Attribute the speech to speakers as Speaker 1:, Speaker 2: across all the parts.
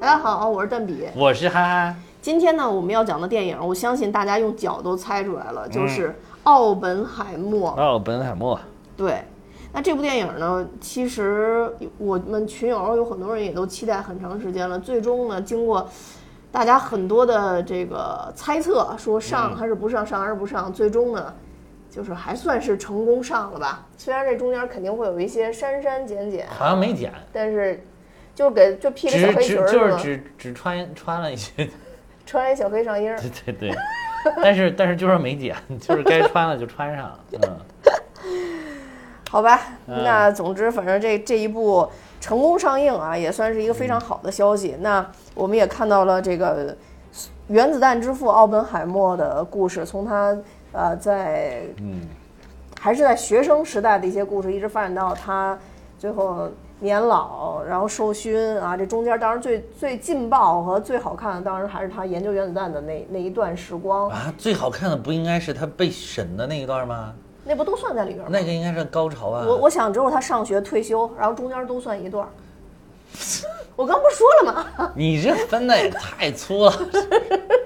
Speaker 1: 大家好，我是蛋比。
Speaker 2: 我是憨憨，
Speaker 1: 今天呢，我们要讲的电影，我相信大家用脚都猜出来了，
Speaker 2: 嗯
Speaker 1: 就是《奥本海默》。
Speaker 2: 奥哦本海默，
Speaker 1: 对，那这部电影呢，其实我们群友有很多人也都期待很长时间了。最终呢，经过大家很多的这个猜测，说上还是不上，上还是不上，最终呢，就是还算是成功上了吧。虽然这中间肯定会有一些删删减减，
Speaker 2: 好像没剪，
Speaker 1: 但是就是给就披了
Speaker 2: 只
Speaker 1: 小黑
Speaker 2: 只
Speaker 1: 裙儿
Speaker 2: 就是
Speaker 1: 吧
Speaker 2: 只只穿穿了一些，
Speaker 1: 穿了一小黑上衣儿。
Speaker 2: 对对对，但是但是就是没剪， 就是该穿了就穿上了，嗯，
Speaker 1: 好吧，那总之反正这这一部成功上映啊，也算是一个非
Speaker 2: 嗯
Speaker 1: 常好的消息。那我们也看到了这个原子弹之父奥本海默的故事，从他呃在
Speaker 2: 嗯
Speaker 1: 还是在学生时代的一些故事，一直发展到他最后年老，然后受勋啊，这中间当然最最劲爆和最好看的，当然还是他研究原子弹的那那一段时光，
Speaker 2: 啊，最好看的不应该是他被审的那一段吗？
Speaker 1: 那不都算在里边吗？
Speaker 2: 那个应该是高潮啊，
Speaker 1: 哦我我想只有他上学退休，然后中间都算一段儿。 我刚不是说了吗？
Speaker 2: 你这分的也太粗了，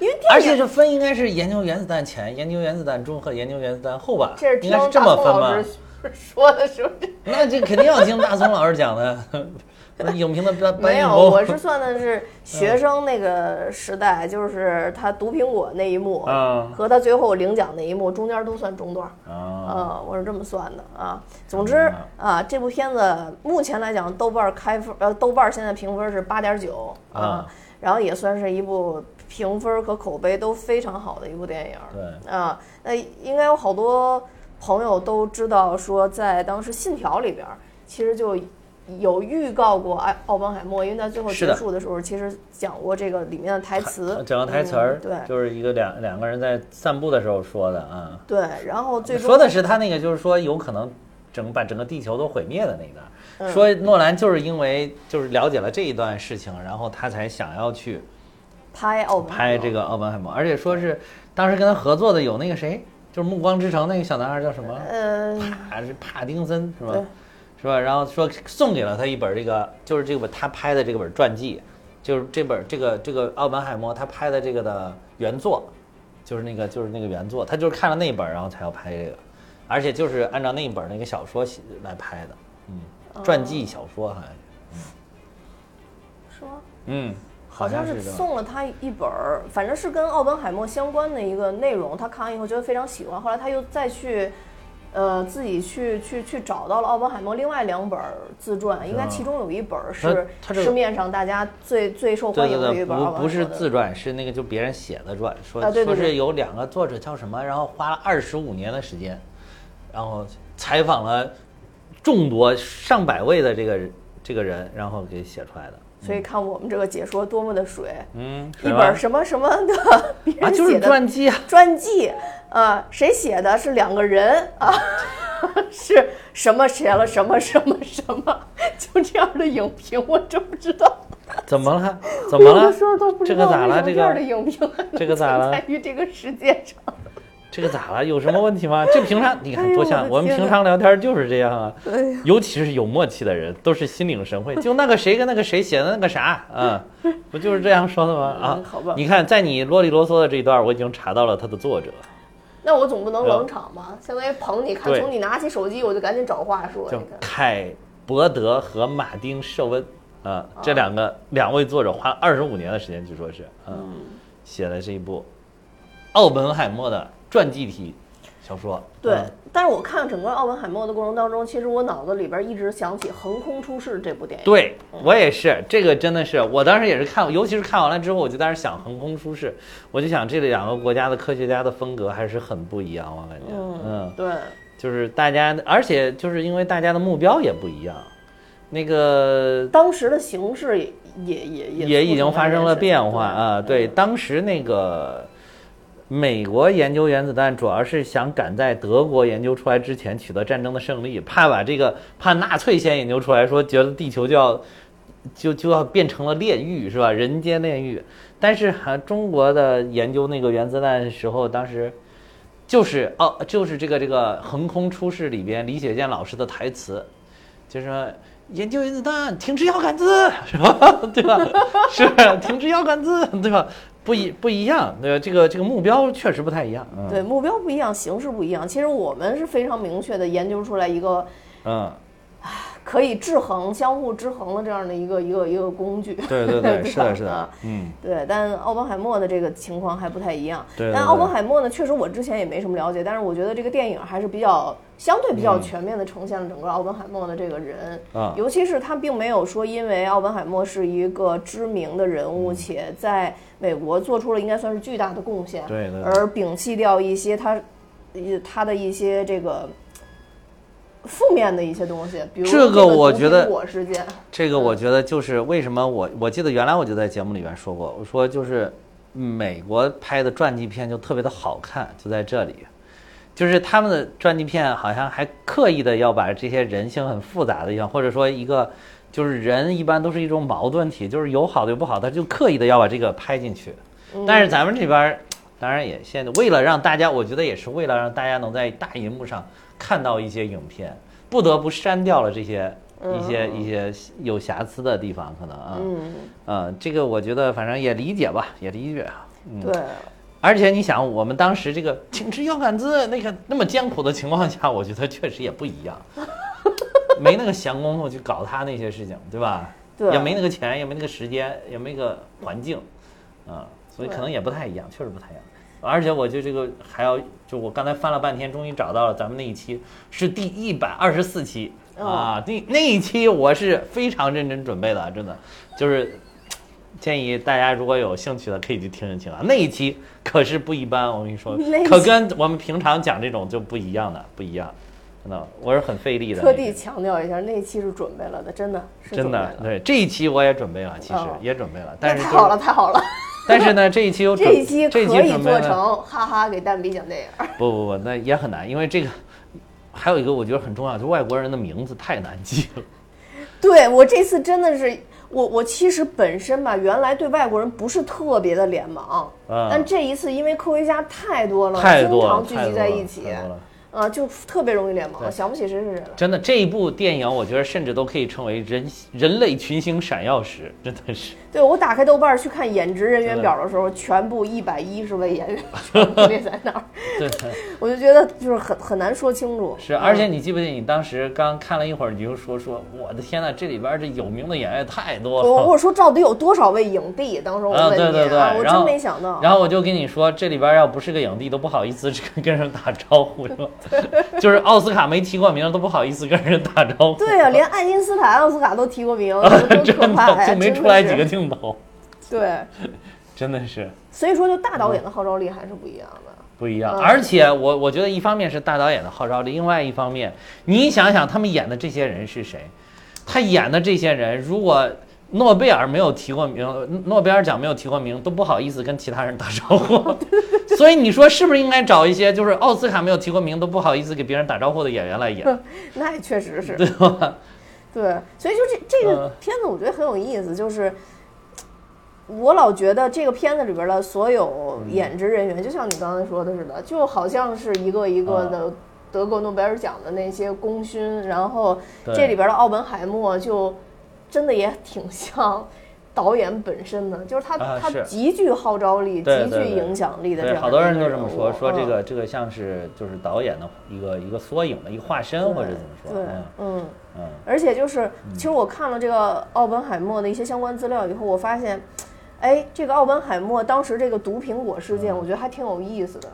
Speaker 1: 因为电
Speaker 2: 而且
Speaker 1: 影
Speaker 2: 这分应该是研究原子弹前、研究原子弹中和研究原子弹后吧？
Speaker 1: 这是听
Speaker 2: 应该
Speaker 1: 大
Speaker 2: 是这么
Speaker 1: 鹏
Speaker 2: 分
Speaker 1: 老
Speaker 2: 吧
Speaker 1: 师？说的 是不是？
Speaker 2: 那这肯定要听大松老师讲的， 影评的搬搬
Speaker 1: 没
Speaker 2: 运
Speaker 1: 有，
Speaker 2: 工
Speaker 1: 我是算的
Speaker 2: 嗯
Speaker 1: 是学生那个时代，就是他毒苹果那一幕
Speaker 2: 嗯
Speaker 1: 和他最后领奖那一幕，中间都算中段儿。
Speaker 2: 啊，
Speaker 1: 嗯，我是这么算的啊。
Speaker 2: 嗯
Speaker 1: 总之啊，这部片子目前来讲，豆瓣儿开分呃，豆瓣儿现在评分是八点九啊
Speaker 2: 啊，
Speaker 1: 然后也算是一部评分和口碑都非常好的一部电影。
Speaker 2: 对
Speaker 1: 啊，那应该有好多朋友都知道，说在当时《信条》里边儿，其实就。有预告过奥奥本海默，因为在最后
Speaker 2: 是
Speaker 1: 结
Speaker 2: 的
Speaker 1: 束的时候，其实讲过这个里面的台词，
Speaker 2: 整个啊台词儿
Speaker 1: 嗯、对
Speaker 2: 就是一个两两个人在散步的时候说的啊，
Speaker 1: 对，然后最终
Speaker 2: 说的是他那个就是说有可能整把整个地球都毁灭的那一段，
Speaker 1: 嗯
Speaker 2: 说诺兰就是因为就是了解了这一段事情，然后他才想要去
Speaker 1: 拍奥本海
Speaker 2: 拍
Speaker 1: 默
Speaker 2: 这个奥本海默，而且说是当时跟他合作的有那个谁，就是《暮光之城》那个小男孩叫什么？
Speaker 1: 呃，
Speaker 2: 帕是帕丁森是吧
Speaker 1: 对？
Speaker 2: 是吧？然后说送给了他一本这个，就是这本他拍的这本传记，就是这本这个这个奥本海默他拍的这个的原作，就是那个就是那个原作，他就是看了那本，然后才要拍这个，而且就是按照那一本那个小说写来拍的，嗯，传记小说好像是，
Speaker 1: 是吗？
Speaker 2: 嗯，
Speaker 1: 好像
Speaker 2: 是
Speaker 1: 是
Speaker 2: 这样。
Speaker 1: 送了他一本儿，反正是跟奥本海默相关的一个内容。他看完以后觉得非常喜欢，后来他又再去，呃，自己去去去找到了奥本海默另外两本儿自传，应该其中有一本儿是
Speaker 2: 他他这个
Speaker 1: 市面上大家最最受欢
Speaker 2: 对
Speaker 1: 迎
Speaker 2: 对
Speaker 1: 的一
Speaker 2: 对，
Speaker 1: 本儿奥本海默
Speaker 2: 不不是
Speaker 1: 的
Speaker 2: 自传，是那个就别人写的传，说、
Speaker 1: 啊对对
Speaker 2: 说
Speaker 1: 对
Speaker 2: 是有两个作者叫什么，然后花了二十五年的时间，然后采访了众多上百位的这个人这个人，然后给写出来的。
Speaker 1: 所以看我们这个解说多么的水，
Speaker 2: 嗯，
Speaker 1: 一本儿什么什么的， 别
Speaker 2: 啊，
Speaker 1: 人
Speaker 2: 就是
Speaker 1: 写的
Speaker 2: 传记啊，
Speaker 1: 传记，呃，谁写的是两个人啊？ 是什么写了什么什么什么？就这样的影评，我真不知道。
Speaker 2: 怎 么了？怎么
Speaker 1: 有
Speaker 2: 了
Speaker 1: 的时候都不？
Speaker 2: 这
Speaker 1: 知
Speaker 2: 个
Speaker 1: 道
Speaker 2: 咋
Speaker 1: 为什
Speaker 2: 了？
Speaker 1: 么
Speaker 2: 这
Speaker 1: 这样的
Speaker 2: 个
Speaker 1: 影评还能
Speaker 2: 这个咋
Speaker 1: 存
Speaker 2: 了
Speaker 1: 在于这个世界上，
Speaker 2: 这个咋了？有什么问题吗？这 平常你看多
Speaker 1: 哎呦我
Speaker 2: 像
Speaker 1: 的
Speaker 2: 我们
Speaker 1: 天
Speaker 2: 平
Speaker 1: 哪
Speaker 2: 常聊天就是这样 啊
Speaker 1: 哎呦，
Speaker 2: 尤其是有默契的人，都是心领神会。就那个谁跟那个谁写的那个啥啊，不就是这样说的吗？啊
Speaker 1: 嗯，好吧
Speaker 2: 你看，在你啰里啰嗦的这一段，我已经查到了他的作者，
Speaker 1: 那我总不能
Speaker 2: 对
Speaker 1: 冷场吧？相当于捧你看，
Speaker 2: 哎对
Speaker 1: 从你拿起手机我就赶紧找话说。
Speaker 2: 叫
Speaker 1: 你看，
Speaker 2: 凯伯德和马丁·舍温啊，这两个两位作者花二十五年的时间，据说是嗯，写了这一部奥本海默的传记体小说。
Speaker 1: 对
Speaker 2: 嗯，
Speaker 1: 但是我看整个奥本海默的过程当中，其实我脑子里边一直想起《横空出世》这部电影。
Speaker 2: 对我也是，这个真的是，我当时也是看，尤其是看完了之后，我就在那儿想横空出世，我就想这两个国家的科学家的风格还是很不一样，我感觉，嗯，
Speaker 1: 对，
Speaker 2: 就是大家，而且就是因为大家的目标也不一样，那个
Speaker 1: 当时的形势也也也也
Speaker 2: 也已经发生了变化啊，
Speaker 1: 啊。
Speaker 2: 对，当时那个。美国研究原子弹，主要是想赶在德国研究出来之前取得战争的胜利，怕把这个怕纳粹先研究出来，说觉得地球就要就就要变成了炼狱，是吧？人间炼狱。但是还、中国的研究那个原子弹的时候，当时就是哦，就是这个这个横空出世里边李雪健老师的台词，就是说研究原子弹，停止摇杆子， 是吧？对吧？是停止摇杆子，对吧？不一不一样，对吧？这个这个目标确实不太一样，嗯
Speaker 1: 对，目标不一样，形式不一样。其实我们是非常明确的研究出来一个
Speaker 2: 嗯，
Speaker 1: 可以制衡、相互制衡的这样的一个一个一个工具。
Speaker 2: 对 对对，是
Speaker 1: 吧
Speaker 2: 的，是的
Speaker 1: 啊，
Speaker 2: 嗯，
Speaker 1: 对，但奥本海默的这个情况还不太一样。
Speaker 2: 对对
Speaker 1: 但
Speaker 2: 对
Speaker 1: 奥本海默呢，确实我之前也没什么了解，但是我觉得这个电影还是比较相对比较全面的呈现了整个奥本海默的这个人，
Speaker 2: 啊
Speaker 1: 尤其是他并没有说因为奥本海默是一个知名的人
Speaker 2: 嗯
Speaker 1: 物，且在美国做出了应该算是巨大的贡献，
Speaker 2: 对对对
Speaker 1: 而摒弃掉一些他，呃他的一些这个。负面的一些东西，比如
Speaker 2: 这个我觉得
Speaker 1: 毒苹果事件，
Speaker 2: 这个我觉得就是为什么我我记得原来我就在节目里边说过，我说就是美国拍的传记片就特别的好看，就在这里，就是他们的传记片好像还刻意的要把这些人性很复杂的一样，或者说一个就是人一般都是一种矛盾体，就是有好的有不好的，他就刻意的要把这个拍进去。但是咱们这边儿当然也现在为了让大家，我觉得也是为了让大家能在大荧幕上看到一些影片，不得不删掉了这些一些一些有瑕疵的地方，可能啊，
Speaker 1: 嗯，
Speaker 2: 嗯，这个我觉得反正也理解吧，也理解啊。
Speaker 1: 对，
Speaker 2: 而且你想，我们当时这个挺直腰杆子那个那么艰苦的情况下，我觉得确实也不一样，没那个闲工夫去搞他那些事情，对吧？
Speaker 1: 对
Speaker 2: 也没那个钱，也没那个时间，也没那个环境，啊、所以可能也不太一样，确实不太一样。而且我就这个还要，就我刚才翻了半天，终于找到了咱们那一期是第一百二十四期、啊，那那一期我是非常认真准备的，真的就是建议大家如果有兴趣的可以去听一听啊，那一期可是不一般，我跟你说
Speaker 1: 那一，期
Speaker 2: 可跟我们平常讲这种就不一样的，不一样，真的，我是很费力的那
Speaker 1: 特
Speaker 2: 一
Speaker 1: 地
Speaker 2: 期，
Speaker 1: 强调一下，那一期是准备了的，真的是准
Speaker 2: 真
Speaker 1: 备
Speaker 2: 的
Speaker 1: 了，
Speaker 2: 对这一期我也准备了，其实
Speaker 1: 哦
Speaker 2: 也准备了，
Speaker 1: 那
Speaker 2: 但是
Speaker 1: 太
Speaker 2: 就
Speaker 1: 好
Speaker 2: 是
Speaker 1: 了，太好 了，
Speaker 2: 但是呢，这一 期有准
Speaker 1: 这一期可
Speaker 2: 这一期
Speaker 1: 以
Speaker 2: 准备
Speaker 1: 做
Speaker 2: 了
Speaker 1: 成，哈哈，给蛋比讲电 影。
Speaker 2: 不不不，那也很难，因为这个还有一个我觉得很重要，就是外国人的名字太难记了。
Speaker 1: 对我这次真的是，我我其实本身吧，原来对外国人不是特别的脸盲，
Speaker 2: 嗯
Speaker 1: 但这一次因为科学家太多了，
Speaker 2: 太多了，
Speaker 1: 经常聚集
Speaker 2: 太多
Speaker 1: 在
Speaker 2: 了
Speaker 1: 一起
Speaker 2: 太，多了
Speaker 1: 啊，就特别容易脸盲，想不起谁是谁了。
Speaker 2: 真的，这一部电影我觉得甚至都可以称为人人类群星闪耀时， 真的是。
Speaker 1: 对我打开豆瓣儿去看演职人员表的时候，全部一百一十位演员 全部列在那儿，
Speaker 2: 对，
Speaker 1: 我就觉得就是很很难说清楚。
Speaker 2: 是，而且你记不记得你当时刚看了一会儿，你就说说，我的天呐，这里边这有名的演员也太多了。
Speaker 1: 我我说到底有多少位影帝？当时我
Speaker 2: 哦啊，
Speaker 1: 问你，
Speaker 2: 对对对，
Speaker 1: 啊我
Speaker 2: 然后
Speaker 1: 真没想到。
Speaker 2: 然后我就跟你说，这里边要不是个影帝，都不好意思跟跟人打招呼，是 吧？就是奥斯卡没提过名，都不好意思跟人打招呼。
Speaker 1: 对啊，连爱因斯坦、奥斯卡都提过名，多
Speaker 2: 哦真
Speaker 1: 可怕
Speaker 2: 的
Speaker 1: 呀！
Speaker 2: 就没
Speaker 1: 真
Speaker 2: 出来
Speaker 1: 的
Speaker 2: 几个
Speaker 1: 是。
Speaker 2: 镜头，
Speaker 1: 对，
Speaker 2: 真的是
Speaker 1: 所以说就大导演的号召力还是不一样的。
Speaker 2: 不一样。而且我我觉得一方面是大导演的号召力，另外一方面，你想想他们演的这些人是谁？他演的这些人，如果诺贝尔没有提过名，诺贝尔奖没有提过名，都不好意思跟其他人打招 呼。所以你说是不是应该找一些就是奥斯卡没有提过名，都不好意思给别人打招呼的演员 来演？
Speaker 1: 那也确实是。对 所以就这这个
Speaker 2: 嗯
Speaker 1: 片子，我觉得很有意思，就是。我老觉得这个片子里边的所有
Speaker 2: 嗯
Speaker 1: 演职人员，就像你刚才说的似的，就好像是一个一
Speaker 2: 嗯
Speaker 1: 个的德国诺贝尔奖的那些功勋，然后
Speaker 2: 对
Speaker 1: 这里边的奥本海默就真的也挺像导演本身的，就是他、
Speaker 2: 啊
Speaker 1: 他
Speaker 2: 是
Speaker 1: 极具号召力、
Speaker 2: 对对
Speaker 1: 极具
Speaker 2: 对
Speaker 1: 影响力的这
Speaker 2: 对，
Speaker 1: 样的
Speaker 2: 好多人
Speaker 1: 一个
Speaker 2: 就这么
Speaker 1: 人
Speaker 2: 说，
Speaker 1: 物嗯
Speaker 2: 说这个这个像是就是导演的一个一个缩影的一个化身，或者怎么说？
Speaker 1: 对
Speaker 2: 嗯，
Speaker 1: 嗯，
Speaker 2: 嗯。
Speaker 1: 而且就是，其实我看了这个奥本海默的一些相关资料以后，我发现，哎，这个奥本海默当时这个毒苹果事
Speaker 2: 嗯
Speaker 1: 件，我觉得还挺有意思的，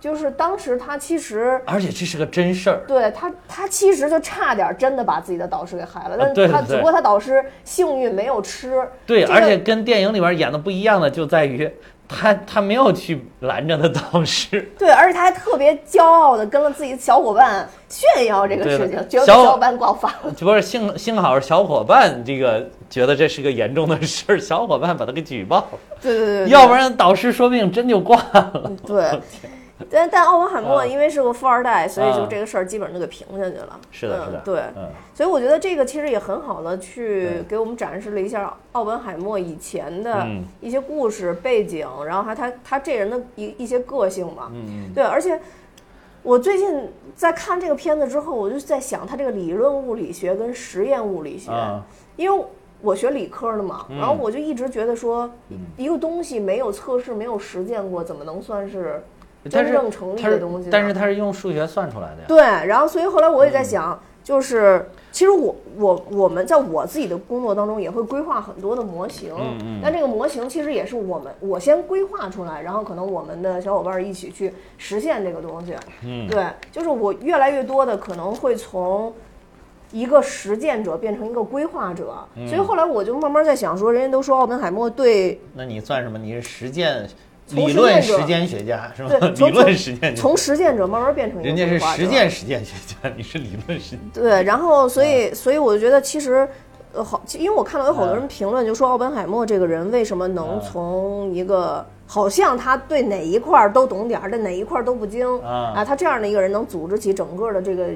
Speaker 1: 就是当时他其实。
Speaker 2: 而且这是个真事儿，
Speaker 1: 对他，他其实就差点真的把自己的导师给害了，但
Speaker 2: 啊对
Speaker 1: 是他
Speaker 2: 对
Speaker 1: 只不过他导师幸运没有吃。
Speaker 2: 对，
Speaker 1: 这个
Speaker 2: 而且跟电影里边演的不一样的就在于他他没有去拦着他导师，
Speaker 1: 对，而且他还特别骄傲的跟了自己的小伙伴炫耀这个
Speaker 2: 对
Speaker 1: 事
Speaker 2: 的
Speaker 1: 情，结果
Speaker 2: 小
Speaker 1: 小伙伴告发了。
Speaker 2: 不是幸幸好是小伙伴这个觉得这是个严重的事儿，小伙伴把他给举报了，
Speaker 1: 对对对对，嗯
Speaker 2: 要不然导师说不定真就挂了。
Speaker 1: 对，但但奥本海默
Speaker 2: 嗯
Speaker 1: 因为是个富二代，所以就
Speaker 2: 嗯
Speaker 1: 这个事儿基本上就给平下去了。
Speaker 2: 是的，是的
Speaker 1: 嗯，，对，
Speaker 2: 嗯，
Speaker 1: 所以我觉得这个其实也很好的去
Speaker 2: 对
Speaker 1: 给我们展示了一下奥本海默以前的
Speaker 2: 嗯
Speaker 1: 一些故
Speaker 2: 嗯
Speaker 1: 事背景，然后还他他这人的一一些个性嘛。嗯对，而且我最近在看这个片子之后，我就在想它这个理论物理学跟实验物理学，
Speaker 2: 啊嗯
Speaker 1: 因为我学理科的嘛，然后我就一直觉得说，一个东西没有测试、没有实践过，怎么能算是
Speaker 2: 但
Speaker 1: 真
Speaker 2: 是
Speaker 1: 正成立
Speaker 2: 它
Speaker 1: 的
Speaker 2: 是
Speaker 1: 东西呢？
Speaker 2: 但是它是用数学算出来的呀。
Speaker 1: 对，然后所以后来我也在想，
Speaker 2: 嗯
Speaker 1: 就是其实我我我们在我自己的工作当中也会规划很多的模型，
Speaker 2: 嗯
Speaker 1: 但这个模型其实也是我们我先规划出来，然后可能我们的小伙伴儿一起去实现这个东西。嗯，对，就是我越来越多的可能会从。一个实践者变成一个规划者，
Speaker 2: 嗯
Speaker 1: 所以后来我就慢慢在想说，人家都说奥本海默对
Speaker 2: 那你算什么？你是实践
Speaker 1: 从
Speaker 2: 理论
Speaker 1: 实践者
Speaker 2: 实践学家是吗？
Speaker 1: 对从
Speaker 2: 理论实践家，
Speaker 1: 从实践者慢慢变成一个
Speaker 2: 人家
Speaker 1: 规
Speaker 2: 是
Speaker 1: 划者
Speaker 2: 实践实践学家，你是理论实践。
Speaker 1: 对，然后
Speaker 2: 嗯
Speaker 1: 所以所以我觉得其实。呃，好，其因为我看到有好多人评论，就说奥本海默这个人为什么能
Speaker 2: 嗯
Speaker 1: 从一个好像他对哪一块儿都懂点儿，但哪一块儿都不精
Speaker 2: 啊
Speaker 1: 啊，他这样的一个人能组织起整个的这个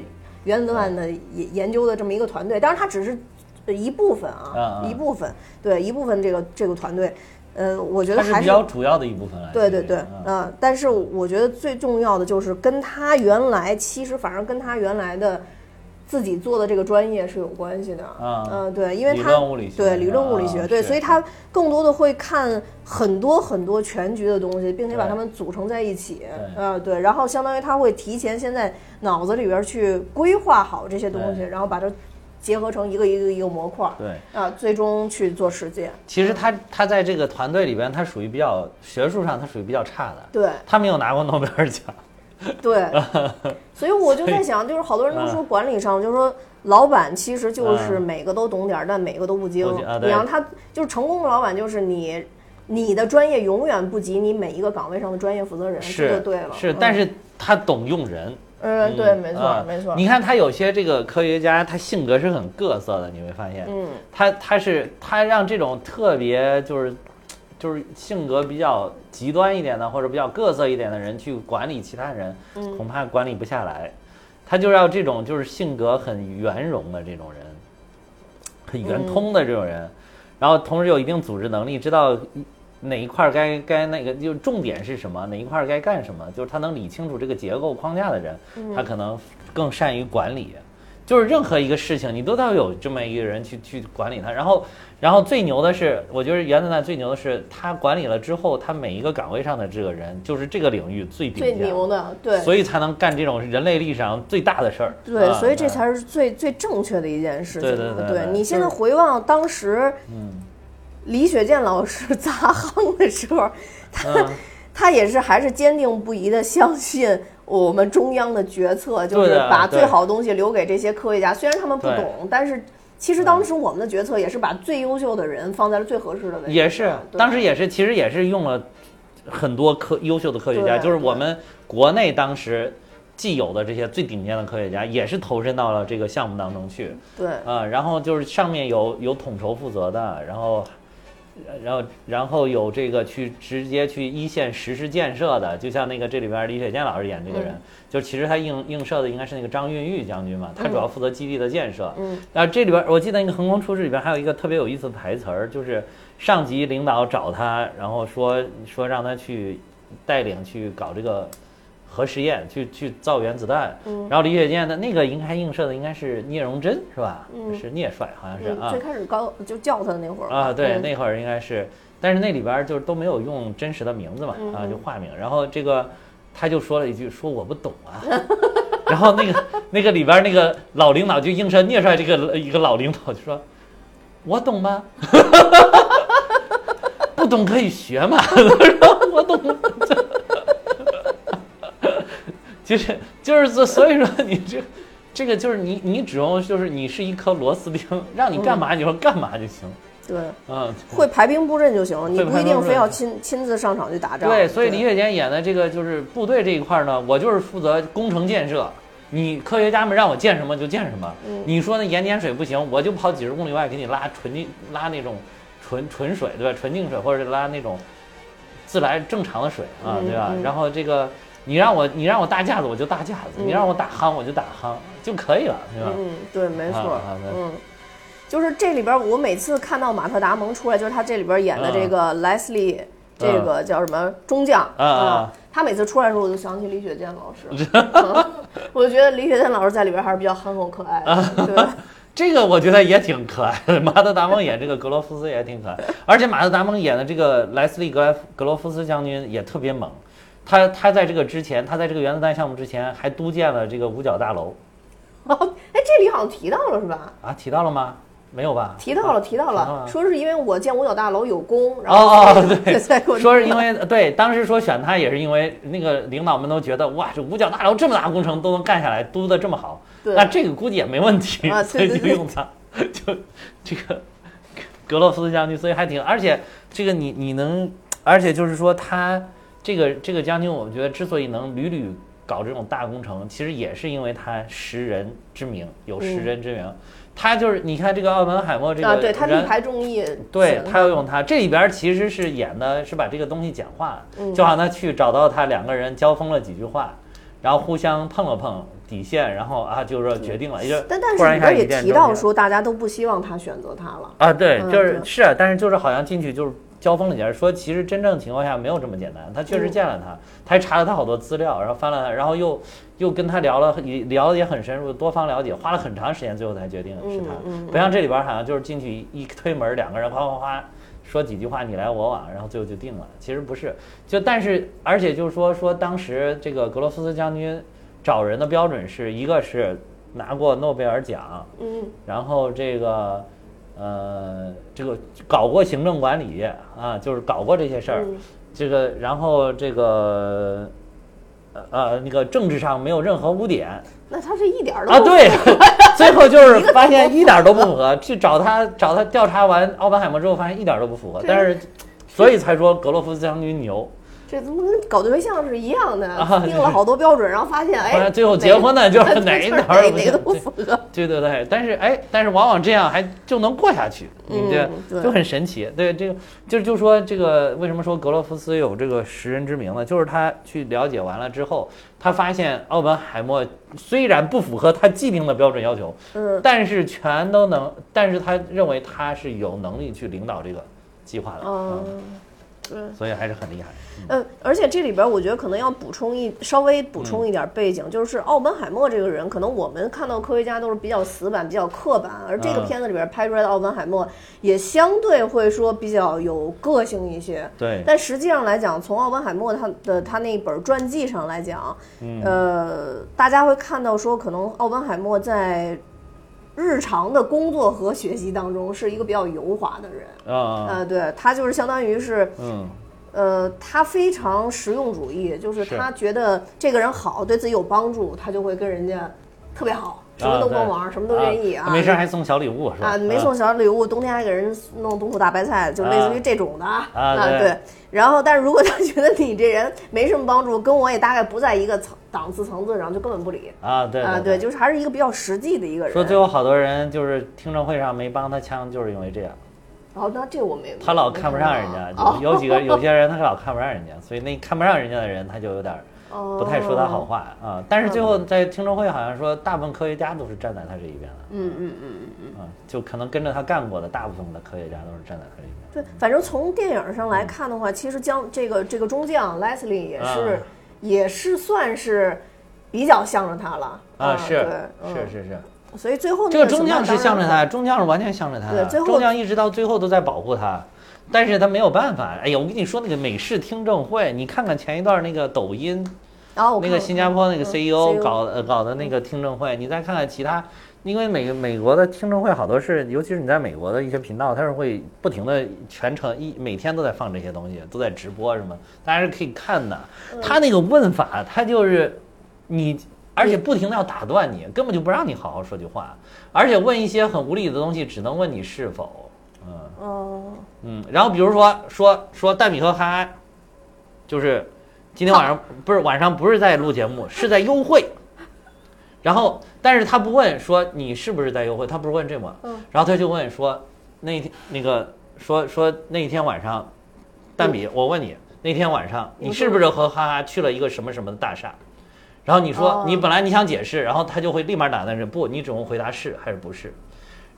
Speaker 1: 原子弹
Speaker 2: 嗯
Speaker 1: 的研研究的这么一个团队，当然他只是呃一部分
Speaker 2: 啊
Speaker 1: 啊，
Speaker 2: 啊
Speaker 1: 一部分，对一部分这个这个团队，呃，我觉得
Speaker 2: 它是
Speaker 1: 还
Speaker 2: 比
Speaker 1: 是
Speaker 2: 较主要的一部分来
Speaker 1: 对
Speaker 2: 源。
Speaker 1: 对对，
Speaker 2: 嗯
Speaker 1: 嗯、但是我觉得最重要的就是跟他原来其实反而跟他原来的自己做的这个专业是有关系的，
Speaker 2: 啊
Speaker 1: 嗯、对，因为
Speaker 2: 理
Speaker 1: 他
Speaker 2: 论物理学
Speaker 1: 对理论物理
Speaker 2: 啊
Speaker 1: 学，
Speaker 2: 是
Speaker 1: 对，所以他更多的会看很多很多全局的东西，并且把
Speaker 2: 对
Speaker 1: 它们组成在一起，
Speaker 2: 对
Speaker 1: 呃，对，然后相当于他会提前先在脑子里边去规划好这些东西，
Speaker 2: 对
Speaker 1: 然后把它结合成一个一个一个模块儿，
Speaker 2: 对。
Speaker 1: 啊、最终去做实践，
Speaker 2: 其实他他在这个团队里边，他属于比较学术上，他属于比较差的。
Speaker 1: 对。
Speaker 2: 他没有拿过诺贝尔奖，
Speaker 1: 对，所以我就在想，就是好多人都说管理上，就是说老板其实就是
Speaker 2: 嗯
Speaker 1: 每个都懂点儿，但每个都不精
Speaker 2: 不精啊。
Speaker 1: 你
Speaker 2: 对
Speaker 1: 让他就是成功的老板，就是你，你的专业永远不及你每一个岗位上的专业负责人，这就是对了。
Speaker 2: 是，
Speaker 1: 嗯
Speaker 2: 但是他懂用人，
Speaker 1: 嗯，对，没错
Speaker 2: 啊，
Speaker 1: 没错，
Speaker 2: 你看他有些这个科学家，他性格是很各色的，你会发现，
Speaker 1: 嗯，
Speaker 2: 他他是他让这种特别就是就是性格比较极端一点的或者比较各色一点的人去管理其他人，
Speaker 1: 嗯
Speaker 2: 恐怕管理不下来。他就要这种就是性格很圆融的这种人，很
Speaker 1: 嗯
Speaker 2: 圆通的这种人，然后同时有一定组织能力，知道哪一块儿该该那个，就是重点是什么，哪一块儿该干什么，就是他能理清楚这个结构框架的人，
Speaker 1: 嗯
Speaker 2: 他可能更善于管理。就是任何一个事情，你都要有这么一个人去去管理它。然后，然后最牛的是，我觉得原子弹最牛的是，他管理了之后，他每一个岗位上的这个人，就是这个领域最顶
Speaker 1: 最
Speaker 2: 尖，
Speaker 1: 牛的，对。
Speaker 2: 所以才能干这种人类历史上最大的事儿。
Speaker 1: 对，
Speaker 2: 啊
Speaker 1: 所以这才是最最正确的一件事情。
Speaker 2: 对对对对
Speaker 1: 你现在
Speaker 2: 就是嗯
Speaker 1: 回望当时，李雪健老师 砸夯的时候，他
Speaker 2: 嗯
Speaker 1: 他也是还是坚定不移的相 信我们中央的决策，就是
Speaker 2: 对的
Speaker 1: 把
Speaker 2: 对
Speaker 1: 最好的东西留给这些科学家。虽然他们不
Speaker 2: 对
Speaker 1: 懂，但是其实当时我们的决策也是把最优秀的人放在了最合适的位置上。
Speaker 2: 也是，
Speaker 1: 对
Speaker 2: 当时也是，其实也是用了很多科优秀的科学家，
Speaker 1: 对
Speaker 2: 就是我们国内当时既有的这些最顶尖的科学家，也是投身到了这个项目当中去
Speaker 1: 对
Speaker 2: 啊、然后就是上面有有统筹负责的，然后。然后，然后有这个去直接去一线实施建设的，就像那个这里边李雪健老师演这个
Speaker 1: 嗯
Speaker 2: 人，就其实他映映射的应该是那个张孕钰将军嘛，他主要负责基地的建设。
Speaker 1: 嗯，
Speaker 2: 然后这里边我记得那个横空出世里边还有一个特别有意思的台词儿，就是上级领导找他，然后说说让他去带领去搞这个核实验，去去造原子弹。嗯，然后李雪健的那个应该映射的应该是聂荣臻是吧？
Speaker 1: 嗯
Speaker 2: 是聂帅好像是
Speaker 1: 嗯，
Speaker 2: 啊。
Speaker 1: 最开始高就叫他的那会儿
Speaker 2: 啊，对，
Speaker 1: 嗯
Speaker 2: 那会儿应该是，但是那里边儿就是都没有用真实的名字嘛，啊，就化名。然后这个他就说了一句：“说我不懂啊。” 然后那个那个里边儿那个老领导就映射聂帅这个一个老领导就说：“我懂吗？ 不懂可以学嘛。” 他说：“我懂。” 就是就是所所以说你这这个就是你你只用就是你是一颗螺丝钉，让你干嘛你就干嘛就行。
Speaker 1: 对。
Speaker 2: 嗯，
Speaker 1: 会排兵布阵就行了，你
Speaker 2: 会
Speaker 1: 不
Speaker 2: 排
Speaker 1: 一
Speaker 2: 兵
Speaker 1: 定
Speaker 2: 布
Speaker 1: 非要
Speaker 2: 阵
Speaker 1: 亲亲自上场去打仗。
Speaker 2: 对，所以李雪健演的这个就是部队这一块呢，我就是负责工程建设，你科学家们让我建什么就建什么。
Speaker 1: 嗯
Speaker 2: 你说那盐碱水不行，我就跑几十公里外给你拉纯净拉那种纯纯水，对吧？纯净水或者是拉那种自来正常的水啊，
Speaker 1: 嗯
Speaker 2: 对吧？
Speaker 1: 嗯
Speaker 2: 然后这个你让我你让我搭架子我就搭架子，你让我打夯我就打夯就可以了，对吧？
Speaker 1: 嗯，对，没错儿
Speaker 2: 啊啊，对
Speaker 1: 嗯。就是这里边儿，我每次看到马特·
Speaker 2: 啊
Speaker 1: 达蒙出来，就是他这里边儿演的这个莱斯利，这个叫什么中将
Speaker 2: 啊啊啊
Speaker 1: 他每次出来的时候，我就想起李雪健老 师，嗯我就觉得李雪健老师在里边还是比较憨厚可爱
Speaker 2: 啊
Speaker 1: 的。对，
Speaker 2: 这个我觉得也挺可爱的，马特·达蒙演这个格罗夫斯也挺可爱，而且马特·达蒙演的这个莱斯利·格莱格罗夫斯将军也特别猛，他他在这个之前，他在这个原子弹项目之前还督建了这个五角大楼
Speaker 1: 哎，这里好像提到了是吧？
Speaker 2: 啊，提到了吗？没有吧？
Speaker 1: 提到了，提到
Speaker 2: 提到
Speaker 1: 了，
Speaker 2: 了
Speaker 1: 说是因为我建五角大楼有功，然后
Speaker 2: 啊哦哦， 对，
Speaker 1: 所以我
Speaker 2: 说是因为对，当时说选他也是因为那个领导们都觉得哇，这五角大楼这么大工程都能干下来，督的这么好，
Speaker 1: 对
Speaker 2: 那这个估计也没问题，
Speaker 1: 啊对
Speaker 2: 所以
Speaker 1: 对
Speaker 2: 就
Speaker 1: 对
Speaker 2: 用它，就这个格洛夫斯将军，所以还挺，而且这个你你能，而且就是说他这个这个将军，我觉得之所以能屡屡搞这种大工程，其实也是因为他识人之明，有识
Speaker 1: 嗯
Speaker 2: 人之明。他就是你看这个奥本海默这个
Speaker 1: 啊，对他力
Speaker 2: 人
Speaker 1: 排众议，
Speaker 2: 对
Speaker 1: 选
Speaker 2: 他要用它，这里边儿其实是演的是把这个东西简化，
Speaker 1: 嗯
Speaker 2: 就好像他去找到他两个人交锋了几句话，然后互相碰了碰底线，然后啊就是说决定
Speaker 1: 嗯
Speaker 2: 了，也就
Speaker 1: 但但
Speaker 2: 突
Speaker 1: 是
Speaker 2: 然
Speaker 1: 里
Speaker 2: 一下
Speaker 1: 边
Speaker 2: 一
Speaker 1: 也
Speaker 2: 见
Speaker 1: 提
Speaker 2: 钟情
Speaker 1: 到说，大家都不希望他选择他了。
Speaker 2: 啊，对，
Speaker 1: 嗯
Speaker 2: 就是
Speaker 1: 对
Speaker 2: 是啊，但是就是好像进去就是交锋了一下，说其实真正情况下没有这么简单，他确实
Speaker 1: 嗯
Speaker 2: 见了他，他还查了他好多资料，然后翻了他，然后又又跟他聊了，也聊的也很深入，多方了解，花了很长时间，最后才决定是他，
Speaker 1: 嗯嗯
Speaker 2: 不像这里边好像就是进去一推门，两个人哗哗哗。说几句话你来我往，然后最后就定了。其实不是，就但是而且就是说说当时这个格罗夫斯将军找人的标准是一个是拿过诺贝尔奖，
Speaker 1: 嗯，
Speaker 2: 然后这个呃，这个搞过行政管理啊，就是搞过这些事儿。
Speaker 1: 嗯
Speaker 2: 这个，然后这个呃呃，那个政治上没有任何污点
Speaker 1: 那他是一点儿都
Speaker 2: 啊，
Speaker 1: 不
Speaker 2: 对， 最后就是发现一点儿都不符合。去找他找他调查完奥本海默之后，发现一点儿都不符合，
Speaker 1: 对
Speaker 2: 但是所以才说格洛夫斯将军牛。
Speaker 1: 这怎么跟搞对象是一样的
Speaker 2: 啊？
Speaker 1: 定了好多标准，然后发现
Speaker 2: 发
Speaker 1: 哎，
Speaker 2: 现最后结婚呢，就
Speaker 1: 哪
Speaker 2: 是 哪一
Speaker 1: 哪
Speaker 2: 点
Speaker 1: 哪
Speaker 2: 儿都不
Speaker 1: 哪个
Speaker 2: 行
Speaker 1: 都不符合。
Speaker 2: 对对对，但是哎，但是往往这样还就能过下去，你这、
Speaker 1: 嗯对
Speaker 2: 就很神奇。对，这个就就说这个为什么说格罗夫斯有这个识人之明呢？就是他去了解完了之后，他发现奥本海默虽然不符合他既定的标准要求，
Speaker 1: 嗯，
Speaker 2: 但是全都能，但是他认为他是有能力去领导这个计划的，嗯
Speaker 1: 哦，对。
Speaker 2: 所以还是很厉害。
Speaker 1: 嗯，而且这里边我觉得可能要补充一稍微补充一点背景，就是奥本海默这个人，可能我们看到科学家都是比较死板、比较刻板，而这个
Speaker 2: 嗯
Speaker 1: 片子里边拍出来的奥本海默也相对会说比较有个性一些。
Speaker 2: 对，
Speaker 1: 但实际上来讲，从奥本海默他的他那本传记上来讲，
Speaker 2: 嗯
Speaker 1: 呃，大家会看到说，可能奥本海默在日常的工作和学习当中是一个比较油滑的人。
Speaker 2: 啊、
Speaker 1: 呃，对他就是相当于是，
Speaker 2: 嗯，
Speaker 1: 呃，他非常实用主义，就是
Speaker 2: 是
Speaker 1: 他觉得这个人好，对自己有帮助，他就会跟人家特别好，什么
Speaker 2: 啊
Speaker 1: 都
Speaker 2: 对
Speaker 1: 帮忙，什么都愿意啊。
Speaker 2: 没事还送小礼物是吧？
Speaker 1: 啊，没
Speaker 2: 嗯
Speaker 1: 送小礼物，冬天还给人弄冬苦大白菜，就类似于
Speaker 2: 啊
Speaker 1: 这种的啊
Speaker 2: 啊对
Speaker 1: 对。然后，但是如果他觉得你这人没什么帮助，跟我也大概不在一个层档次层次上，就根本不理
Speaker 2: 啊，对
Speaker 1: 啊。对，就是还是一个比较实际的一个人。
Speaker 2: 说最后好多人就是听证会上没帮他枪，就是因为这样，
Speaker 1: 哦，那这我没
Speaker 2: 他老
Speaker 1: 没
Speaker 2: 看不
Speaker 1: 到
Speaker 2: 上
Speaker 1: 啊
Speaker 2: 人家，
Speaker 1: 哦
Speaker 2: 有有几个有些人他老看不上人家，所以那看不上人家的人他就有点儿
Speaker 1: 哦，
Speaker 2: 不太说他好。话啊。但是最后在听证会好像说，大部分科学家都是站在他这一边的，
Speaker 1: 嗯嗯嗯。
Speaker 2: 啊，就可能跟着他干过的大部分的科学家都是站在他这一边。
Speaker 1: 对，反正从电影上来看的话，其实将这个这个中将 Leslie 也是、
Speaker 2: 啊
Speaker 1: 也是算是比较向着他了
Speaker 2: 啊，
Speaker 1: 哦对
Speaker 2: 是是，是是，
Speaker 1: 嗯所以最后那
Speaker 2: 这个中将
Speaker 1: 什么
Speaker 2: 是向着
Speaker 1: 当然
Speaker 2: 他，中将是完全向着他的
Speaker 1: 对最，后
Speaker 2: 中将一直到最后都在保护他，但是他没有办法。哎呀，我跟你说那个美式听证会，你看看前一段那个抖音
Speaker 1: 然啊后我
Speaker 2: 那
Speaker 1: 看
Speaker 2: 个新加坡那个
Speaker 1: 嗯
Speaker 2: CEO
Speaker 1: CEO
Speaker 2: 搞的搞的那个听证会，你再看看其他，因为美美国的听证会好多是，尤其是你在美国的一些频道，它是会不停的全程一每天都在放这些东西，都在直播什么，大家是可以看的。
Speaker 1: 嗯
Speaker 2: 他那个问法，他就是你。而且不停的要打断你，根本就不让你好好说句话，而且问一些很无理的东西，只能问你是否，嗯，
Speaker 1: 嗯
Speaker 2: 嗯，然后比如说说说蛋米和哈，就是今天晚上不是晚上不是在录节目，是在幽会。然后，但是他不问说你是不是在幽会，他不是问这么，
Speaker 1: 嗯
Speaker 2: 然后他就问说那天那个说说那天晚上，蛋比，我问你那天晚上你是不是和哈哈去了一个什么什么的大厦？然后你说、
Speaker 1: 哦
Speaker 2: 你本来你想解释，然后他就会立马打断你，不，你只能回答是还是不是。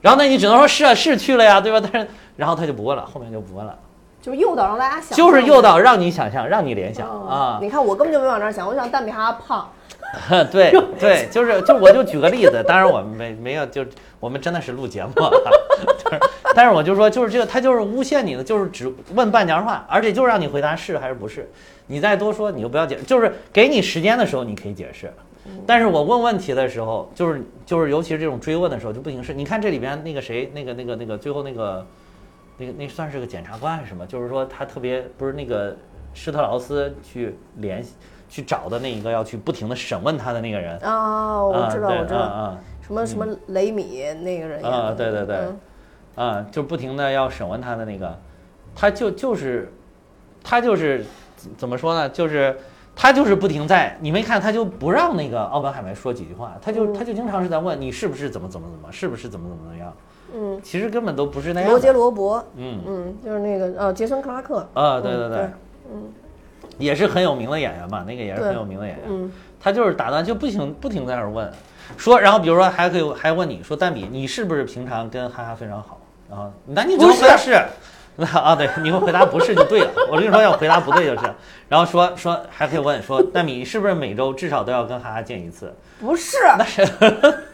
Speaker 2: 然后那你只能说是啊是去了呀，对吧？但是然后他就不问了，后面就不问了。
Speaker 1: 就是诱导让大家想，
Speaker 2: 就是诱导让你想象，让你联想
Speaker 1: 嗯
Speaker 2: 啊。
Speaker 1: 你看我根本就没往这儿想，我就想蛋比哈胖，
Speaker 2: 对对，就是就我就举个例子，当然我们没没有，就我们真的是录节目啊，就是 但是我就说，就是这个他就是诬陷你的，就是只问半截话，而且就让你回答是还是不是，你再多说你就不要解释，就是给你时间的时候你可以解释，
Speaker 1: 嗯
Speaker 2: 但是我问问题的时候，就是就是尤其是这种追问的时候就不行是，你看这里边那个谁，那个那个那个最后那个。那个那算是个检察官还是什么？就是说他特别不是那个施特劳斯去联系去找的那一个要去不停的审问他的那个人。
Speaker 1: 啊，我知道，
Speaker 2: 啊、
Speaker 1: 我知道，
Speaker 2: 对啊
Speaker 1: 什么什么雷米那个人演
Speaker 2: 啊
Speaker 1: 的，
Speaker 2: 对对对
Speaker 1: 嗯
Speaker 2: 啊啊，就不停的要审问他的那个，他就就是他就是怎怎么说呢？就是他就是不停在你没看他就不让那个奥本海默说几句话，他
Speaker 1: 嗯
Speaker 2: 就、他就经常是在问你是不是怎么怎么怎么，是不是怎么怎么怎么样？
Speaker 1: 嗯，
Speaker 2: 其实根本都不是那样
Speaker 1: 罗杰
Speaker 2: 的。
Speaker 1: 罗伯，
Speaker 2: 嗯
Speaker 1: 嗯，就是那个呃，杰森克拉克，
Speaker 2: 啊，对
Speaker 1: 嗯
Speaker 2: 对对，
Speaker 1: 对
Speaker 2: 也是很有名的演员嘛，那个也是
Speaker 1: 对
Speaker 2: 很有名的演员。
Speaker 1: 嗯，
Speaker 2: 他就是打断就不停不停在那儿问，说，然后比如说还可以还问你说，蛋比你是不是平常跟哈哈非常好？然后那你只能回答是，那 啊对，你会回答不是就对了。 我跟你说要回答不对就是，然后说说还可以问说，蛋比你是不是每周至少都要跟哈哈见一次？
Speaker 1: 不是，
Speaker 2: 那是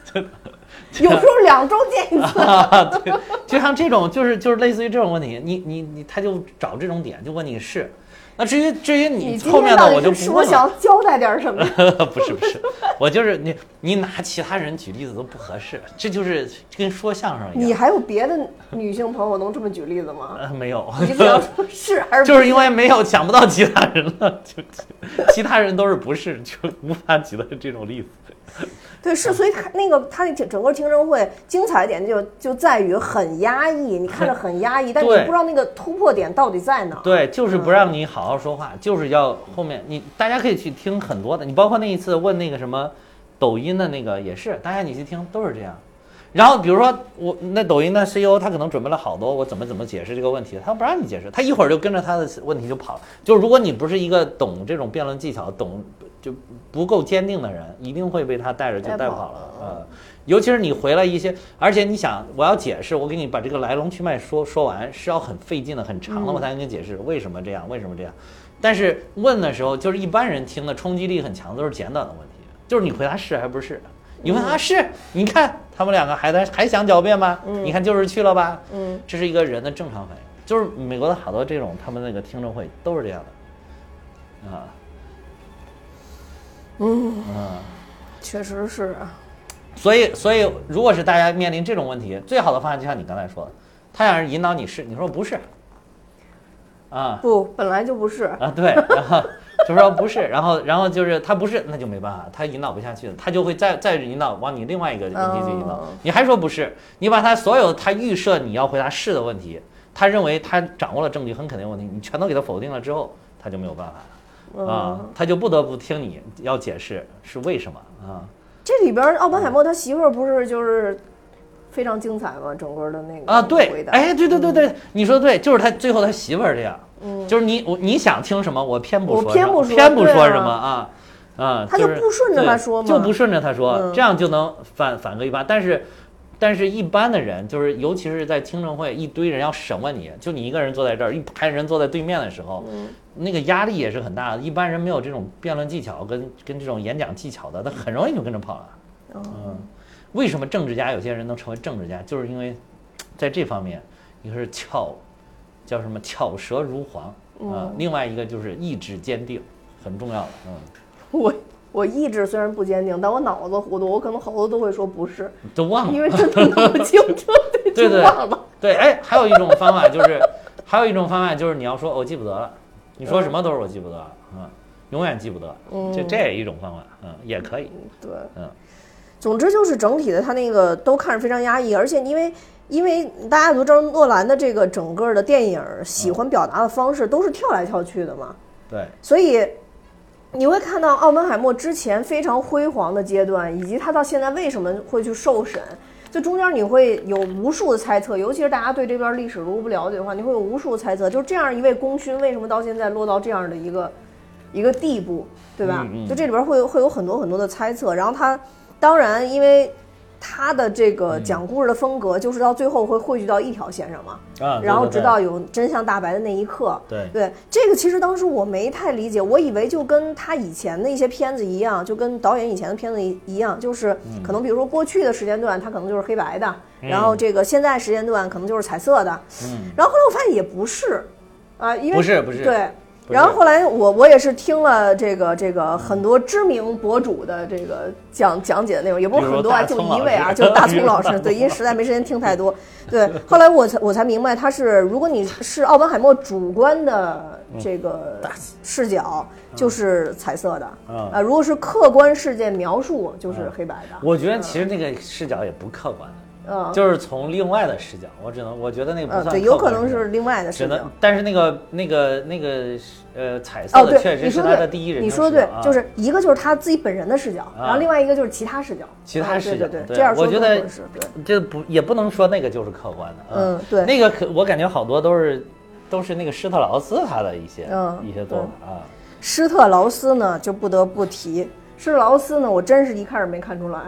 Speaker 1: 有时候两周见一次，
Speaker 2: 啊，对，就像这种就是就是类似于这种问题，你你你他就找这种点就问你是，那至于至于你
Speaker 1: 今
Speaker 2: 后面
Speaker 1: 天到
Speaker 2: 的我就
Speaker 1: 底是说
Speaker 2: 不问了。哎
Speaker 1: 想交代点什么？
Speaker 2: 不是不是，我就是你，你拿其他人举例子都不合适，这就是跟说相声一
Speaker 1: 你
Speaker 2: 样。
Speaker 1: 还有别的女性朋友能这么举例子吗？
Speaker 2: 呃，没有，
Speaker 1: 你只要说是还是不
Speaker 2: 就是因为没有想不到其他人了，就 就其他人都是不是，就无法举到这种例子。
Speaker 1: 对，是，
Speaker 2: 嗯
Speaker 1: 所以看那个他那整整个听证会精彩点就就在于很压抑，你看着很压抑，但你
Speaker 2: 对
Speaker 1: 不知道那个突破点到底在哪儿。
Speaker 2: 对，就是不让你好好说话，就是要后面你大家可以去听很多的，你包括那一次问那个什么抖音的那个也是，大家你去听都是这样。然后比如说我那抖音的 CEO 他可能准备了好多我怎么怎么解释这个问题，他不让你解释，他一会儿就跟着他的问题就跑了。就是如果你不是一个懂这种辩论技巧、懂就不够坚定的人，一定会被他带着就带
Speaker 1: 带跑
Speaker 2: 跑了。呃，尤其是你回来一些，而且你想我要解释，我给你把这个来龙去脉说说完是要很费劲的、很长的，我才能给你解释为什么这样，为什么这样。但是问的时候，就是一般人听的冲击力很强，都是简短的问题，就是你回答是还不是。你问他是，你看他们两个还在还想狡辩吗？你看就是去了吧。
Speaker 1: 嗯，
Speaker 2: 这是一个人的正常反应，就是美国的好多这种他们那个听证会都是这样的，啊，
Speaker 1: 确实是啊。
Speaker 2: 所以所以如果是大家面临这种问题，最好的方案就像你刚才说的，他想引导你是，你说不是，啊，
Speaker 1: 不，本来就不是。
Speaker 2: 啊，对，然后就说不是，然后然后就是他不是，那就没办法，他引导不下去了，他就会再再引导往你另外一个问题去引导
Speaker 1: 哦，
Speaker 2: 你还说不是，你把他所有他预设你要回答是的问题，他认为他掌握了证据很肯定的问题，你全都给他否定了之后，他就没有办
Speaker 1: 哦嗯
Speaker 2: 法了啊，他就不得不听你要解释是为什么啊。
Speaker 1: 这里边奥本海
Speaker 2: 嗯
Speaker 1: 默他媳妇儿不是就是非常精彩吗？整个的那个
Speaker 2: 啊，
Speaker 1: 回
Speaker 2: 对，
Speaker 1: 答嗯
Speaker 2: 哎，对对对对，你说对，就是他最后他媳妇儿这样，就是你我你想听什么，我偏不
Speaker 1: 我
Speaker 2: 说什么，
Speaker 1: 偏不说
Speaker 2: 偏不
Speaker 1: 对
Speaker 2: 说
Speaker 1: 啊
Speaker 2: 什么啊啊，
Speaker 1: 他就是不顺着
Speaker 2: 对
Speaker 1: 他说
Speaker 2: 就
Speaker 1: 嘛
Speaker 2: 不顺着他说，
Speaker 1: 嗯
Speaker 2: 这样就能反反个一般，但是。但是，一般的人就是，尤其是在听证会，一堆人要审问你，就你一个人坐在这儿，一排人坐在对面的时候，
Speaker 1: 嗯
Speaker 2: 那个压力也是很大的。一般人没有这种辩论技巧跟跟这种演讲技巧的，他很容易就跟着跑了。
Speaker 1: 哦
Speaker 2: 嗯，为什么政治家有些人能成为政治家，就是因为在这方面，一个是巧，叫什么巧舌如簧
Speaker 1: 哦
Speaker 2: 啊、另外一个就是意志坚定，很重要的。嗯，
Speaker 1: 我我意志虽然不坚定，但我脑子糊涂，我可能好多都会说不是，
Speaker 2: 都忘
Speaker 1: 因
Speaker 2: 了。
Speaker 1: 为真的 弄不清楚，
Speaker 2: 啊 对
Speaker 1: 就
Speaker 2: 对
Speaker 1: 忘了。
Speaker 2: 对，哎，还有一种方法就是，还有一种方法就是你要说我记不得了，你说什么都是我记不得了，嗯，永远记不得，这这也一种方法，嗯，也可以，
Speaker 1: 对，
Speaker 2: 嗯，
Speaker 1: 总之就是整体的，他那个都看着非常压抑，而且因为因为大家都知道诺兰的这个整个的电影喜欢表达的方式都是跳来跳去的嘛，
Speaker 2: 对。
Speaker 1: 所以你会看到奥本海默之前非常辉煌的阶段，以及他到现在为什么会去受审，这中间你会有无数的猜测，尤其是大家对这段历史如果不了解的话，你会有无数的猜测，就是这样一位功勋为什么到现在落到这样的一个一个地步，对吧？
Speaker 2: 嗯嗯
Speaker 1: 就这里边会有会有很多很多的猜测，然后他当然因为。他的这个讲故事的风格，就是到最后会汇聚到一条线上嘛，
Speaker 2: 啊，对
Speaker 1: 然后
Speaker 2: 对
Speaker 1: 直
Speaker 2: 对
Speaker 1: 到有真相大白的那一刻。
Speaker 2: 对
Speaker 1: 对，这个其实当时我没太理解，我以为就跟他以前的一些片子一样，就跟导演以前的片子一一样，就是
Speaker 2: 嗯
Speaker 1: 可能比如说过去的时间段，它可能就是黑白的，然后这个现在时间段可能就是彩色的。
Speaker 2: 嗯，
Speaker 1: 然后后来我发现也不是，啊，因为
Speaker 2: 不是不是
Speaker 1: 对。
Speaker 2: 不是
Speaker 1: 然后后来我我也是听了这个这个很多知名博主的这个讲讲解的内容，也不是很多啊，
Speaker 2: 比
Speaker 1: 就
Speaker 2: 如大葱
Speaker 1: 一位
Speaker 2: 老
Speaker 1: 啊，
Speaker 2: 师
Speaker 1: 就是大葱老
Speaker 2: 比
Speaker 1: 师，
Speaker 2: 如大葱
Speaker 1: 对，因为实在没时间听太多。对，后来我才我才明白，他是如果你是奥本海默主观的这个视角，就是彩色的
Speaker 2: 嗯
Speaker 1: 啊，如果是客观事件描述，就是黑白的。
Speaker 2: 我觉得其实那个视角也不客观，
Speaker 1: 嗯
Speaker 2: 就是从另外的视角，我只能我觉得那个不
Speaker 1: 嗯，
Speaker 2: 算，
Speaker 1: 对，有可能是。另外的
Speaker 2: 只
Speaker 1: 视
Speaker 2: 能
Speaker 1: 角。，
Speaker 2: 但是那个、那个、那个，呃，彩
Speaker 1: 哦，
Speaker 2: 色的
Speaker 1: 对，
Speaker 2: 确
Speaker 1: 你
Speaker 2: 实是
Speaker 1: 说
Speaker 2: 他
Speaker 1: 对，
Speaker 2: 的第一人称
Speaker 1: 你说
Speaker 2: 视角
Speaker 1: 对，
Speaker 2: 啊
Speaker 1: 就是一个就是他自己本人的视角，
Speaker 2: 啊
Speaker 1: 然后另外一个就是其他视角，
Speaker 2: 其他
Speaker 1: 啊
Speaker 2: 视
Speaker 1: 对
Speaker 2: 角
Speaker 1: 对
Speaker 2: 对
Speaker 1: 对，这样说
Speaker 2: 我觉
Speaker 1: 更
Speaker 2: 得
Speaker 1: 合适对。
Speaker 2: 这不也不能说那个就是客观的，
Speaker 1: 嗯对
Speaker 2: 那个可我感觉好多都是都是那个施特劳斯他的一些、
Speaker 1: 嗯
Speaker 2: 一些做法啊，
Speaker 1: 施特劳斯呢，就不得不提施特劳斯呢，我真是一开始没看出来，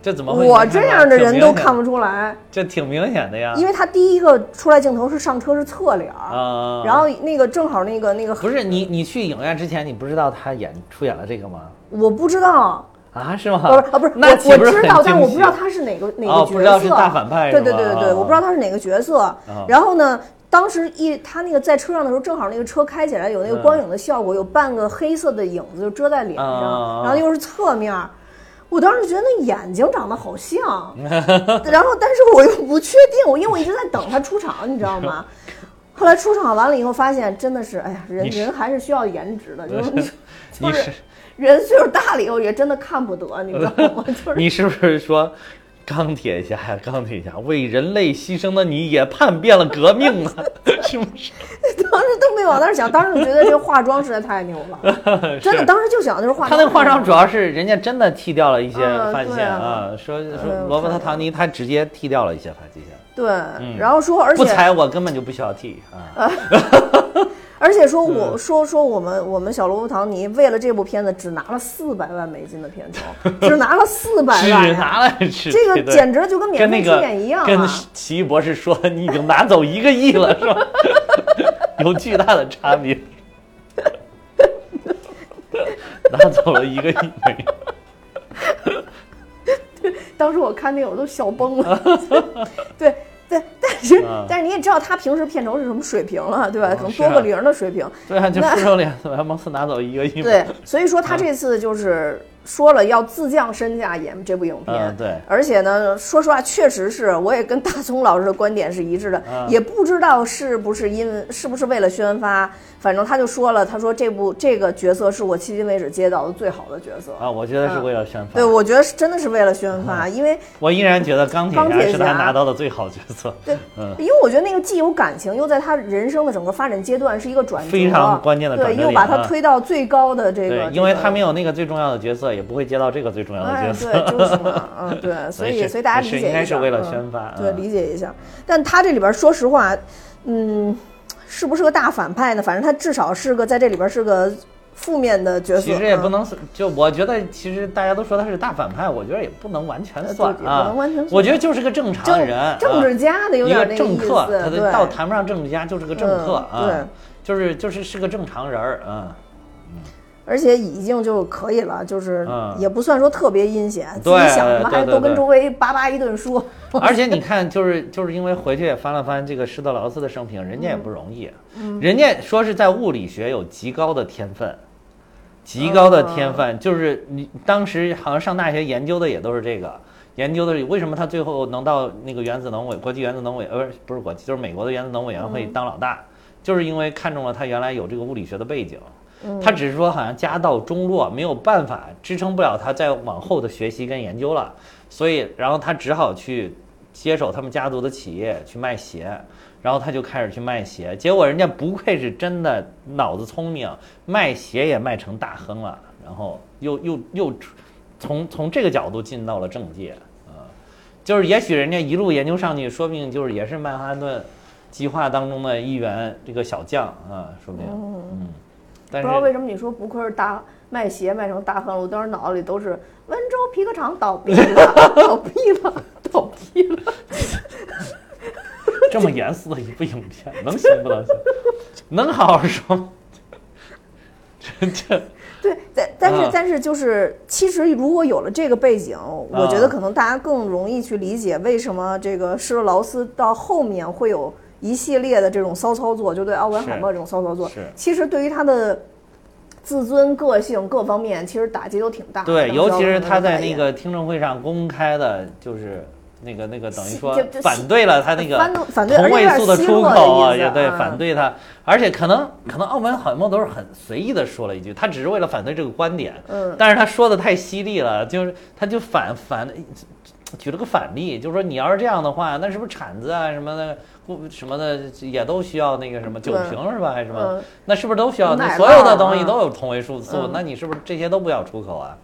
Speaker 2: 这怎么会？
Speaker 1: 我这样的人都看
Speaker 2: 不，
Speaker 1: 不出来，
Speaker 2: 这挺明显的呀，
Speaker 1: 因
Speaker 2: 为
Speaker 1: 为他第一个出来镜头是上车是侧脸儿，
Speaker 2: 啊，
Speaker 1: 然后那个正好那个那个
Speaker 2: 不是你你去影院之前你不知道他演出演了这个吗？
Speaker 1: 我不知道。
Speaker 2: 啊，是吗？
Speaker 1: 不是啊，不是，
Speaker 2: 那岂
Speaker 1: 我
Speaker 2: 不
Speaker 1: 我
Speaker 2: 是
Speaker 1: 知
Speaker 2: 很
Speaker 1: 道，
Speaker 2: 惊
Speaker 1: 但我不
Speaker 2: 喜
Speaker 1: 知道他是哪个哪个角色。
Speaker 2: 哦不知道是大反派
Speaker 1: 对
Speaker 2: 是
Speaker 1: 对
Speaker 2: 吗哦
Speaker 1: 对对
Speaker 2: 啊
Speaker 1: 对，我不知道他是哪个角色。然后呢，当时一他那个在车上的时候，正好那个车开起来有那
Speaker 2: 嗯
Speaker 1: 个光影的效果，有半个黑色的影子就遮在脸
Speaker 2: 啊
Speaker 1: 上，然后又是侧面儿。我当时觉得那眼睛长得好像， 然后但是我又不确定，我因为我一直在等他出场，你知道吗？后来出场完了以后，发现真的是，哎呀，人
Speaker 2: 你是
Speaker 1: 人还是需要颜值的， 就是
Speaker 2: 你
Speaker 1: 就是是人岁数大了以后也真的看不得，你知道 吗？就是
Speaker 2: 你是不是说钢铁侠呀？钢铁侠为人类牺牲的你也叛变了 革命啊？是不是？
Speaker 1: 当时都没往那儿想，当时就觉得这化妆实在太牛 了， 真的，当时就想就是化妆。
Speaker 2: 他那个化妆主要是人家真的剃掉了一些
Speaker 1: 嗯
Speaker 2: 发际
Speaker 1: 对
Speaker 2: 线
Speaker 1: 啊
Speaker 2: 啊，说
Speaker 1: 嗯
Speaker 2: 说
Speaker 1: 我
Speaker 2: 罗伯特·
Speaker 1: 看见
Speaker 2: 唐尼他直接剃掉了一些发际线，
Speaker 1: 对，然后说，而
Speaker 2: 嗯不
Speaker 1: 且呃
Speaker 2: 裁我根本就不需要剃啊。
Speaker 1: 而且说
Speaker 2: 嗯
Speaker 1: 我说说我们我们小罗伯特唐尼为了这部片子只拿了四百万美金的片 酬，只拿了四百
Speaker 2: 只
Speaker 1: 万啊，
Speaker 2: 拿了是
Speaker 1: 这个
Speaker 2: 对
Speaker 1: 简直就跟免
Speaker 2: 跟
Speaker 1: 费
Speaker 2: 那
Speaker 1: 体
Speaker 2: 个
Speaker 1: 检一样
Speaker 2: 跟
Speaker 1: 啊！
Speaker 2: 奇异博士说你已经拿走一个亿了，是吧？ 有巨大的差别，拿走了一个亿美元。
Speaker 1: 当时我看那个我都笑崩 了，对。对，但是、
Speaker 2: 啊
Speaker 1: 但是你也知道他平时片酬是什么水平了，对吧？可能
Speaker 2: 是
Speaker 1: 多
Speaker 2: 啊
Speaker 1: 个零的水平，
Speaker 2: 对啊，就
Speaker 1: 那
Speaker 2: 复仇脸，把蒙斯拿走一个亿嘛。
Speaker 1: 对，所以说
Speaker 2: 嗯
Speaker 1: 他这次就是说了要自降身价演这部影片。
Speaker 2: 嗯对
Speaker 1: 而且呢，说实话，确实是，我也跟大葱老师的观点是一致的，
Speaker 2: 嗯
Speaker 1: 也不知道是不是因为是不是为了宣发，反正他就说了，他说这部这个角色是我迄今为止接到的最好的角色。
Speaker 2: 啊，我觉得是为了宣发。
Speaker 1: 嗯对，我觉得是真的是为了宣发，
Speaker 2: 嗯
Speaker 1: 因为
Speaker 2: 我依然觉得钢铁
Speaker 1: 钢铁
Speaker 2: 侠是他
Speaker 1: 侠
Speaker 2: 拿到的最好角 色，
Speaker 1: 对，
Speaker 2: 嗯
Speaker 1: 因为我觉得那个既有感情，又在他人生的整个发展阶段是一个转折，
Speaker 2: 非常关键的转折
Speaker 1: 对，
Speaker 2: 点
Speaker 1: 又把
Speaker 2: 啊
Speaker 1: 他推到最高的这
Speaker 2: 对
Speaker 1: 个，，
Speaker 2: 因为他
Speaker 1: 没
Speaker 2: 没
Speaker 1: 有。
Speaker 2: 有那个最重要的角色，也不会接到这个最重要的
Speaker 1: 哎，
Speaker 2: 角 色。
Speaker 1: 对，就是嘛，嗯， 对，所以
Speaker 2: 是
Speaker 1: 所以大家理解
Speaker 2: 是
Speaker 1: 一下，
Speaker 2: 应该是为了
Speaker 1: 嗯
Speaker 2: 宣发
Speaker 1: 对，
Speaker 2: 嗯
Speaker 1: 理解一下。但他这里边儿说实话，嗯，是不是个大反派呢？反正他至少是个在这里边儿是个负面的角色，
Speaker 2: 其实也不
Speaker 1: 嗯
Speaker 2: 能，就我觉得，其实大家都说他是大反派，我觉得也不能完全
Speaker 1: 呃
Speaker 2: 算
Speaker 1: 对也不
Speaker 2: 啊，
Speaker 1: 能完全算
Speaker 2: 我觉得就是个正常
Speaker 1: 政
Speaker 2: 人啊，
Speaker 1: 嗯政治家的有
Speaker 2: 一
Speaker 1: 点
Speaker 2: 个
Speaker 1: 儿那
Speaker 2: 政
Speaker 1: 意思，
Speaker 2: 客，他
Speaker 1: 对，
Speaker 2: 的到谈不上政治家，就是个政客
Speaker 1: 嗯对
Speaker 2: 啊，就是就是是个正常人儿啊，
Speaker 1: 而且已经就可以了，就是
Speaker 2: 嗯
Speaker 1: 也不算说特别阴险，自己
Speaker 2: 对
Speaker 1: 想什么
Speaker 2: 对
Speaker 1: 还
Speaker 2: 对
Speaker 1: 都跟
Speaker 2: 对
Speaker 1: 周围叭叭一顿说，
Speaker 2: 而且你看，就是就是因为回去也翻了翻这个施特劳斯的生平，人家也不容易，人家说是在物理学有极高的天分，极高的天分，就是你当时好像上大学研究的也都是这个，研究的是为什么他最后能到那个原子能委国际原子能委呃不是不是国际，就是美国的原子能委员会当老大，就是因为看中了他原来有这个物理学的背景。他只是说好像家道中落，没有办法支撑不了他再往后的学习跟研究了，所以然后他只好去接手他们家族的企业去卖鞋，然后他就开始去卖鞋，结果人家不愧是真的脑子聪明，卖鞋也卖成大亨了，然后又又又从从这个角度进到了政界啊、就是也许人家一路研究上去，说不定就是也是曼哈顿计划当中
Speaker 1: 哦
Speaker 2: 的一员，这个小将啊，说不定，嗯，但
Speaker 1: 不
Speaker 2: 是
Speaker 1: 知道为什么你说不愧是大
Speaker 3: 卖鞋卖成大横路，当时脑子里都是温州皮革厂倒闭 了，倒闭了，倒闭了。
Speaker 2: 这么严肃的一部影片，能行不能行？ 能好好说吗？ 这这，
Speaker 1: 对，但但是、
Speaker 2: 啊
Speaker 1: 但是就是，其实如果有了这个背景，我觉
Speaker 2: 啊
Speaker 1: 得可能大家更容易去理解为什么这个施特劳斯到后面会有一系列的这种骚操作，就对奥本海默
Speaker 2: 是
Speaker 1: 这种骚操作
Speaker 2: 是，
Speaker 1: 其实对于他的自尊、个性各方面，其实打击都挺大的。
Speaker 2: 对，
Speaker 1: 当时
Speaker 2: 尤其
Speaker 1: 奥本
Speaker 2: 是
Speaker 1: 海默
Speaker 2: 他在
Speaker 1: 扮
Speaker 2: 那
Speaker 1: 演
Speaker 2: 个听证会上公开的，就是那个那个等于说
Speaker 1: 就就
Speaker 2: 反对了他那个
Speaker 1: 反动反对，而
Speaker 2: 同
Speaker 1: 且
Speaker 2: 位
Speaker 1: 有点
Speaker 2: 素的
Speaker 1: 奚
Speaker 2: 出
Speaker 1: 落
Speaker 2: 口啊，
Speaker 1: 意思
Speaker 2: 也对，
Speaker 1: 啊
Speaker 2: 反对他，而且可能可能澳门好像都是很随意的说了一句，他只是为了反对这个观点，
Speaker 1: 嗯
Speaker 2: 但是他说的太犀利了，就是他就反反举了个反例，就是说你要是这样的话，那是不是铲子啊什么的不什么的也都需要那个什么酒
Speaker 1: 对
Speaker 2: 瓶是吧？还是什么
Speaker 1: 嗯？
Speaker 2: 那是不是都需要？
Speaker 1: 奶
Speaker 2: 那所有
Speaker 1: 酪
Speaker 2: 的
Speaker 1: 啊
Speaker 2: 东西都有同位素素
Speaker 1: 嗯，
Speaker 2: 那你是不是这些都不要出口啊？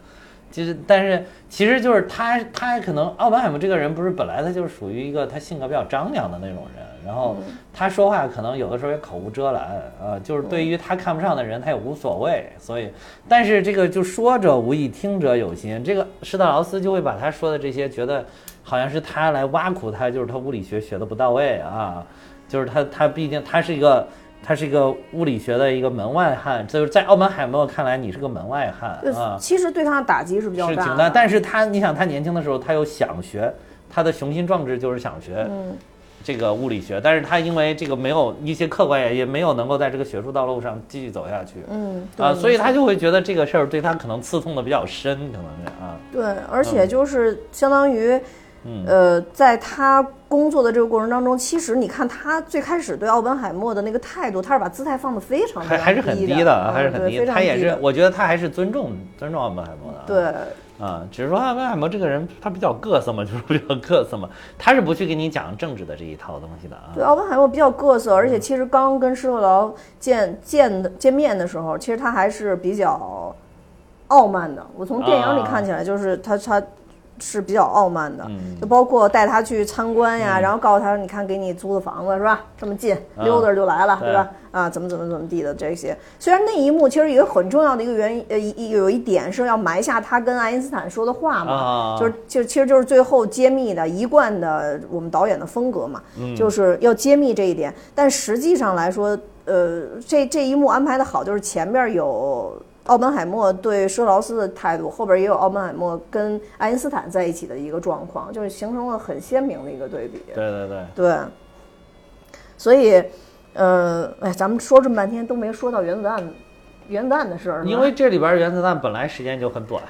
Speaker 2: 其实，但是其实就是他，他可能奥本海默这个人不是本来他就是属于一个他性格比较张扬的那种人，然后
Speaker 1: 嗯
Speaker 2: 他说话可能有的时候也口无遮拦，呃，就是对
Speaker 1: 嗯
Speaker 2: 于他看不上的人他也无所谓，所以，但是这个就说者无意，听者有心，这个施特劳斯就会把他说的这些觉得好像是他来挖苦他，就是他物理学学的不到位啊，就是他他毕竟他是一个。他是一个物理学的一个门外汉，就是在奥本海默看来，你是个门外汉
Speaker 1: 对
Speaker 2: 啊。
Speaker 1: 其实对他的打击是比较
Speaker 2: 是
Speaker 1: 大
Speaker 2: 挺
Speaker 1: 的，
Speaker 2: 大，但是他，你想他年轻的时候，他又想学，他的雄心壮志就是想学
Speaker 1: 嗯
Speaker 2: 这个物理学，但是他因为这个没有一些客观原因，也没有能够在这个学术道路上继续走下去，
Speaker 1: 嗯，
Speaker 2: 啊，
Speaker 1: 对
Speaker 2: 所以他就会觉得这个事儿对他可能刺痛的比较深，可能是啊，
Speaker 1: 对，而且就是相当于，
Speaker 2: 嗯
Speaker 1: 呃，在他工作的这个过程当中，其实你看他最开始对奥本海默的那个态度，他是把姿态放得非常非
Speaker 2: 还
Speaker 1: 常
Speaker 2: 还是很低的，啊还是很
Speaker 1: 嗯
Speaker 2: 低
Speaker 1: 对非
Speaker 2: 的，
Speaker 1: 常
Speaker 2: 他也
Speaker 1: 低
Speaker 2: 是
Speaker 1: 的，
Speaker 2: 我觉得他还是尊重尊重奥本海默的，啊。
Speaker 1: 对
Speaker 2: 啊，只是说艾文海默这个人他比较各色嘛， 就是比较各色嘛，他是不去给你讲政治的这一套东西的啊。
Speaker 1: 对，奥本海默比较各色，
Speaker 2: 嗯
Speaker 1: 而且其实刚跟施特劳见见的见面的时候，其实他还是比较傲慢的。我从电影里
Speaker 2: 啊
Speaker 1: 看起来，就是他他是比较傲慢的，
Speaker 2: 嗯
Speaker 1: 就包括带他去参观呀，然后告诉他，你看给你租的房子是吧，这么近，
Speaker 2: 啊
Speaker 1: 溜达就来了，
Speaker 2: 对
Speaker 1: 对吧？啊，怎么怎么怎么地的这些。虽然那一幕其实有一个很重要的一个原因，呃，一一有一点是要埋下他跟爱因斯坦说的话嘛，
Speaker 2: 啊
Speaker 1: 就是就其实就是最后揭秘的一贯的我们导演的风格嘛，
Speaker 2: 嗯
Speaker 1: 就是要揭秘这一点。但实际上来说，呃，这这一幕安排的好，就是前边有。奥本海默对施特劳斯的态度，后边也有奥本海默跟爱因斯坦在一起的一个状况，就是形成了很鲜明的一个对比。
Speaker 2: 对对对，
Speaker 1: 对，所以，呃，哎，咱们说这么半天都没说到原子弹，原子弹的事儿呢。
Speaker 2: 因为这里边原子弹本来时间就很 短，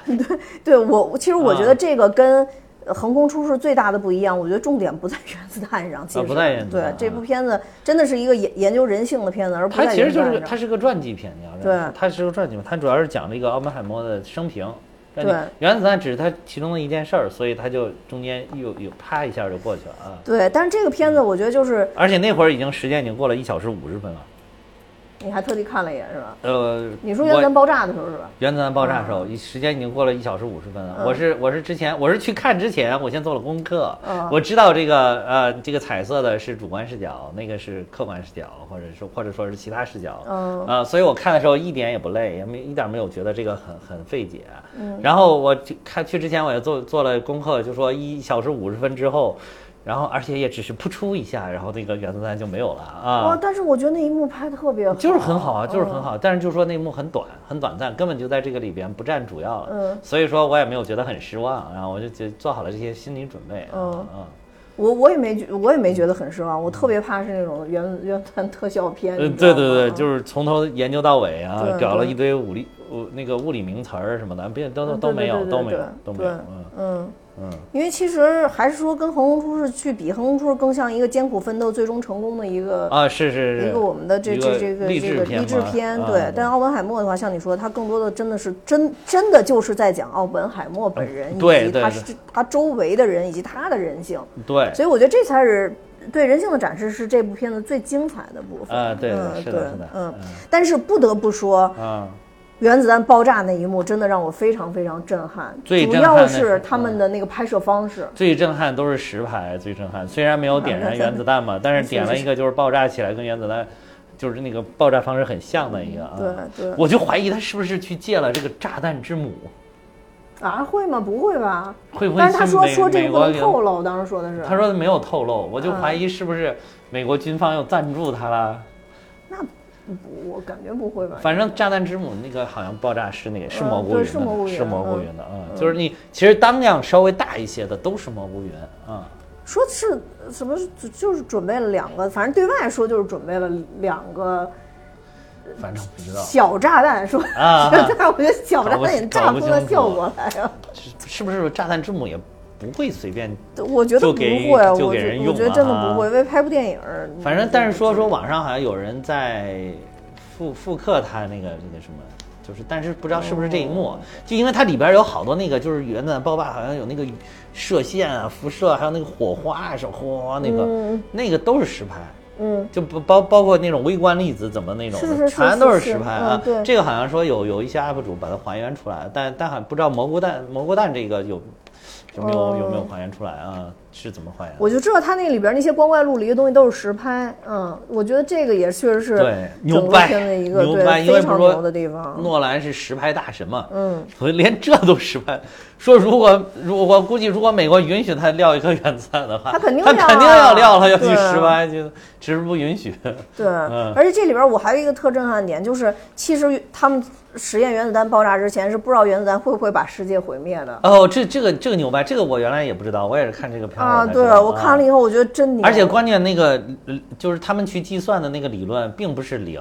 Speaker 1: 对我，其实我觉得
Speaker 2: 啊
Speaker 1: 这个跟呃横空出世最大的不一样，我觉得重点不在原子弹上，其
Speaker 2: 啊
Speaker 1: 实
Speaker 2: 不在原子弹
Speaker 1: 对
Speaker 2: 啊
Speaker 1: 这部片子真的是一个研研究人性的片子，而不
Speaker 2: 它
Speaker 1: 在
Speaker 2: 其
Speaker 1: 原
Speaker 2: 实
Speaker 1: 子
Speaker 2: 就
Speaker 1: 弹
Speaker 2: 是
Speaker 1: 上。
Speaker 2: 它是个传记片，你要
Speaker 1: 对
Speaker 2: 认识，它是个传记片，它主要是讲这个奥本海默的生平。让你
Speaker 1: 对
Speaker 2: 原子弹只是它其中的一件事儿，所以它就中间又又啪一下就过去了啊。
Speaker 1: 对，但是这个片子我觉得就是
Speaker 2: 而且那会儿已经时间已经过了一小时五十分了，
Speaker 1: 你还特地看了一眼是吧？
Speaker 2: 呃，
Speaker 1: 你说原子
Speaker 2: 我
Speaker 1: 弹爆炸的时候是吧？
Speaker 2: 原子弹爆炸的时
Speaker 1: 嗯
Speaker 2: 候，一时间已经过了一小时五十分了。我是我是之前我是去看之前，我先做了功课，
Speaker 1: 嗯
Speaker 2: 我知道这个呃这个彩色的是主观视角，那个是客观视角，或者说或者说是其他视角，
Speaker 1: 嗯
Speaker 2: 啊，所以我看的时候一点也不累，也没一点没有觉得这个很很费解。
Speaker 1: 嗯
Speaker 2: 然后我去看去之前我也做做了功课，就说一小时五十分之后。然后，而且也只是扑出一下，然后那个原子弹就没有了啊！
Speaker 1: 哦，但是我觉得那一幕拍的特别好， 嗯
Speaker 2: 就是很好
Speaker 1: 哦
Speaker 2: 啊，就是很好，但是就说那一幕很短，很短暂，根本就在这个里边不占主要了。
Speaker 1: 嗯，
Speaker 2: 所以说我也没有觉得很失望，然后我就觉得做好了这些心理准备。
Speaker 1: 嗯
Speaker 2: 嗯，
Speaker 1: 我我也没觉我也没觉得很失望，我特别怕是那种原子原子弹特效片。你
Speaker 2: 嗯，
Speaker 1: 知道
Speaker 2: 对
Speaker 1: 吗
Speaker 2: 对对，
Speaker 1: 嗯
Speaker 2: 就是从头研究到尾啊
Speaker 1: 对，
Speaker 2: 搞了
Speaker 1: 对
Speaker 2: 一堆物理物那个物理名词儿什么的，别都都
Speaker 1: 嗯
Speaker 2: 都
Speaker 1: 对
Speaker 2: 没有，
Speaker 1: 对对
Speaker 2: 都没有
Speaker 1: 对，
Speaker 2: 都没
Speaker 1: 对
Speaker 2: 有。嗯
Speaker 1: 嗯
Speaker 2: 嗯，
Speaker 1: 因为其实还是说跟横空出世去比，横空出世更像一个艰苦奋斗、最终成功的一个、
Speaker 2: 啊，是是是，
Speaker 1: 一个我们的这
Speaker 2: 一
Speaker 1: 这
Speaker 2: 个
Speaker 1: 这个
Speaker 2: 励
Speaker 1: 这
Speaker 2: 志
Speaker 1: 个
Speaker 2: 片
Speaker 1: 励志
Speaker 2: 嘛
Speaker 1: 片。
Speaker 2: 啊
Speaker 1: 对，
Speaker 2: 嗯
Speaker 1: 但奥本海默的话，像你说，他更多的真的是真真的就是在讲奥本海默本人，
Speaker 2: 对
Speaker 1: 以及
Speaker 2: 对
Speaker 1: 他
Speaker 2: 对
Speaker 1: 是他周围的人以及他的人性。
Speaker 2: 对，
Speaker 1: 所以我觉得这才是对人性的展示，是这部片子最精彩的部分。
Speaker 2: 啊，对
Speaker 1: 嗯，
Speaker 2: 的，是的，
Speaker 1: 对
Speaker 2: 是的，
Speaker 1: 嗯，但是不得不说，
Speaker 2: 嗯啊，
Speaker 1: 原子弹爆炸那一幕真的让我非常非常震撼，
Speaker 2: 最
Speaker 1: 主
Speaker 2: 震撼
Speaker 1: 要
Speaker 2: 的嗯
Speaker 1: 是
Speaker 2: 是
Speaker 1: 他们的那个拍摄方式。
Speaker 2: 最震撼都是实拍，最震撼。虽然没有点
Speaker 1: 啊
Speaker 2: 燃原子弹嘛，但是
Speaker 1: 是
Speaker 2: 点了
Speaker 1: 是
Speaker 2: 一个就是爆炸起来跟原子弹就是那个爆炸方式很像的一个啊。
Speaker 1: 对对
Speaker 2: 我就怀疑他是不是去借了这个炸弹之母，
Speaker 4: 啊，会吗？不会吧？
Speaker 2: 会不会？
Speaker 4: 但是他说
Speaker 2: 美
Speaker 4: 说这个
Speaker 2: 美
Speaker 4: 不
Speaker 2: 国
Speaker 4: 能
Speaker 2: 给
Speaker 4: 透露，嗯当时说的是，
Speaker 2: 他说没有透露，我就怀疑是不是美国军方又赞助他了。
Speaker 4: 不我感觉不会吧？
Speaker 2: 反正炸弹之母那个好像爆炸是那个是
Speaker 4: 嗯
Speaker 2: 蘑菇
Speaker 4: 对
Speaker 2: 云
Speaker 4: 是蘑菇
Speaker 2: 的，
Speaker 4: 云
Speaker 2: 是蘑菇
Speaker 4: 嗯
Speaker 2: 云的啊，就是你其实当量稍微大一些的都是蘑菇云啊。
Speaker 1: 说是什么，就就是准备了两个，反正对外说就是准备了两个
Speaker 2: 反正不知道
Speaker 1: 小炸弹，说
Speaker 2: 啊
Speaker 1: 但我觉得小炸弹也炸出个效果来啊。
Speaker 2: 是是不是炸弹之母也不会随便，
Speaker 1: 我觉得
Speaker 2: 就
Speaker 1: 不
Speaker 2: 给
Speaker 1: 会，
Speaker 2: 就
Speaker 1: 我
Speaker 2: 给
Speaker 1: 觉
Speaker 2: 人
Speaker 1: 我
Speaker 2: 用
Speaker 1: 觉得
Speaker 2: 了
Speaker 1: 真的
Speaker 2: 啊
Speaker 1: 不会，因为拍部电影，
Speaker 2: 反正但是说说网上好像有人在复复刻他那个那个什么。就是，但是不知道是不是这一幕，
Speaker 1: 哦
Speaker 2: 就因为它里边有好多那个，就是原子弹爆发好像有那个射线啊、辐射，还有那个火花啊，什么哗哗那个，那个都是实拍。
Speaker 1: 嗯，
Speaker 2: 就不包包括那种微观粒子怎么那种的，
Speaker 1: 是是是
Speaker 2: 全都
Speaker 1: 是是
Speaker 2: 实拍
Speaker 1: 嗯。
Speaker 2: 啊
Speaker 1: 对
Speaker 2: 这个好像说有有一些 UP 主把它还原出来，但但好像不知道蘑菇蛋蘑菇蛋这个有有没有、有没
Speaker 1: 哦
Speaker 2: 有还原出来啊？是怎么还原的？
Speaker 1: 我就知道他那里边那些光怪陆离的东西都是实拍，嗯，我觉得这个也确实是
Speaker 2: 对，牛
Speaker 1: 整个
Speaker 2: 掰
Speaker 1: 片的一，个
Speaker 2: 牛掰，
Speaker 1: 对
Speaker 2: 因
Speaker 1: 非
Speaker 2: 为不是
Speaker 1: 常
Speaker 2: 说
Speaker 1: 牛的地方。
Speaker 2: 诺兰是实拍大神嘛，
Speaker 1: 啊嗯，
Speaker 2: 所以连这都实拍。 说如果如果我估计，如果美国允许他撂一颗原子弹的话，
Speaker 1: 他肯定
Speaker 2: 他
Speaker 1: 撂
Speaker 2: 肯定要
Speaker 1: 啊
Speaker 2: 撂了，要去
Speaker 1: 对啊
Speaker 2: 实拍去，只是不允许。
Speaker 1: 对，嗯而且这里边我还有一个特震撼点，就是其实他们实验原子弹爆炸之前是不知道原子弹会不会把世界毁灭的
Speaker 2: 哦，这这个这个牛掰，这个我原来也不知道，我也是看这个片儿
Speaker 1: 啊！
Speaker 2: 我才
Speaker 1: 对，
Speaker 2: 知道
Speaker 1: 我看了以后，我觉得真牛，
Speaker 2: 而且关键那个呃就是他们去计算的那个理论并不是零，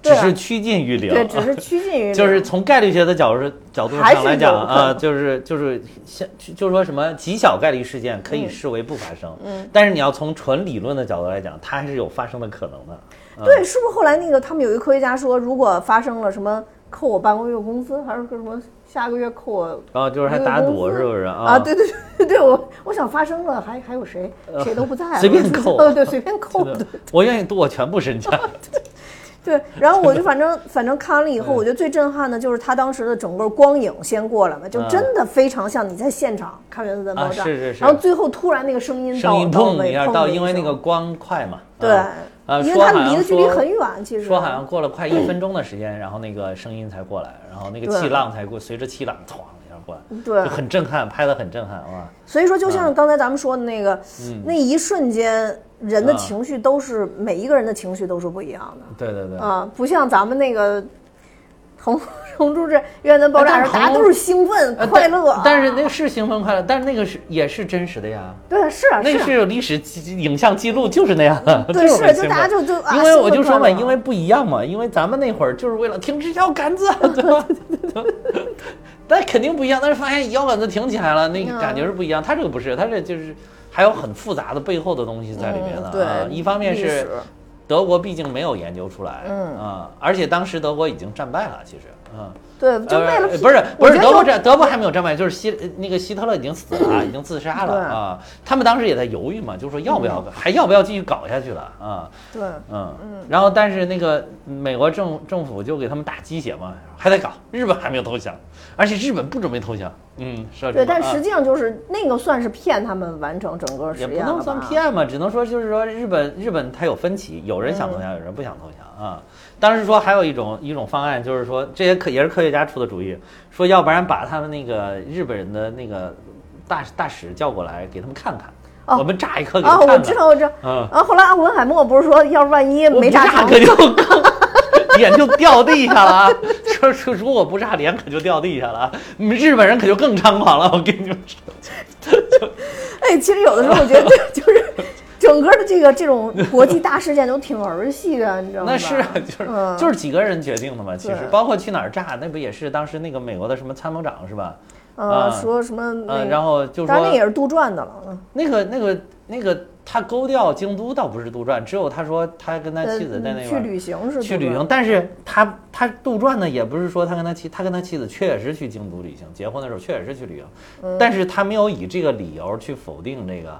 Speaker 2: 只
Speaker 1: 对啊
Speaker 2: 是趋近于零，
Speaker 1: 对，只是趋近于 零
Speaker 2: 就是从概率学的角度角度
Speaker 1: 还是
Speaker 2: 上来讲
Speaker 1: 有可能
Speaker 2: 啊，就是就是像就是说什么极小概率事件可
Speaker 1: 嗯
Speaker 2: 以视为不发生，但是你要从纯理论的角度来讲，它还是有发生的可能的。
Speaker 1: 对，是不是后来那个他们有一科学家说，如果发生了什么扣我半个月工资，还是说什么下个月扣我
Speaker 2: 然后就是还
Speaker 1: 一个
Speaker 2: 打
Speaker 1: 公
Speaker 2: 赌
Speaker 1: 司
Speaker 2: 是不是啊？
Speaker 1: 嗯啊？对对对对对，我我想发生了，还还有谁谁都不在了，
Speaker 2: 呃随便扣
Speaker 1: 呃，对，随 便扣，
Speaker 2: 对
Speaker 1: 对
Speaker 2: 我愿意赌我全部 身家。
Speaker 1: 对。然后我 就反正反正看完了以
Speaker 2: 嗯
Speaker 1: 后，我觉得最震撼的就是他当时的整个光影先过来嘛，就真的非常像你在现场看原子弹爆炸，
Speaker 2: 嗯啊是是是
Speaker 1: 然后最后突然那个声音到
Speaker 2: 声音
Speaker 1: 到
Speaker 2: 砰
Speaker 1: 位
Speaker 2: 一下
Speaker 1: 砰
Speaker 2: 到，
Speaker 1: 的
Speaker 2: 因为那
Speaker 1: 声
Speaker 2: 个光快嘛。
Speaker 1: 对
Speaker 2: 啊，呃，
Speaker 1: 因为
Speaker 2: 说
Speaker 1: 他
Speaker 2: 好
Speaker 1: 们离
Speaker 2: 像
Speaker 1: 的距离
Speaker 2: 说
Speaker 1: 很远，其实
Speaker 2: 说好像过了快一分钟的时间，然后那个声音才过来，然后那个
Speaker 1: 对
Speaker 2: 气浪才过，随着气浪哐一下过来，
Speaker 1: 对
Speaker 2: 就很震撼，拍的很震撼啊哇！
Speaker 1: 所以说，就
Speaker 2: 嗯
Speaker 1: 像刚才咱们说的那个，那一瞬间，人的
Speaker 2: 啊
Speaker 1: 情绪都是、每一个人的情绪都是不一样
Speaker 2: 对对对
Speaker 1: 的，啊，不像咱们那个红红猪这原子弹爆炸
Speaker 2: 哎
Speaker 1: 时
Speaker 2: 但是
Speaker 1: 候，大家
Speaker 2: 红
Speaker 1: 都是兴奋、
Speaker 2: 呃
Speaker 1: 快
Speaker 2: 但
Speaker 1: 乐啊，
Speaker 2: 但是那个是兴奋快乐，但是那个是也是真实的呀，
Speaker 1: 对是啊
Speaker 2: 那
Speaker 1: 是
Speaker 2: 个
Speaker 1: 啊嗯
Speaker 2: 是有历史记影像记录，就是那样，
Speaker 1: 对
Speaker 2: 就是
Speaker 1: 是
Speaker 2: 很
Speaker 1: 就
Speaker 2: 兴奋
Speaker 1: 大家就就啊
Speaker 2: 因为我就说嘛，
Speaker 1: 兴奋快乐
Speaker 2: 因为不一样嘛，因为咱们那会儿就是为了停止摇 杆子，对吧？但肯定不一样，但是发现摇杆子停起来了，那个
Speaker 1: 嗯
Speaker 2: 感觉是不一样。他这个不是，他这就是还有很复杂的背后的东西在里面
Speaker 1: 嗯
Speaker 2: 的
Speaker 1: 对
Speaker 2: 啊。一方面
Speaker 1: 历
Speaker 2: 是
Speaker 1: 史
Speaker 2: 德国毕竟没有研究出来，嗯啊，而且当时德国已经战败了，其实，嗯。
Speaker 1: 对，就为了
Speaker 2: 呃、
Speaker 1: 屁
Speaker 2: 不是不
Speaker 1: 我
Speaker 2: 是
Speaker 1: 觉得
Speaker 2: 德国
Speaker 1: 就
Speaker 2: 战德国还没有战败，就是希呃那个希特勒已经死 了，已经自杀了
Speaker 1: 对嗯
Speaker 2: 啊。他们当时也在犹豫嘛，就说要不要还要不要继续搞下去了啊。
Speaker 1: 对
Speaker 2: 嗯，然后但是那个美国政政府就给他们打鸡血嘛，还在搞，日本还没有投降，而且日本不准备投降，嗯，是吧
Speaker 1: 对，但
Speaker 2: 啊
Speaker 1: 实际上就是那个算是骗他们完成整个实
Speaker 2: 也
Speaker 1: 验
Speaker 2: 不能
Speaker 1: 了
Speaker 2: 算
Speaker 1: 吧
Speaker 2: 骗嘛，只能说就是说日本日本它有分歧，有人想投
Speaker 1: 嗯
Speaker 2: 降，有人不想投降啊。当时说还有一种一种方案，就是说这些科也是科学家出的主意，说要不然把他们那个日本人的那个大大使叫过来，给他们看看，
Speaker 1: 哦
Speaker 2: 我们炸一颗给他
Speaker 1: 啊，
Speaker 2: 们
Speaker 1: 我
Speaker 2: 看
Speaker 1: 知
Speaker 2: 看。
Speaker 1: 道我知道，
Speaker 2: 嗯
Speaker 1: 啊，后来阿文海默不是说，要是万一
Speaker 2: 我
Speaker 1: 没
Speaker 2: 不炸
Speaker 1: 成，
Speaker 2: 可就 脸就掉地下了啊！ 说说如果不炸脸可就掉地下了啊！你们日本人可就更猖狂了，我跟你们说。
Speaker 1: 哎，其实有的时候我觉得就是整个的这个这种国际大事件都挺儿戏的，你知道吗？
Speaker 2: 那是啊，就是、
Speaker 1: 嗯
Speaker 2: 就是几个人决定的嘛，其实
Speaker 1: 对
Speaker 2: 包括去哪儿炸，那不也是当时那个美国的什么参谋长是吧？
Speaker 1: 呃，
Speaker 2: 嗯
Speaker 1: 说什么那个
Speaker 2: 嗯，然后就
Speaker 1: 当然那也
Speaker 2: 说
Speaker 1: 是杜撰的了，嗯
Speaker 2: 那个那个那个他勾掉京都倒不是杜撰，只有他说他跟他
Speaker 1: 呃
Speaker 2: 妻子在那
Speaker 1: 去
Speaker 2: 边。
Speaker 1: 旅行是
Speaker 2: 去
Speaker 1: 杜
Speaker 2: 旅
Speaker 1: 撰嗯
Speaker 2: 行，，但是他他杜撰呢，也不是说他跟他妻他跟他妻子确实去京都旅
Speaker 1: 嗯
Speaker 2: 行，结婚的时候确实去旅行，但是他没有以这个理由去否定这个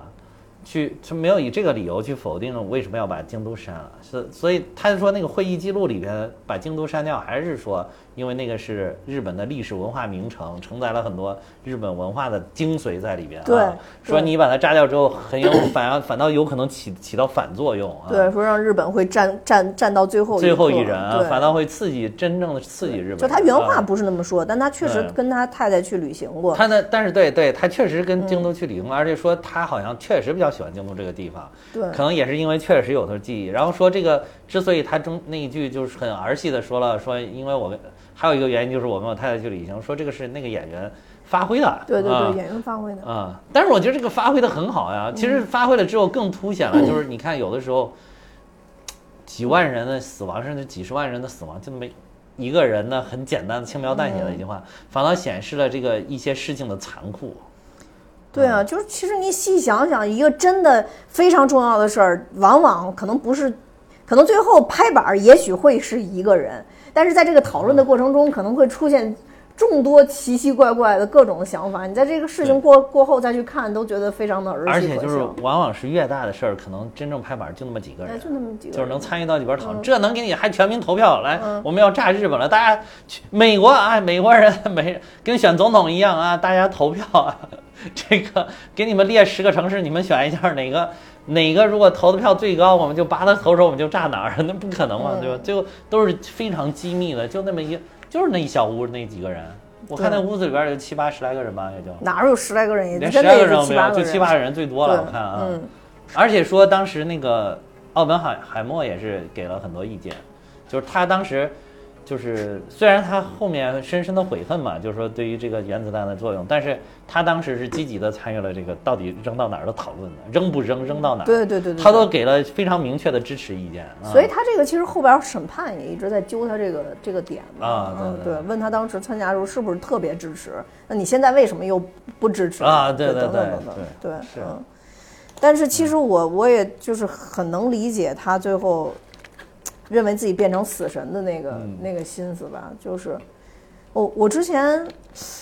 Speaker 2: 去是没有以这个理由去否定了我为什么要把京都删了，是所以他说那个会议记录里边把京都删掉，还是说因为那个是日本的历史文化名城，承载了很多日本文化的精髓在里边、啊。
Speaker 1: 对
Speaker 2: 说
Speaker 1: 对
Speaker 2: 你把它炸掉之后，很有反反倒有可能起起到反作用啊。
Speaker 1: 对，说让日本会占占占到最后
Speaker 2: 最后
Speaker 1: 一
Speaker 2: 一
Speaker 1: 刻
Speaker 2: 人啊，
Speaker 1: 对
Speaker 2: 反倒会刺激真正的刺激日本人啊。
Speaker 1: 就他原话不是那么说，但他确实
Speaker 2: 对
Speaker 1: 跟他太太去旅行过。
Speaker 2: 他呢，但是对对，他确实跟
Speaker 1: 嗯
Speaker 2: 京都去旅行过，而且说他好像确实比较喜欢京都这个地方，
Speaker 1: 对
Speaker 2: 可能也是因为确实有他的记忆。然后说这个之所以他中那一句就是很儿戏的说了，说因为我们还有一个原因就是我跟我太太去旅行，说这个是那个演员发挥的，
Speaker 1: 对对
Speaker 2: 啊
Speaker 1: 对，演员发挥的。
Speaker 2: 啊、但是我觉得这个发挥的很好呀。其实发挥了之后更凸显了，就是你看有的时候几万人的死亡，甚至几十万人的死亡，就那么一个人呢，很简单的轻描淡写的一句话，反倒显示了这个一些事情的残酷。嗯
Speaker 1: 对啊，就是其实你细想想，一个真的非常重要的事儿，往往可能不是，可能最后拍板儿也许会是一个人，但是在这个讨论的过程中，可能会出现众多奇奇怪怪的各种想法。你在这个事情过过后再去看，都觉得非常的儿
Speaker 2: 而
Speaker 1: 戏
Speaker 2: 且
Speaker 1: 可
Speaker 2: 就
Speaker 1: 笑。
Speaker 2: 是往往是越大的事儿，可能真正拍板就那么几个
Speaker 1: 哎
Speaker 2: 人，
Speaker 1: 就那么几个人
Speaker 2: 就是能参与到里
Speaker 1: 嗯
Speaker 2: 边讨论，这能给你还全民投票来，我们要炸日本了，大家去美国啊，美国人美跟选总统一样啊，大家投票啊， 这个给你们列十个城市，你们选一下哪个哪个如果投的票最高，我们就拔他头筹，我们就炸哪儿， 那不可能嘛，对吧？
Speaker 1: 嗯
Speaker 2: 最后都是非常机密的，就那么一就是那一小屋那几个人，我看
Speaker 1: 对
Speaker 2: 那屋子里边有七八十来个人吧，也就。
Speaker 1: 哪有十来个人也
Speaker 2: 连
Speaker 1: 真
Speaker 2: 十
Speaker 1: 的
Speaker 2: 来
Speaker 1: 也
Speaker 2: 个人
Speaker 1: 就
Speaker 2: 都
Speaker 1: 七
Speaker 2: 没
Speaker 1: 八
Speaker 2: 有，
Speaker 1: 个
Speaker 2: 就
Speaker 1: 人，
Speaker 2: 七八个人最多了，
Speaker 1: 对
Speaker 2: 我看啊。
Speaker 1: 嗯
Speaker 2: 而且说当时那个奥本海海默也是给了很多意见，就是他当时就是虽然他后面深深的悔恨嘛，就是说对于这个原子弹的作用，但是他当时是积极的参与了这个到底扔到哪儿的讨论的，扔不扔，扔到哪儿，
Speaker 1: 对对对对，
Speaker 2: 啊他
Speaker 1: 对
Speaker 2: 都给了非常明确的支持意见。啊、
Speaker 1: 所以他这个其实后边儿审判也一直在揪他这个这个点嘛，
Speaker 2: 啊对
Speaker 1: 嗯
Speaker 2: 对
Speaker 1: 对，问他当时参加的时候是不是特别支持？那你现在为什么又不支持
Speaker 2: 啊对对
Speaker 1: 等等等
Speaker 2: 对
Speaker 1: 等，
Speaker 2: 对
Speaker 1: 对，
Speaker 2: 是
Speaker 1: 嗯。但是其实我我也就是很能理解他最后认为自己变成死神的那个、
Speaker 2: 嗯
Speaker 1: 那个心思吧，就是我我之前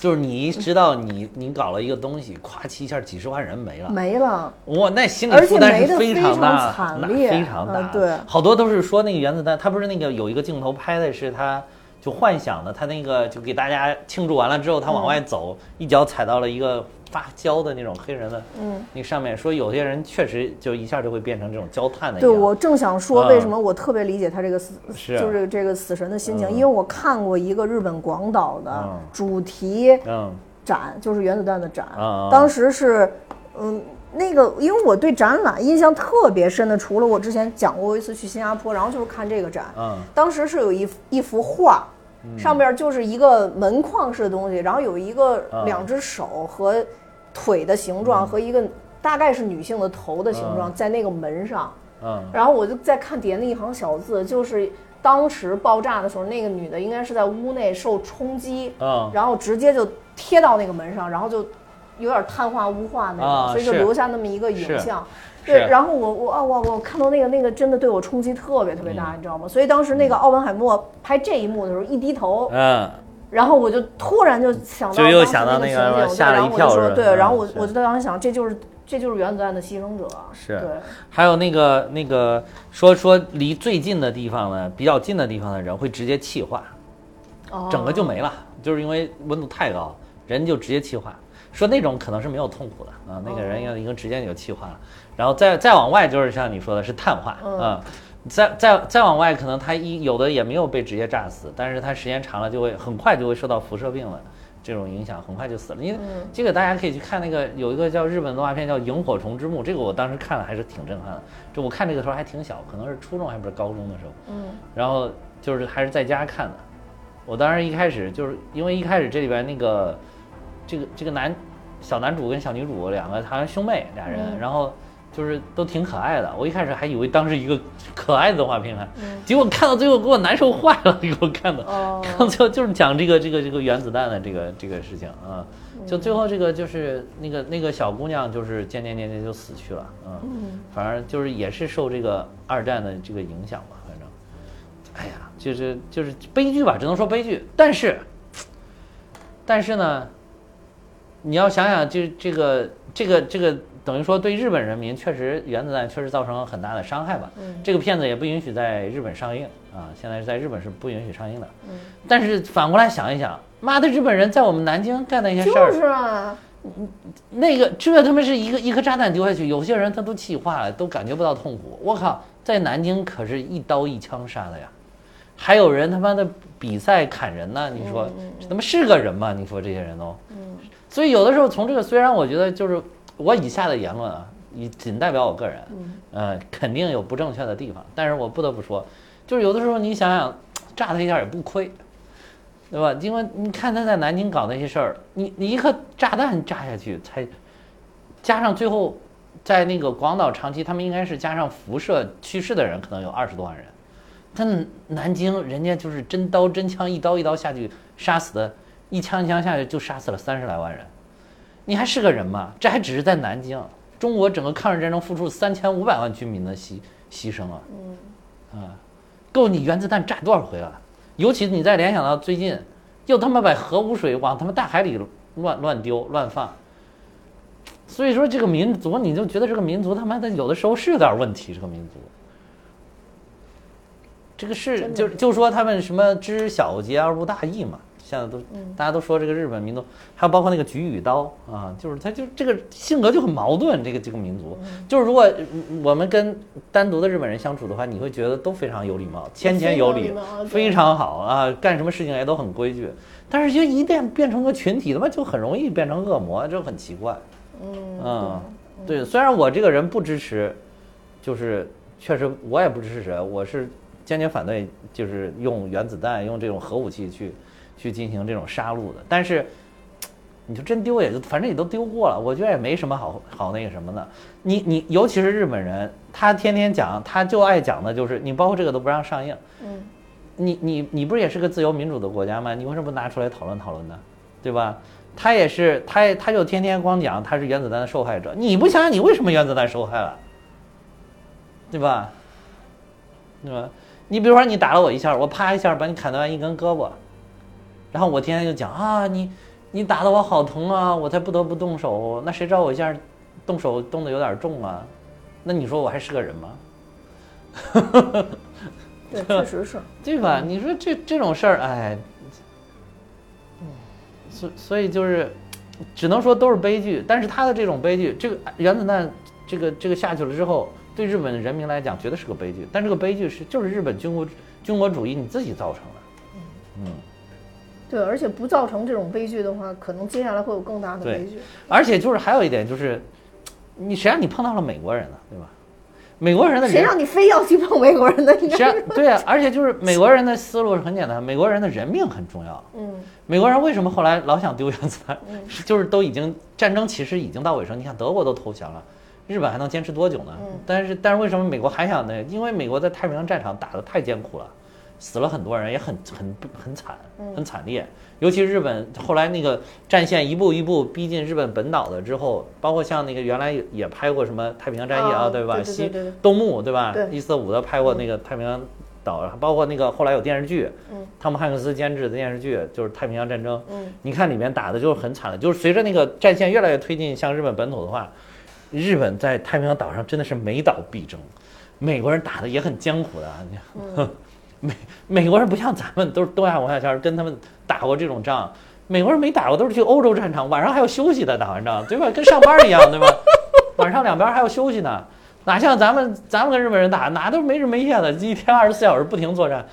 Speaker 2: 就是你一知道你你搞了一个东西，咵叽一下几十万人没了。
Speaker 1: 没了，
Speaker 2: 哇，那心理
Speaker 1: 而且
Speaker 2: 负担
Speaker 1: 没
Speaker 2: 是
Speaker 1: 得
Speaker 2: 非
Speaker 1: 非
Speaker 2: 常
Speaker 1: 常
Speaker 2: 大的，
Speaker 1: 惨
Speaker 2: 那
Speaker 1: 烈
Speaker 2: 非常
Speaker 1: 嗯
Speaker 2: 大的。
Speaker 1: 对
Speaker 2: 好多都是说那个原子弹，他不是那个有一个镜头拍的是他就幻想的，他那个就给大家庆祝完了之后，他往
Speaker 1: 嗯
Speaker 2: 外走，一脚踩到了一个发胶的那种黑人的，嗯，那上面说有些人确实就一下就会变成这种焦炭的一
Speaker 1: 对，
Speaker 2: 样。
Speaker 1: 我正想说，
Speaker 2: 啊
Speaker 1: 为什么我特别理解他这个死，
Speaker 2: 是啊
Speaker 1: 就是这个死神的心情，因为我看过一个日本广岛的
Speaker 2: 嗯
Speaker 1: 主题
Speaker 2: 嗯
Speaker 1: 展，就是原子弹的展
Speaker 2: 啊啊，
Speaker 1: 当时是，嗯。那个，因为我对展览印象特别深的，除了我之前讲过一次去新加坡，然后就是看这个展，
Speaker 2: 嗯
Speaker 1: 当时是有一幅一幅画，上面就是一个门框式的东西，然后有一个
Speaker 2: 啊嗯
Speaker 1: 两只手和腿的形状和一个大概是女性的头的形
Speaker 2: 啊
Speaker 1: 状在那个门上，
Speaker 2: 嗯
Speaker 1: 然后我就在看底下那一行小字，就是当时爆炸的时候，那个女的应该是在屋内受冲击，
Speaker 2: 嗯
Speaker 1: 然后直接就贴到那个门上，然后就有点碳化污化那种，
Speaker 2: 啊
Speaker 1: 所以就是留下那么一个影像。
Speaker 2: 是
Speaker 1: 对，然后我我啊我我看到那个那个真的对我冲击特别特别
Speaker 2: 嗯
Speaker 1: 大，你知道吗？所以当时那个奥本海默拍这一幕的时候，一低头，
Speaker 2: 嗯，
Speaker 1: 然后我就突然就想到
Speaker 2: 就
Speaker 1: 当时
Speaker 2: 又想到
Speaker 1: 那
Speaker 2: 那个
Speaker 1: 情景，
Speaker 2: 吓
Speaker 1: 对
Speaker 2: 了
Speaker 1: 然
Speaker 2: 一
Speaker 1: 后我
Speaker 2: 跳
Speaker 1: 就是说
Speaker 2: 吧
Speaker 1: 对，然后
Speaker 2: 嗯
Speaker 1: 我
Speaker 2: 是
Speaker 1: 我就当时想，这就是这就是原子弹的牺牲者，
Speaker 2: 是
Speaker 1: 对。
Speaker 2: 还有那个那个说说离最近的地方呢，比较近的地方的人会直接气化。
Speaker 1: 哦
Speaker 2: 整个就没了，就是因为温度太高，人就直接气化。说那种可能是没有痛苦的啊，那个人已经直接就气化了，然后再再往外就是像你说的是碳化啊，再再再往外可能他一有的也没有被直接炸死，但是他时间长了就会很快就会受到辐射病了。这种影响很快就死了，因为
Speaker 1: 嗯
Speaker 2: 这个大家可以去看那个有一个叫日本动画片叫《萤火虫之墓》，这个我当时看了还是挺震撼的。就我看这个时候还挺小，可能是初中还不是高中的时候， 嗯，然后就是还是在家看的，我当时一开始就是因为一开始这里边那个这个这个男小男主跟小女主两个好像兄妹俩人，然后就是都挺可爱的。我一开始还以为当时一个可爱的动画片看，结果看到最后给我难受坏了， 给我看的。
Speaker 1: 哦
Speaker 2: 看到最后就是讲这个这个这个原子弹的这个这个事情啊，就最后这个就是那个那个小姑娘就是渐渐渐渐就死去了啊，
Speaker 1: 嗯
Speaker 2: 反正就是也是受这个二战的这个影响吧，反正。哎呀，就是就是悲剧吧，只能说悲剧。但是，但是呢，你要想想这这个这个这个等于说对日本人民确实原子弹确实造成了很大的伤害吧。这个片子也不允许在日本上映啊，现在在日本是不允许上映的。但是反过来想一想，妈的，日本人在我们南京干那些事儿
Speaker 1: 就，是啊，
Speaker 2: 那个这他妈是一个一颗炸弹丢下去，有些人他都气化了，都感觉不到痛苦。我靠，在南京可是一刀一枪杀的呀，还有人他妈的比赛砍人呢，你
Speaker 1: 嗯
Speaker 2: 说这他妈是个人吗？你说这些人都，所以有的时候从这个，虽然我觉得就是我以下的言论啊，以仅代表我个人，呃，肯定有不正确的地方，但是我不得不说，就是有的时候你想想，炸他一下也不亏，对吧？因为你看他在南京搞那些事儿，你你一颗炸弹炸下去才，加上最后在那个广岛、长崎，他们应该是加上辐射去世的人，可能有二十多万人。但南京人家就是真刀真枪，一刀一刀下去杀死的，一枪一枪下去就杀死了三十来万人，你还是个人吗？这还只是在南京，中国整个抗日战争付出三千五百万居民的牺牺牲啊，
Speaker 1: 嗯
Speaker 2: 啊，够你原子弹炸多少回了、尤其你再联想到最近，又他妈把核污水往他们大海里乱乱丢乱放，所以说这个民族，你就觉得这个民族他妈的有的时候是有点问题，这个民族。这个是
Speaker 1: 真的
Speaker 2: 就就说他们什么知小节而无大义嘛，现在都
Speaker 1: 嗯
Speaker 2: 大家都说这个日本民族，还有包括那个菊与刀啊，就是他就这个性格就很矛盾，这个这个民族，就是如果嗯我们跟单独的日本人相处的话，你会觉得都非常有礼貌，谦谦有
Speaker 1: 非
Speaker 2: 礼
Speaker 1: 常礼貌，对
Speaker 2: 非常好啊，干什么事情也都很规矩。但是就一旦变成个群体，他妈就很容易变成恶魔，这很奇怪。嗯，对，虽然我这个人不支持，就是确实我也不支持谁，我是坚决反对，就是用原子弹、用这种核武器去去进行这种杀戮的。但是，你就真丢也就反正也都丢过了，我觉得也没什么好好那个什么的。你你尤其是日本人，他天天讲，他就爱讲的就是你包括这个都不让上映，
Speaker 1: 嗯，
Speaker 2: 你你你不是也是个自由民主的国家吗？你为什么不拿出来讨论讨论呢？对吧？他也是，他也他就天天光讲他是原子弹的受害者，你不想想你为什么原子弹受害了，对吧？对吧？你比如说你打了我一下，我啪一下把你砍断一根胳膊，然后我天天就讲啊你你打的我好疼啊，我才不得不动手，那谁知道我一下动手动的有点重啊？那你说我还是个人吗？
Speaker 1: 对，确实是。
Speaker 2: 对吧？你说这这种事儿，哎，所所以就是，只能说都是悲剧。但是他的这种悲剧，这个原子弹，这个这个下去了之后，对日本人民来讲，绝对是个悲剧。但这个悲剧是就是日本军国军国主义你自己造成的。
Speaker 1: 对，而且不造成这种悲剧的话，可能接下来会有更大的
Speaker 2: 对
Speaker 1: 悲剧。
Speaker 2: 而且就是还有一点就是，你谁让你碰到了美国人呢？对吧？美国人的
Speaker 1: 谁
Speaker 2: 人
Speaker 1: 让你非要去碰美国人的？ 你
Speaker 2: 谁让对啊，而且就是美国人的思路是很简单，美国人的人命很重要。
Speaker 1: 嗯，
Speaker 2: 美国人为什么后来老想丢原子弹？是就是都已经战争其实已经到尾声，你看德国都投降了，日本还能坚持多久呢？
Speaker 1: 嗯
Speaker 2: 但是但是为什么美国还想呢？因为美国在太平洋战场打得太艰苦了，死了很多人，也很很很惨，
Speaker 1: 嗯
Speaker 2: 很惨烈。尤其日本后来那个战线一步一步逼近日本本岛了之后，包括像那个原来也也拍过什么太平洋战役啊，
Speaker 1: 啊
Speaker 2: 对吧？
Speaker 1: 对对对
Speaker 2: 西
Speaker 1: 对对
Speaker 2: 东木对吧？
Speaker 1: 对
Speaker 2: 一四五的拍过那个太平洋岛，包括那个后来有电视剧，汤姆汉克斯监制的电视剧就是《太平洋战争》，
Speaker 1: 嗯，
Speaker 2: 你看里面打的就是很惨的，就是随着那个战线越来越推进向日本本土的话，日本在太平洋岛上真的是每岛必争，美国人打的也很艰苦的啊，你美美国人不像咱们都是东亚文化圈儿跟他们打过这种仗，美国人没打过，都是去欧洲战场，晚上还要休息的，打完仗对吧？跟上班一样对吧？晚上两边还要休息呢，哪像咱们咱们跟日本人打，哪都没日没夜的，一天二十四小时不停作战。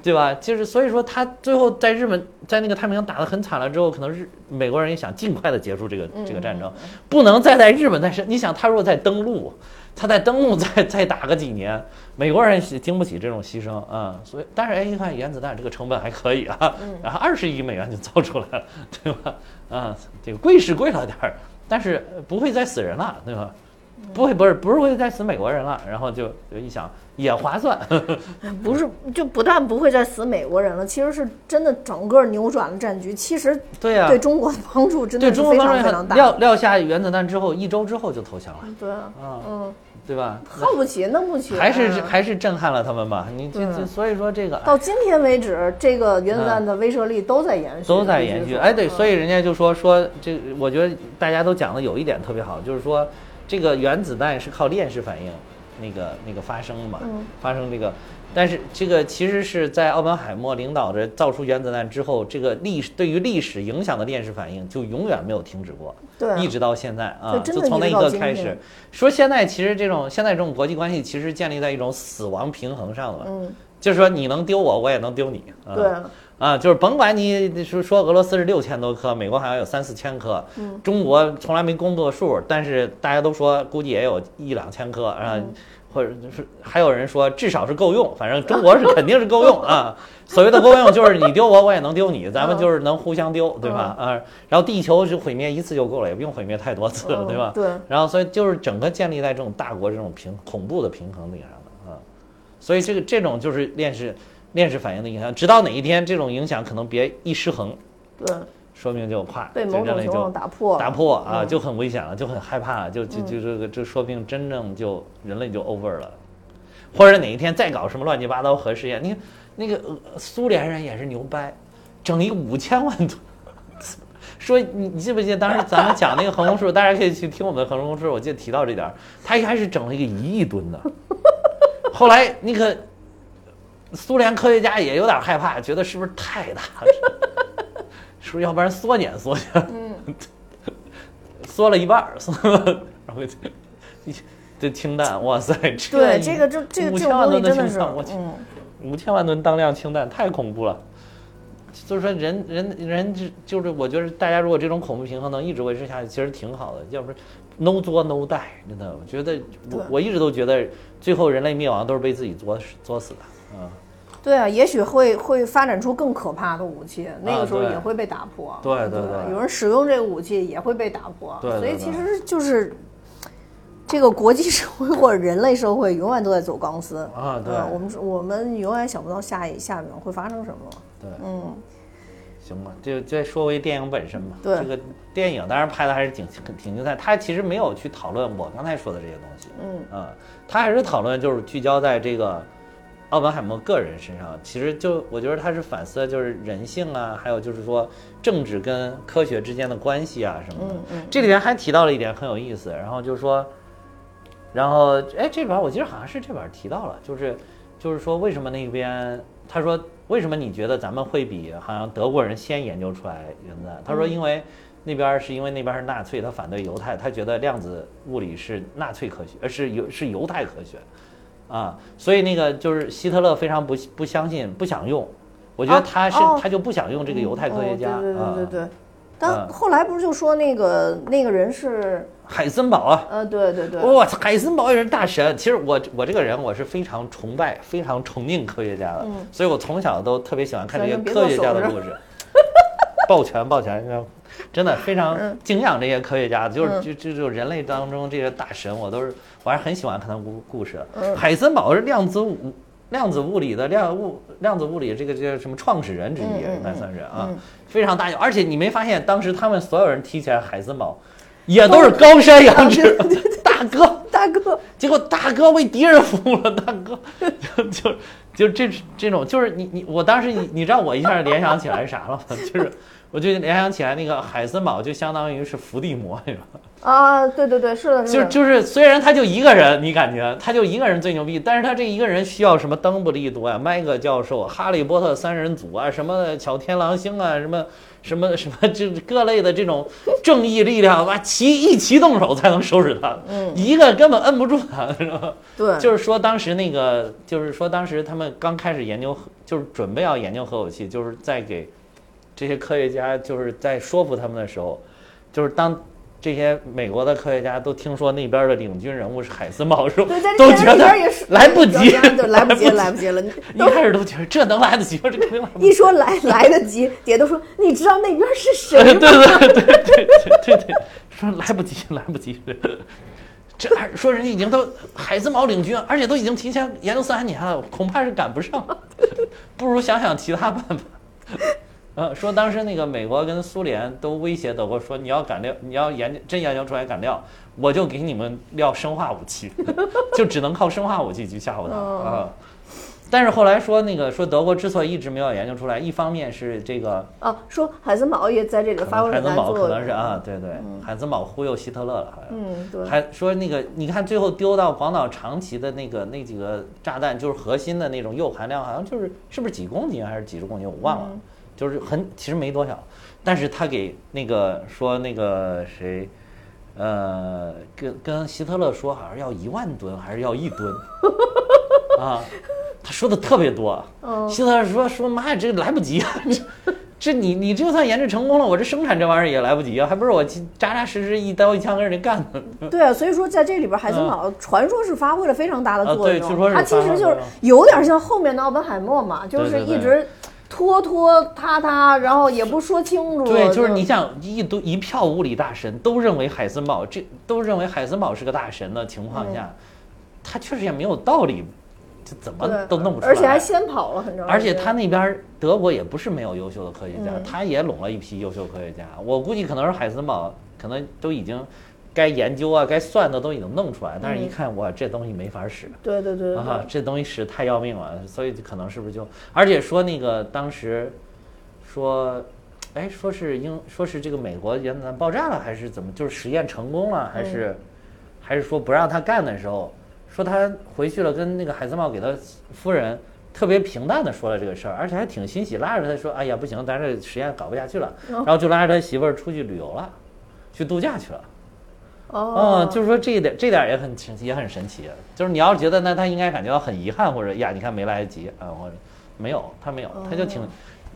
Speaker 2: 对吧？就是所以说，他最后在日本在那个太平洋打得很惨了之后，可能日美国人也想尽快的结束这个这个战争，不能再在日本再是你想，他如果再登陆，他再登陆再再打个几年，美国人是经不起这种牺牲啊、嗯所以，但是哎，一看原子弹这个成本还可以啊，
Speaker 5: 嗯
Speaker 2: 然后二十亿美元就造出来了，对吧？啊、这个贵是贵了点儿，但是不会再死人了，对吧？
Speaker 5: 嗯
Speaker 2: 不会，不是，不是会再死美国人了。然后就就一想，也 划算。
Speaker 5: 不是，就不但不会再死美国人了，其实是真的整个扭转了战局。其实
Speaker 2: 对
Speaker 1: 啊
Speaker 2: 呀、
Speaker 5: 对中国的帮助真
Speaker 2: 对
Speaker 5: 的是
Speaker 2: 中国
Speaker 5: 非
Speaker 2: 方
Speaker 5: 常
Speaker 2: 面
Speaker 5: 非常大啊
Speaker 2: 撂。撂下原子弹之后，一周之后就投降了，
Speaker 1: 对，嗯，
Speaker 2: 对吧？
Speaker 1: 耗不起，弄不起啊，
Speaker 2: 还是还是震撼了他们吧？你这
Speaker 5: 啊
Speaker 2: 这，所以说这个
Speaker 5: 到今天为止，这个原子
Speaker 1: 啊
Speaker 5: 弹的威慑力都在延续，
Speaker 2: 都在哎
Speaker 5: 必
Speaker 2: 延
Speaker 5: 须
Speaker 2: 续。
Speaker 5: 说嗯
Speaker 2: 哎，对，所以人家就说说这，我觉得大家都讲的有一点特别好，就是说这个原子弹是靠链式反应那个那个发生嘛，
Speaker 5: 嗯
Speaker 2: 发生这个。但是这个其实是在奥本海默领导着造出原子弹之后，这个历史对于历史影响的链式反应就永远没有停止过，
Speaker 5: 对啊
Speaker 2: 一直到现在啊，
Speaker 5: 对真
Speaker 2: 就
Speaker 5: 的
Speaker 2: 从那
Speaker 5: 一直
Speaker 2: 一
Speaker 5: 到
Speaker 2: 刻
Speaker 5: 今
Speaker 2: 开
Speaker 5: 天
Speaker 2: 始。说现在其实这种现在这种国际关系其实建立在一种死亡平衡上的嘛，
Speaker 5: 嗯，
Speaker 2: 就是说你能丢我，我也能丢你，啊、
Speaker 1: 对啊，
Speaker 2: 啊，就是甭管你说说俄罗斯是六千多颗，美国好像有三四千颗，中国从来没公布过数，但是大家都说估计也有一两千颗啊，或者就是还有人说至少是够用，反正中国是肯定是够用啊。所谓的够用就是你丢我，我也能丢你，咱们就是能互相丢，对吧？啊，然后地球就毁灭一次就够了，也不用毁灭太多
Speaker 1: 嗯
Speaker 2: 次了，对吧？
Speaker 5: 对，
Speaker 2: 然后所以就是整个建立在这种大国这种平恐怖的平衡顶上的啊，所以这个这种就是链式链式反应的影响，直到哪一天这种影响可能别一失衡，
Speaker 5: 对，
Speaker 2: 说明就啪
Speaker 5: 被
Speaker 2: 就
Speaker 5: 某
Speaker 2: 人
Speaker 5: 种
Speaker 2: 类
Speaker 5: 情
Speaker 2: 就
Speaker 5: 况打破了，
Speaker 2: 打破啊，就很危险了，就很害怕了，就就就这个这说不定真正就人类就 over 了，或者哪一天再搞什么乱七八糟核试验，你看那个呃苏联人也是牛掰，整一五千万吨。 说你你记不记得当时咱们讲那个横空树？大家可以去听我们的横空树，我记得提到这点儿，他一开始整了一个一亿吨的，后来那个苏联科学家也有点害怕，觉得是不是太大了， 是不是要不然缩减缩减？
Speaker 5: 嗯
Speaker 2: 缩了一半儿， 缩了，然后就这氢弹，哇塞，这
Speaker 5: 对，
Speaker 2: 一
Speaker 5: 这个这这个
Speaker 2: 五
Speaker 5: 这
Speaker 2: 千
Speaker 5: 种
Speaker 2: 万
Speaker 5: 东西真
Speaker 2: 吨
Speaker 5: 的
Speaker 2: 氢
Speaker 5: 是，
Speaker 2: 弹我去
Speaker 5: 嗯，
Speaker 2: 五千万吨当量氢弹太恐怖了。就是说人，人人就就是，我觉得大家如果这种恐怖平衡能一直维持下去，其实挺好的。要不是 no 作 no die，真的，我觉得我我一直都觉得，最后人类灭亡都是被自己作死作死的。啊，
Speaker 5: 对啊，也许会会发展出更可怕的武器，那个时候
Speaker 2: 啊对
Speaker 5: 也会被打破。
Speaker 2: 对对
Speaker 5: 吧
Speaker 2: 对
Speaker 5: 有人使用这个武器也会被打破。
Speaker 2: 对对对
Speaker 5: 所以其实就是这个国际社会或者人类社会永远都在走钢丝嗯
Speaker 2: 啊对
Speaker 5: 我们我们永远想不到下一下一秒会发生什么。
Speaker 2: 对，
Speaker 5: 嗯，
Speaker 2: 行吧，就再说回电影本身吧。
Speaker 5: 对
Speaker 2: 这个电影当然拍的还是挺挺精彩，它其实没有去讨论我刚才说的这些东西。
Speaker 5: 嗯
Speaker 2: 啊，它还是讨论就是聚焦在这个奥本海默个人身上。其实就我觉得他是反思就是人性啊，还有就是说政治跟科学之间的关系啊什
Speaker 5: 嗯
Speaker 2: 么的。这里边还提到了一点很有意思，然后就是说，然后哎，这里边我记得好像是这边提到了，就是就是说为什么那边他说为什么你觉得咱们会比好像德国人先研究出来原子弹？他
Speaker 5: 嗯
Speaker 2: 说因为那边儿是因为那边儿是纳粹，他反对犹太，他觉得量子物理是纳粹科学，呃是犹是犹太科学，啊，所以那个就是希特勒非常不不相信，不想用。我觉得
Speaker 5: 啊
Speaker 2: 他是、
Speaker 5: 哦
Speaker 2: 他就不想用这个犹太科学家，
Speaker 5: 哦对对对对
Speaker 2: 啊，
Speaker 5: 对。
Speaker 2: 啊
Speaker 5: 但后来不是就说那个那个人是
Speaker 2: 海森堡啊，
Speaker 5: 呃，对对对，
Speaker 2: 哇，海森堡也是大神。其实我我这个人我是非常崇拜、非常崇敬科学家的，
Speaker 5: 嗯
Speaker 2: 所以我从小都特别喜欢看这些
Speaker 5: 行别
Speaker 2: 科学家的
Speaker 5: 剁手
Speaker 2: 故事。抱拳，抱拳，真的非常敬仰这些科学家，就是就就就人类当中这些大神，我都是我还是很喜欢看他们故故事的。海森堡是量子物量子物理的量物量子物理这个这个什么创始人之一，应该算是啊，非常大。而且你没发现当时他们所有人提起来海森堡，也都是高山仰止， 大哥。
Speaker 5: 大哥，
Speaker 2: 结果大哥为敌人服务了，大哥，就就就这这种，就是你你我当时你你让我一下联想起来啥了吗？就是我就联想起来那个海森堡就相当于是伏地魔，你知道吗？
Speaker 5: 啊，对对对，是的，是
Speaker 2: 就
Speaker 5: 的，
Speaker 2: 就是虽然他就一个人，你感觉他就一个人最牛逼，但是他这一个人需要什么邓布利多呀、麦克教授、啊哈利波特三人组啊、什么小天狼星啊、什么什么什么这各类的这种正义力量，哇，齐一齐动手才能收拾他，一个根本摁不住他，是吧？
Speaker 5: 对，
Speaker 2: 就是说当时那个，就是说当时他们刚开始研究核，就是准备要研究核武器，就是在给这些科学家，就是在说服他们的时候，就是当这些美国的科学家都听说那边的领军人物是海森堡时候
Speaker 5: 对，在，
Speaker 2: 都
Speaker 5: 电视
Speaker 2: 觉
Speaker 5: 里
Speaker 2: 得
Speaker 5: 边也是
Speaker 2: 来不及
Speaker 5: 有有有对，来不及，
Speaker 2: 来
Speaker 5: 来不及了。
Speaker 2: 一开始都觉得这能来得及吗？这肯定来不及。
Speaker 5: 一说 来来得及，姐都说你知道那边是
Speaker 2: 对
Speaker 5: 谁吗？
Speaker 2: 对对对对对对，说来不及，来不及。这还说人家已经都海森堡领军，而且都已经提前研究三年了，恐怕是赶不上，不如想想其他办法。呃，说当时那个美国跟苏联都威胁德国说，你要敢料，你要研究真研究出来敢料，我就给你们料生化武器，就只能靠生化武器去吓唬他啊。但是后来说那个说德国之所以一直没有研究出来，一方面是这个
Speaker 1: 啊，说海森堡也在这个发挥
Speaker 2: 海
Speaker 1: 很
Speaker 2: 森
Speaker 1: 大
Speaker 2: 堡
Speaker 1: 作
Speaker 2: 可
Speaker 1: 用。
Speaker 2: 能是啊，对对，海森堡忽悠希特勒了，好像。
Speaker 1: 嗯，对，
Speaker 2: 还说那个，你看最后丢到广岛长崎的那个那几个炸弹，就是核心的那种铀含量，好像就是是不是几公斤还是几十公斤，我忘
Speaker 1: 嗯
Speaker 2: 了，就是很其实没多少，但是他给那个说那个谁，呃，跟跟希特勒说好像要一万吨还是要一 吨啊，他说的特别多，啊
Speaker 1: 哦嗯
Speaker 2: 希特勒说说妈呀，这个来不及啊。这 这你你就算研制成功了，我这生产这玩意儿也来不及啊，还不是我扎扎实实一刀一枪跟人家干呢。
Speaker 1: 对啊，所以说在这里边，海森堡传说是发挥了非常大的作
Speaker 2: 嗯啊
Speaker 1: 用。
Speaker 2: 对据说是
Speaker 1: 他其
Speaker 2: 发挥
Speaker 1: 实
Speaker 2: 了
Speaker 1: 就是有点像后面的奥本海默嘛，就是
Speaker 2: 对对
Speaker 1: 一直拖拖沓沓，然后也不说清楚。
Speaker 2: 对，就是你想一都一票物理大神都认为海森堡这都认为海森堡是个大神的情况
Speaker 1: 嗯
Speaker 2: 下，他确实也没有道理，这怎么
Speaker 1: 对
Speaker 2: 啊都弄不出来。
Speaker 1: 而且还先跑了很长时间。
Speaker 2: 而且他那边儿德国也不是没有优秀的科学家，他也拢了一批优秀科学家。我估计可能是海森堡，可能都已经该研究啊、该算的都已经弄出来，但是一看哇，这东西没法使。
Speaker 1: 对对对对
Speaker 2: 啊，这东西使太要命了，所以可能是不是就，而且说那个当时说，哎，说是英，说是这个美国原子弹爆炸了，还是怎么，就是实验成功了，还
Speaker 1: 嗯
Speaker 2: 是、还是说不让他干的时候，说他回去了，跟那个海森堡给他夫人。特别平淡的说了这个事儿，而且还挺欣喜，拉着他说：“哎呀，不行，咱这实验搞不下去了。”
Speaker 1: 哦
Speaker 2: 然后就拉着他媳妇儿出去旅游了，去度假去了。
Speaker 1: 哦，
Speaker 2: 嗯，就是说这一点，这点也很神奇，也很神奇。啊就是你要是觉得那他应该感觉到很遗憾，或者哎呀，你看没来得及啊，或者没有，他没有，他就挺、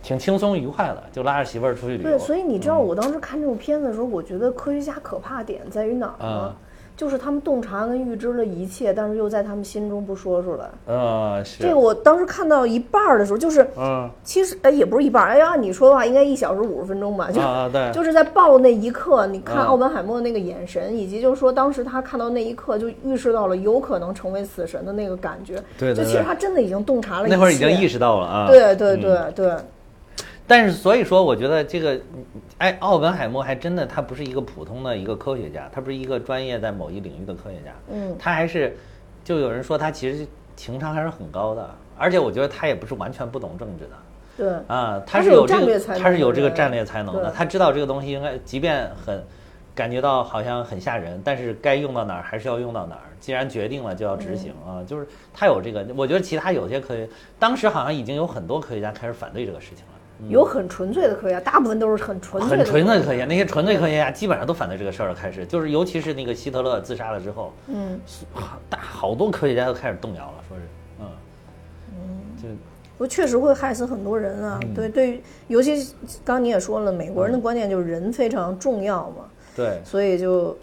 Speaker 2: 挺轻松愉快的，就拉着媳妇儿出去旅游。
Speaker 1: 哦对，
Speaker 2: 嗯
Speaker 1: 所以你知道我当时看这部片子的时候，我觉得科学家可怕的点在于哪儿吗
Speaker 2: 啊？
Speaker 1: 就是他们洞察跟预知了一切，但是又在他们心中不说出来。
Speaker 2: 呃，是
Speaker 1: 这个我当时看到一半儿的时候，就是
Speaker 2: 嗯
Speaker 1: 其实哎也不是一半儿，哎按你说的话应该一小时五十分钟吧，就
Speaker 2: 啊啊对，
Speaker 1: 就是在爆那一刻，你看
Speaker 2: 嗯
Speaker 1: 奥本海默那个眼神，以及就是说当时他看到那一刻，就预示到了有可能成为死神的那个感觉。
Speaker 2: 对对
Speaker 1: 就其
Speaker 2: 对
Speaker 1: 实他真的已经洞察了一切。
Speaker 2: 那会儿已经意识到了啊。
Speaker 1: 对对对对，
Speaker 2: 但是所以说，我觉得这个，哎，奥本海默还真的他不是一个普通的一个科学家，他不是一个专业在某一领域的科学家，
Speaker 1: 嗯，
Speaker 2: 他还是，就有人说他其实情商还是很高的，而且我觉得他也不是完全不懂政治的。
Speaker 1: 对
Speaker 2: 啊，
Speaker 1: 他
Speaker 2: 他
Speaker 1: 是
Speaker 2: 是
Speaker 1: 有
Speaker 2: 有这
Speaker 1: 战略
Speaker 2: 个，
Speaker 1: 才
Speaker 2: 他是
Speaker 1: 能
Speaker 2: 有
Speaker 1: 的
Speaker 2: 这个
Speaker 1: 对
Speaker 2: 战略才能的，
Speaker 1: 对
Speaker 2: 他知道这个东西应该，即便很感觉到好像很吓人，但是该用到哪儿还是要用到哪儿。既然决定了，就要执行
Speaker 1: 嗯
Speaker 2: 啊，就是他有这个。我觉得其他有些科学，当时好像已经有很多科学家开始反对这个事情了，
Speaker 1: 有很纯粹的科学家，大部分都是很纯粹
Speaker 2: 很
Speaker 1: 的。
Speaker 2: 纯粹的科学家，那些纯粹科学家基本上都反对这个事儿了。开始就是，尤其是那个希特勒自杀了之后，
Speaker 1: 嗯，
Speaker 2: 大好多科学家都开始动摇了，说是，嗯，
Speaker 1: 嗯
Speaker 2: 就
Speaker 1: 我确实会害死很多人啊。
Speaker 2: 嗯
Speaker 1: 对对于，尤其是刚刚你也说了，美国人的观念就是人非常重要嘛，
Speaker 2: 对。
Speaker 1: 所以就。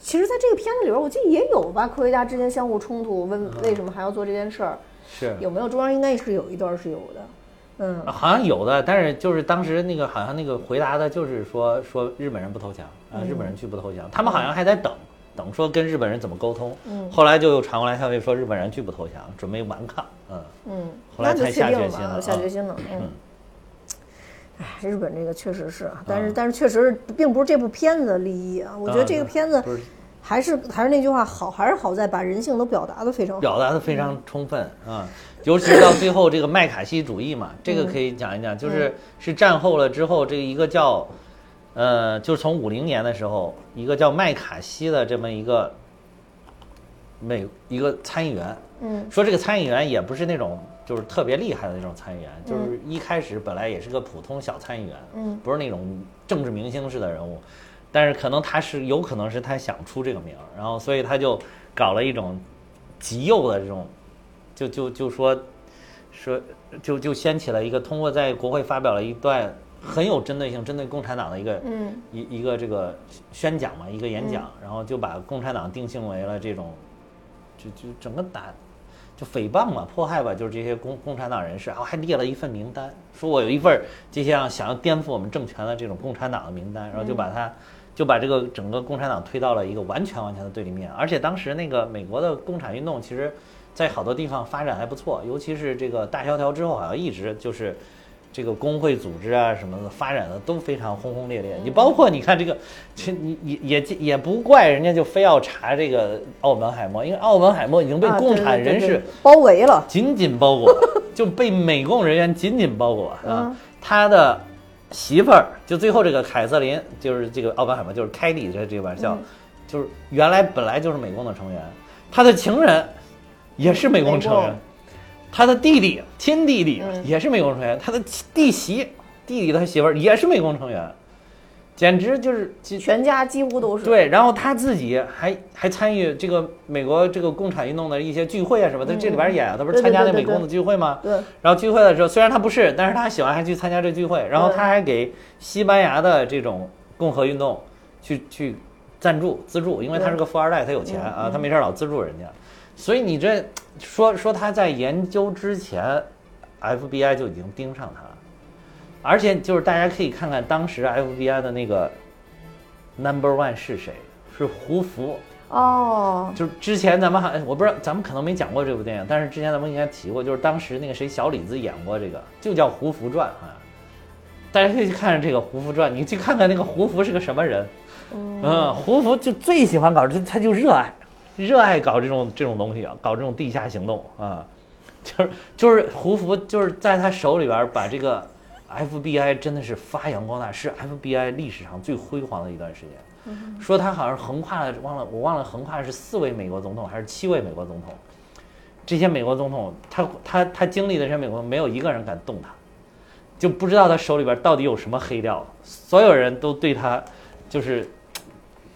Speaker 1: 其实，在这个片子里边，我记得也有吧，科学家之间相互冲突，
Speaker 2: 嗯
Speaker 1: 问为什么还要做这件事儿。
Speaker 2: 是
Speaker 1: 有没有中央应该是有一段是有的，嗯，
Speaker 2: 好像有的，但是就是当时那个好像那个回答的就是说说日本人不投降啊，日本人拒不投降，他们好像还在等等说跟日本人怎么沟通，后来就又传过来消息说日本人拒不投降，准备顽抗，嗯嗯，后来
Speaker 1: 那就
Speaker 2: 才
Speaker 1: 确
Speaker 2: 下
Speaker 1: 定
Speaker 2: 决
Speaker 1: 了
Speaker 2: 心
Speaker 1: 嘛，
Speaker 2: 了，
Speaker 1: 下决
Speaker 2: 啊
Speaker 1: 心了，嗯。哎，日本这个确实是啊，但是、但是确实并不是这部片子的利益啊。我觉得
Speaker 2: 啊
Speaker 1: 这个
Speaker 2: 嗯对
Speaker 1: 片子
Speaker 2: 不是
Speaker 1: 还是还是那句话好，还是好在把人性都表达的非常好。
Speaker 2: 表达的非常充分啊，尤其是到最后这个麦卡锡主义嘛，这个可以讲一讲，就是是战后了之后，这个一个叫呃，就是从五零年的时候，一个叫麦卡锡的这么一个美一个参议员，
Speaker 1: 嗯
Speaker 2: 说这个参议员也不是那种就是特别厉害的那种参议员，就是一开始本来也是个普通小参议员，
Speaker 1: 嗯，
Speaker 2: 不是那种政治明星式的人物，但是可能他是有可能是他想出这个名儿，然后所以他就搞了一种极右的这种，就就就说说就就掀起了一个通过在国会发表了一段很有针对性针对共产党的一个
Speaker 1: 嗯
Speaker 2: 一一个这个宣讲嘛，一个演讲，然后就把共产党定性为了这种，就就整个打，就诽谤嘛、迫害吧，就是这些共共产党人士，然后啊还列了一份名单，说我有一份儿这些啊想要颠覆我们政权的这种共产党的名单，然后就把他。就把这个整个共产党推到了一个完全完全的对立面，而且当时那个美国的共产运动，其实，在好多地方发展还不错，尤其是这个大萧条之后，好像一直就是这个工会组织啊什么的发展的都非常轰轰烈烈。你包括你看这个，这你也也也不怪人家就非要查这个奥本海默，因为奥本海默已经被
Speaker 1: 啊
Speaker 2: 共
Speaker 1: 对对
Speaker 2: 产
Speaker 1: 对
Speaker 2: 人
Speaker 1: 对
Speaker 2: 士
Speaker 5: 包围了，
Speaker 2: 紧紧包裹， 就被美共人员紧紧包裹啊。
Speaker 1: 嗯
Speaker 2: 他的媳妇儿就最后这个凯瑟琳，就是这个奥本海默，就是凯莉，这这个玩笑，
Speaker 1: 嗯
Speaker 2: 就是原来本来就是美共的成员，他的情人也是美共成
Speaker 1: 美
Speaker 2: 员
Speaker 1: 共，
Speaker 2: 他的弟弟亲弟弟
Speaker 1: 嗯
Speaker 2: 也是美共成员，他的弟媳弟弟他媳妇儿也是美共成员，简直就是就
Speaker 1: 全家几乎都是。
Speaker 2: 对，然后他自己还还参与这个美国这个共产运动的一些聚会啊什么的，这里边演啊，他不是
Speaker 1: 对对
Speaker 2: 参加
Speaker 1: 对
Speaker 2: 那
Speaker 1: 嗯对
Speaker 2: 美共
Speaker 1: 对
Speaker 2: 的聚会吗？
Speaker 1: 对
Speaker 2: 然后聚会的时候，虽然他不是，但是他喜欢还去参加这聚会，然后
Speaker 1: 对
Speaker 2: 他还给西班牙的这种共和运动去去赞助资助，因为他是个富二代，他有钱啊，他没事儿老资助人家，所以你这说说他在研究之前，FBI 就已经盯上他了。而且就是大家可以看看当时 FBI 的那个 number one 是谁，是胡佛。
Speaker 1: 哦，
Speaker 2: 就是之前咱们还哎我不知道，咱们可能没讲过这部电影，但是之前咱们应该提过，就是当时那个谁小李子演过这个，就叫《胡福传》啊。大家可以去看这个《胡福传》，你去看看那个胡福是个什么人。嗯，胡福就最喜欢搞这，他就热爱，热爱搞这种这种东西啊，搞这种地下行动啊。就是就是胡福就是在他手里边儿把这个 FBI 真的是发扬光大，是 FBI 历史上最辉煌的一段时间。说他好像是横跨了，忘了我忘了横跨是四位美国总统还是七位美国总统，这些美国总统他他他经历的这些美国没有一个人敢动他，就不知道他手里边到底有什么黑料，所有人都对他就是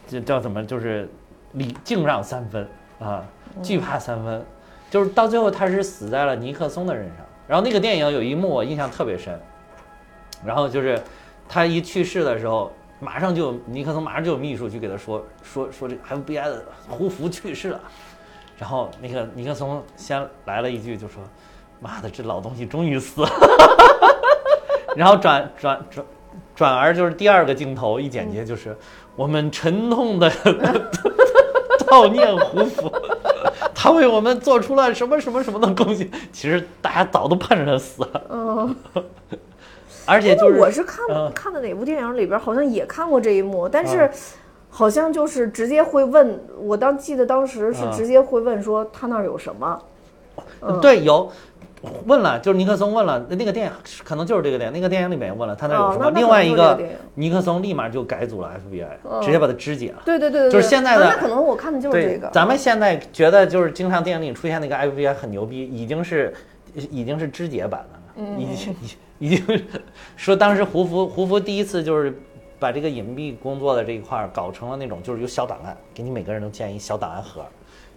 Speaker 2: 这叫怎么就是礼敬让三分啊，惧怕三分，就是到最后他是死在了尼克松的人上。然后那个电影有一幕我印象特别深，然后就是他一去世的时候，马上就有尼克松马上就有秘书去给他说说说这个 FBI 的胡福去世了，然后那个尼克松先来了一句就说：“妈的，这老东西终于死了。” 然后转转转转而就是第二个镜头一剪接就是我们沉痛的 悼念胡福。他为我们做出了什么什么什么的贡献？其实大家早都盼着他死了，
Speaker 1: 嗯，
Speaker 2: 而且
Speaker 5: 因
Speaker 2: 就是
Speaker 5: 为哦我是看
Speaker 2: 嗯
Speaker 5: 看的哪部电影里边好像也看过这一幕，但是好像就是直接会问，我当记得当时是
Speaker 2: 啊
Speaker 5: 直接会问说他那儿有什么，嗯
Speaker 2: 对，有问了，就是尼克松问了，那个电影可能就是这个电影，那个电影里面也问了他那有
Speaker 5: 哦
Speaker 2: 什
Speaker 5: 那那
Speaker 2: 么。另
Speaker 5: 可能
Speaker 2: 外
Speaker 5: 就
Speaker 2: 一
Speaker 5: 是这
Speaker 2: 个
Speaker 5: 个电影哦
Speaker 2: 尼克松立马就改组了 FBI，直接把他肢解了。
Speaker 5: 对对对对，
Speaker 2: 就是
Speaker 5: 对
Speaker 2: 现在
Speaker 5: 啊
Speaker 2: 的
Speaker 5: 那可能我看的就是这个，
Speaker 2: 咱们现在觉得就是经常电影里出现那个 FBI 很牛逼，已经是已经是肢解版的了，已经已已经是说当时胡福胡福第一次就是把这个隐蔽工作的这一块儿搞成了那种就是有小档案，给你每个人都建一小档案盒，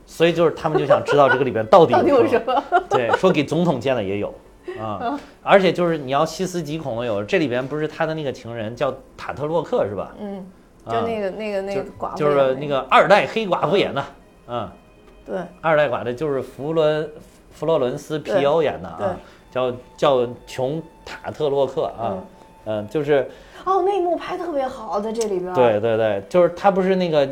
Speaker 2: 所以就是他们就想知道这个里边到底
Speaker 1: 到底有什
Speaker 2: 么，对，说给总统建的也有。啊、而且就是你要细思极恐的有，这里边不是他的那个情人叫塔特洛克是吧？
Speaker 1: 嗯，
Speaker 2: 啊
Speaker 1: 就那个那个那
Speaker 2: 就
Speaker 1: 个寡妇，
Speaker 2: 就是那
Speaker 1: 那
Speaker 2: 个二代黑寡妇演的，嗯，
Speaker 1: 对，
Speaker 2: 二代寡的就是弗伦弗洛伦斯皮尤演的
Speaker 1: 对对
Speaker 2: 啊，叫叫琼塔特洛克啊，嗯、就是
Speaker 1: 哦，那一幕拍特别好，在这里边，，
Speaker 2: 对对对，就是他不是那个，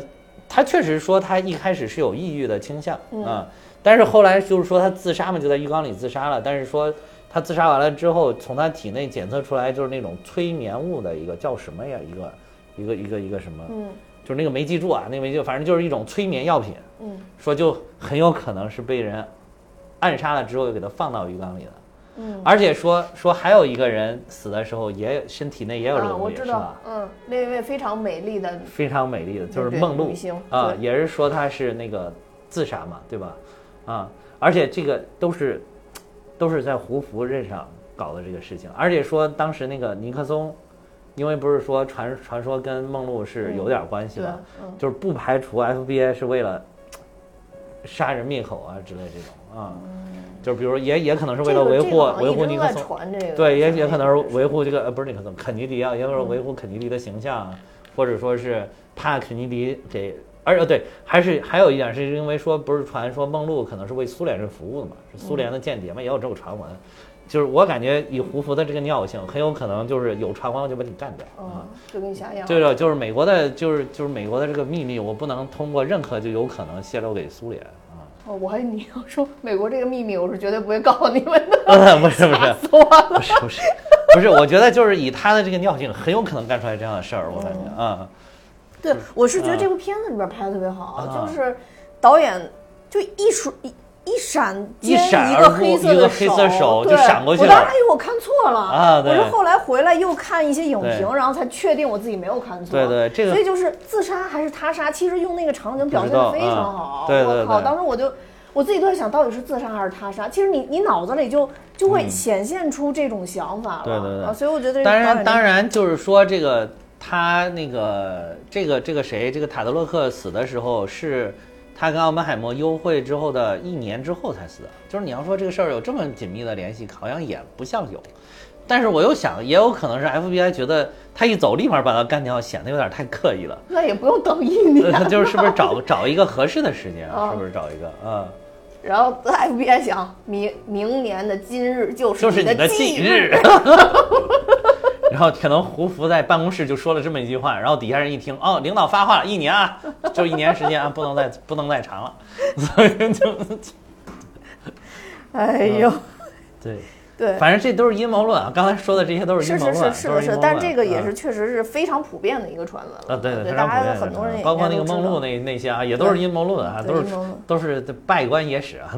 Speaker 2: 他确实说他一开始是有抑郁的倾向啊、但是后来就是说他自杀嘛，就在浴缸里自杀了，但是说。他自杀完了之后，从他体内检测出来就是那种催眠物的一个叫什么呀？一个，一个一个一个什么？
Speaker 1: 嗯
Speaker 2: 就是那个没记住啊，那个没记住，反正就是一种催眠药品。
Speaker 1: 嗯，
Speaker 2: 说就很有可能是被人暗杀了之后又给他放到鱼缸里了。
Speaker 1: 嗯，
Speaker 2: 而且说说还有一个人死的时候也身体内也有这个
Speaker 1: 啊，
Speaker 2: 东
Speaker 1: 我
Speaker 2: 西，
Speaker 1: 知
Speaker 2: 是
Speaker 1: 道
Speaker 2: 吧？，
Speaker 1: 嗯，那位非常美丽的，
Speaker 2: 非常美丽的，就是
Speaker 1: 对
Speaker 2: 梦露
Speaker 1: 女星
Speaker 2: 啊，
Speaker 1: 对
Speaker 2: 也是说她是那个自杀嘛，对吧？啊，而且这个都是都是在胡佛任上搞的这个事情，而且说当时那个尼克松，因为不是说传传说跟梦露是有点关系
Speaker 1: 嗯对
Speaker 2: 吧，，
Speaker 1: 嗯
Speaker 2: 就是不排除 FBI 是为了杀人灭口啊之类这种啊，就是比如说也也可能是为了维护维护尼克松，
Speaker 1: 松，这个
Speaker 2: 对，也也可能是维护这个呃不是尼克松，肯尼迪啊，也可能是维护肯尼迪的形象啊，或者说是怕肯尼迪给。而呃对，还是还有一点是因为说不是传说梦露可能是为苏联人服务的嘛，是苏联的间谍嘛，也有这种传闻。就是我感觉以胡佛的这个尿性，很有可能就是有传闻我就把你干掉啊。
Speaker 1: 嗯，就跟瞎样，
Speaker 2: 对了，就是美国的，就是就是美国的这个秘密，我不能通过任何就有可能泄露给苏联啊！
Speaker 1: 哦，我还你要说美国这个秘密，我是绝对不会告诉你们的，
Speaker 2: 不是不是
Speaker 1: 死我了。
Speaker 2: 不是不是，不是，我觉得就是以他的这个尿性，很有可能干出来这样的事儿，我感觉啊，
Speaker 1: 对，我是觉得
Speaker 2: 嗯
Speaker 1: 这部片子里边拍的特别好，
Speaker 2: 啊
Speaker 1: 就是导演就一瞬一一闪间
Speaker 2: 一闪
Speaker 1: 个
Speaker 2: 而
Speaker 1: 黑
Speaker 2: 过
Speaker 1: 色
Speaker 2: 一
Speaker 1: 的
Speaker 2: 个黑色手就
Speaker 1: 对
Speaker 2: 闪过去
Speaker 1: 我当
Speaker 2: 了
Speaker 1: 时哎呦，我看错了
Speaker 2: 啊
Speaker 1: 我是
Speaker 2: 对
Speaker 1: 后来回来又看一些影
Speaker 2: 对
Speaker 1: 评，然后才确定我自己没有看错。
Speaker 2: 对对这个
Speaker 1: 所以就是自杀还是他杀，其实用那个场景表现的非常好。
Speaker 2: 不知道啊对对
Speaker 1: 我靠，
Speaker 2: 对
Speaker 1: 当时我就。我自己都在想，到底是自杀还是他杀？其实你你脑子里就就会显现出这种想法了，
Speaker 2: 嗯对对对
Speaker 1: 啊，所以我觉得
Speaker 2: 当
Speaker 1: 导演
Speaker 2: 然，
Speaker 1: 这
Speaker 2: 当然就是说这个他那个这个这个谁，这个塔德洛克死的时候是他跟奥本海默幽会之后的一年之后才死的。就是你要说这个事儿有这么紧密的联系，好像也不像有。但是我又想，也有可能是 FBI 觉得他一走立马把他干掉，显得有点太刻意了。
Speaker 1: 那也不用等一年，
Speaker 2: 呃就是是不是找找一个合适的时间啊？
Speaker 1: 啊
Speaker 2: 是不是找一个啊？
Speaker 1: 然后 FBI 想，明明年的今日就是
Speaker 2: 就是你的忌
Speaker 1: 忌
Speaker 2: 日。 然后可能胡福在办公室就说了这么一句话，然后底下人一听，哦，领导发话了，一年啊，就一年时间啊，不能再不能再长了，所以就
Speaker 1: 哎呦，
Speaker 2: 对，
Speaker 1: 对，
Speaker 2: 嗯反正这都是阴谋论啊。刚才说的这些都是
Speaker 1: 是
Speaker 2: 阴谋
Speaker 1: 是是
Speaker 2: 论，啊
Speaker 1: 是
Speaker 2: 都
Speaker 1: 的
Speaker 2: 阴
Speaker 1: 是
Speaker 2: 谋，
Speaker 1: 但
Speaker 2: 论
Speaker 1: 这个也
Speaker 2: 啊
Speaker 1: 是确实是非常普遍的一个传闻了。
Speaker 2: 啊，对
Speaker 1: 对，
Speaker 2: 非
Speaker 1: 大
Speaker 2: 常普
Speaker 1: 家
Speaker 2: 遍
Speaker 1: 很多人也
Speaker 2: 包括
Speaker 1: 应该
Speaker 2: 那个
Speaker 1: 都知
Speaker 2: 梦
Speaker 1: 道
Speaker 2: 露那那些啊，也都是阴谋论啊，
Speaker 1: 对
Speaker 2: 都是
Speaker 1: 阴谋论
Speaker 2: 都是拜官野史啊，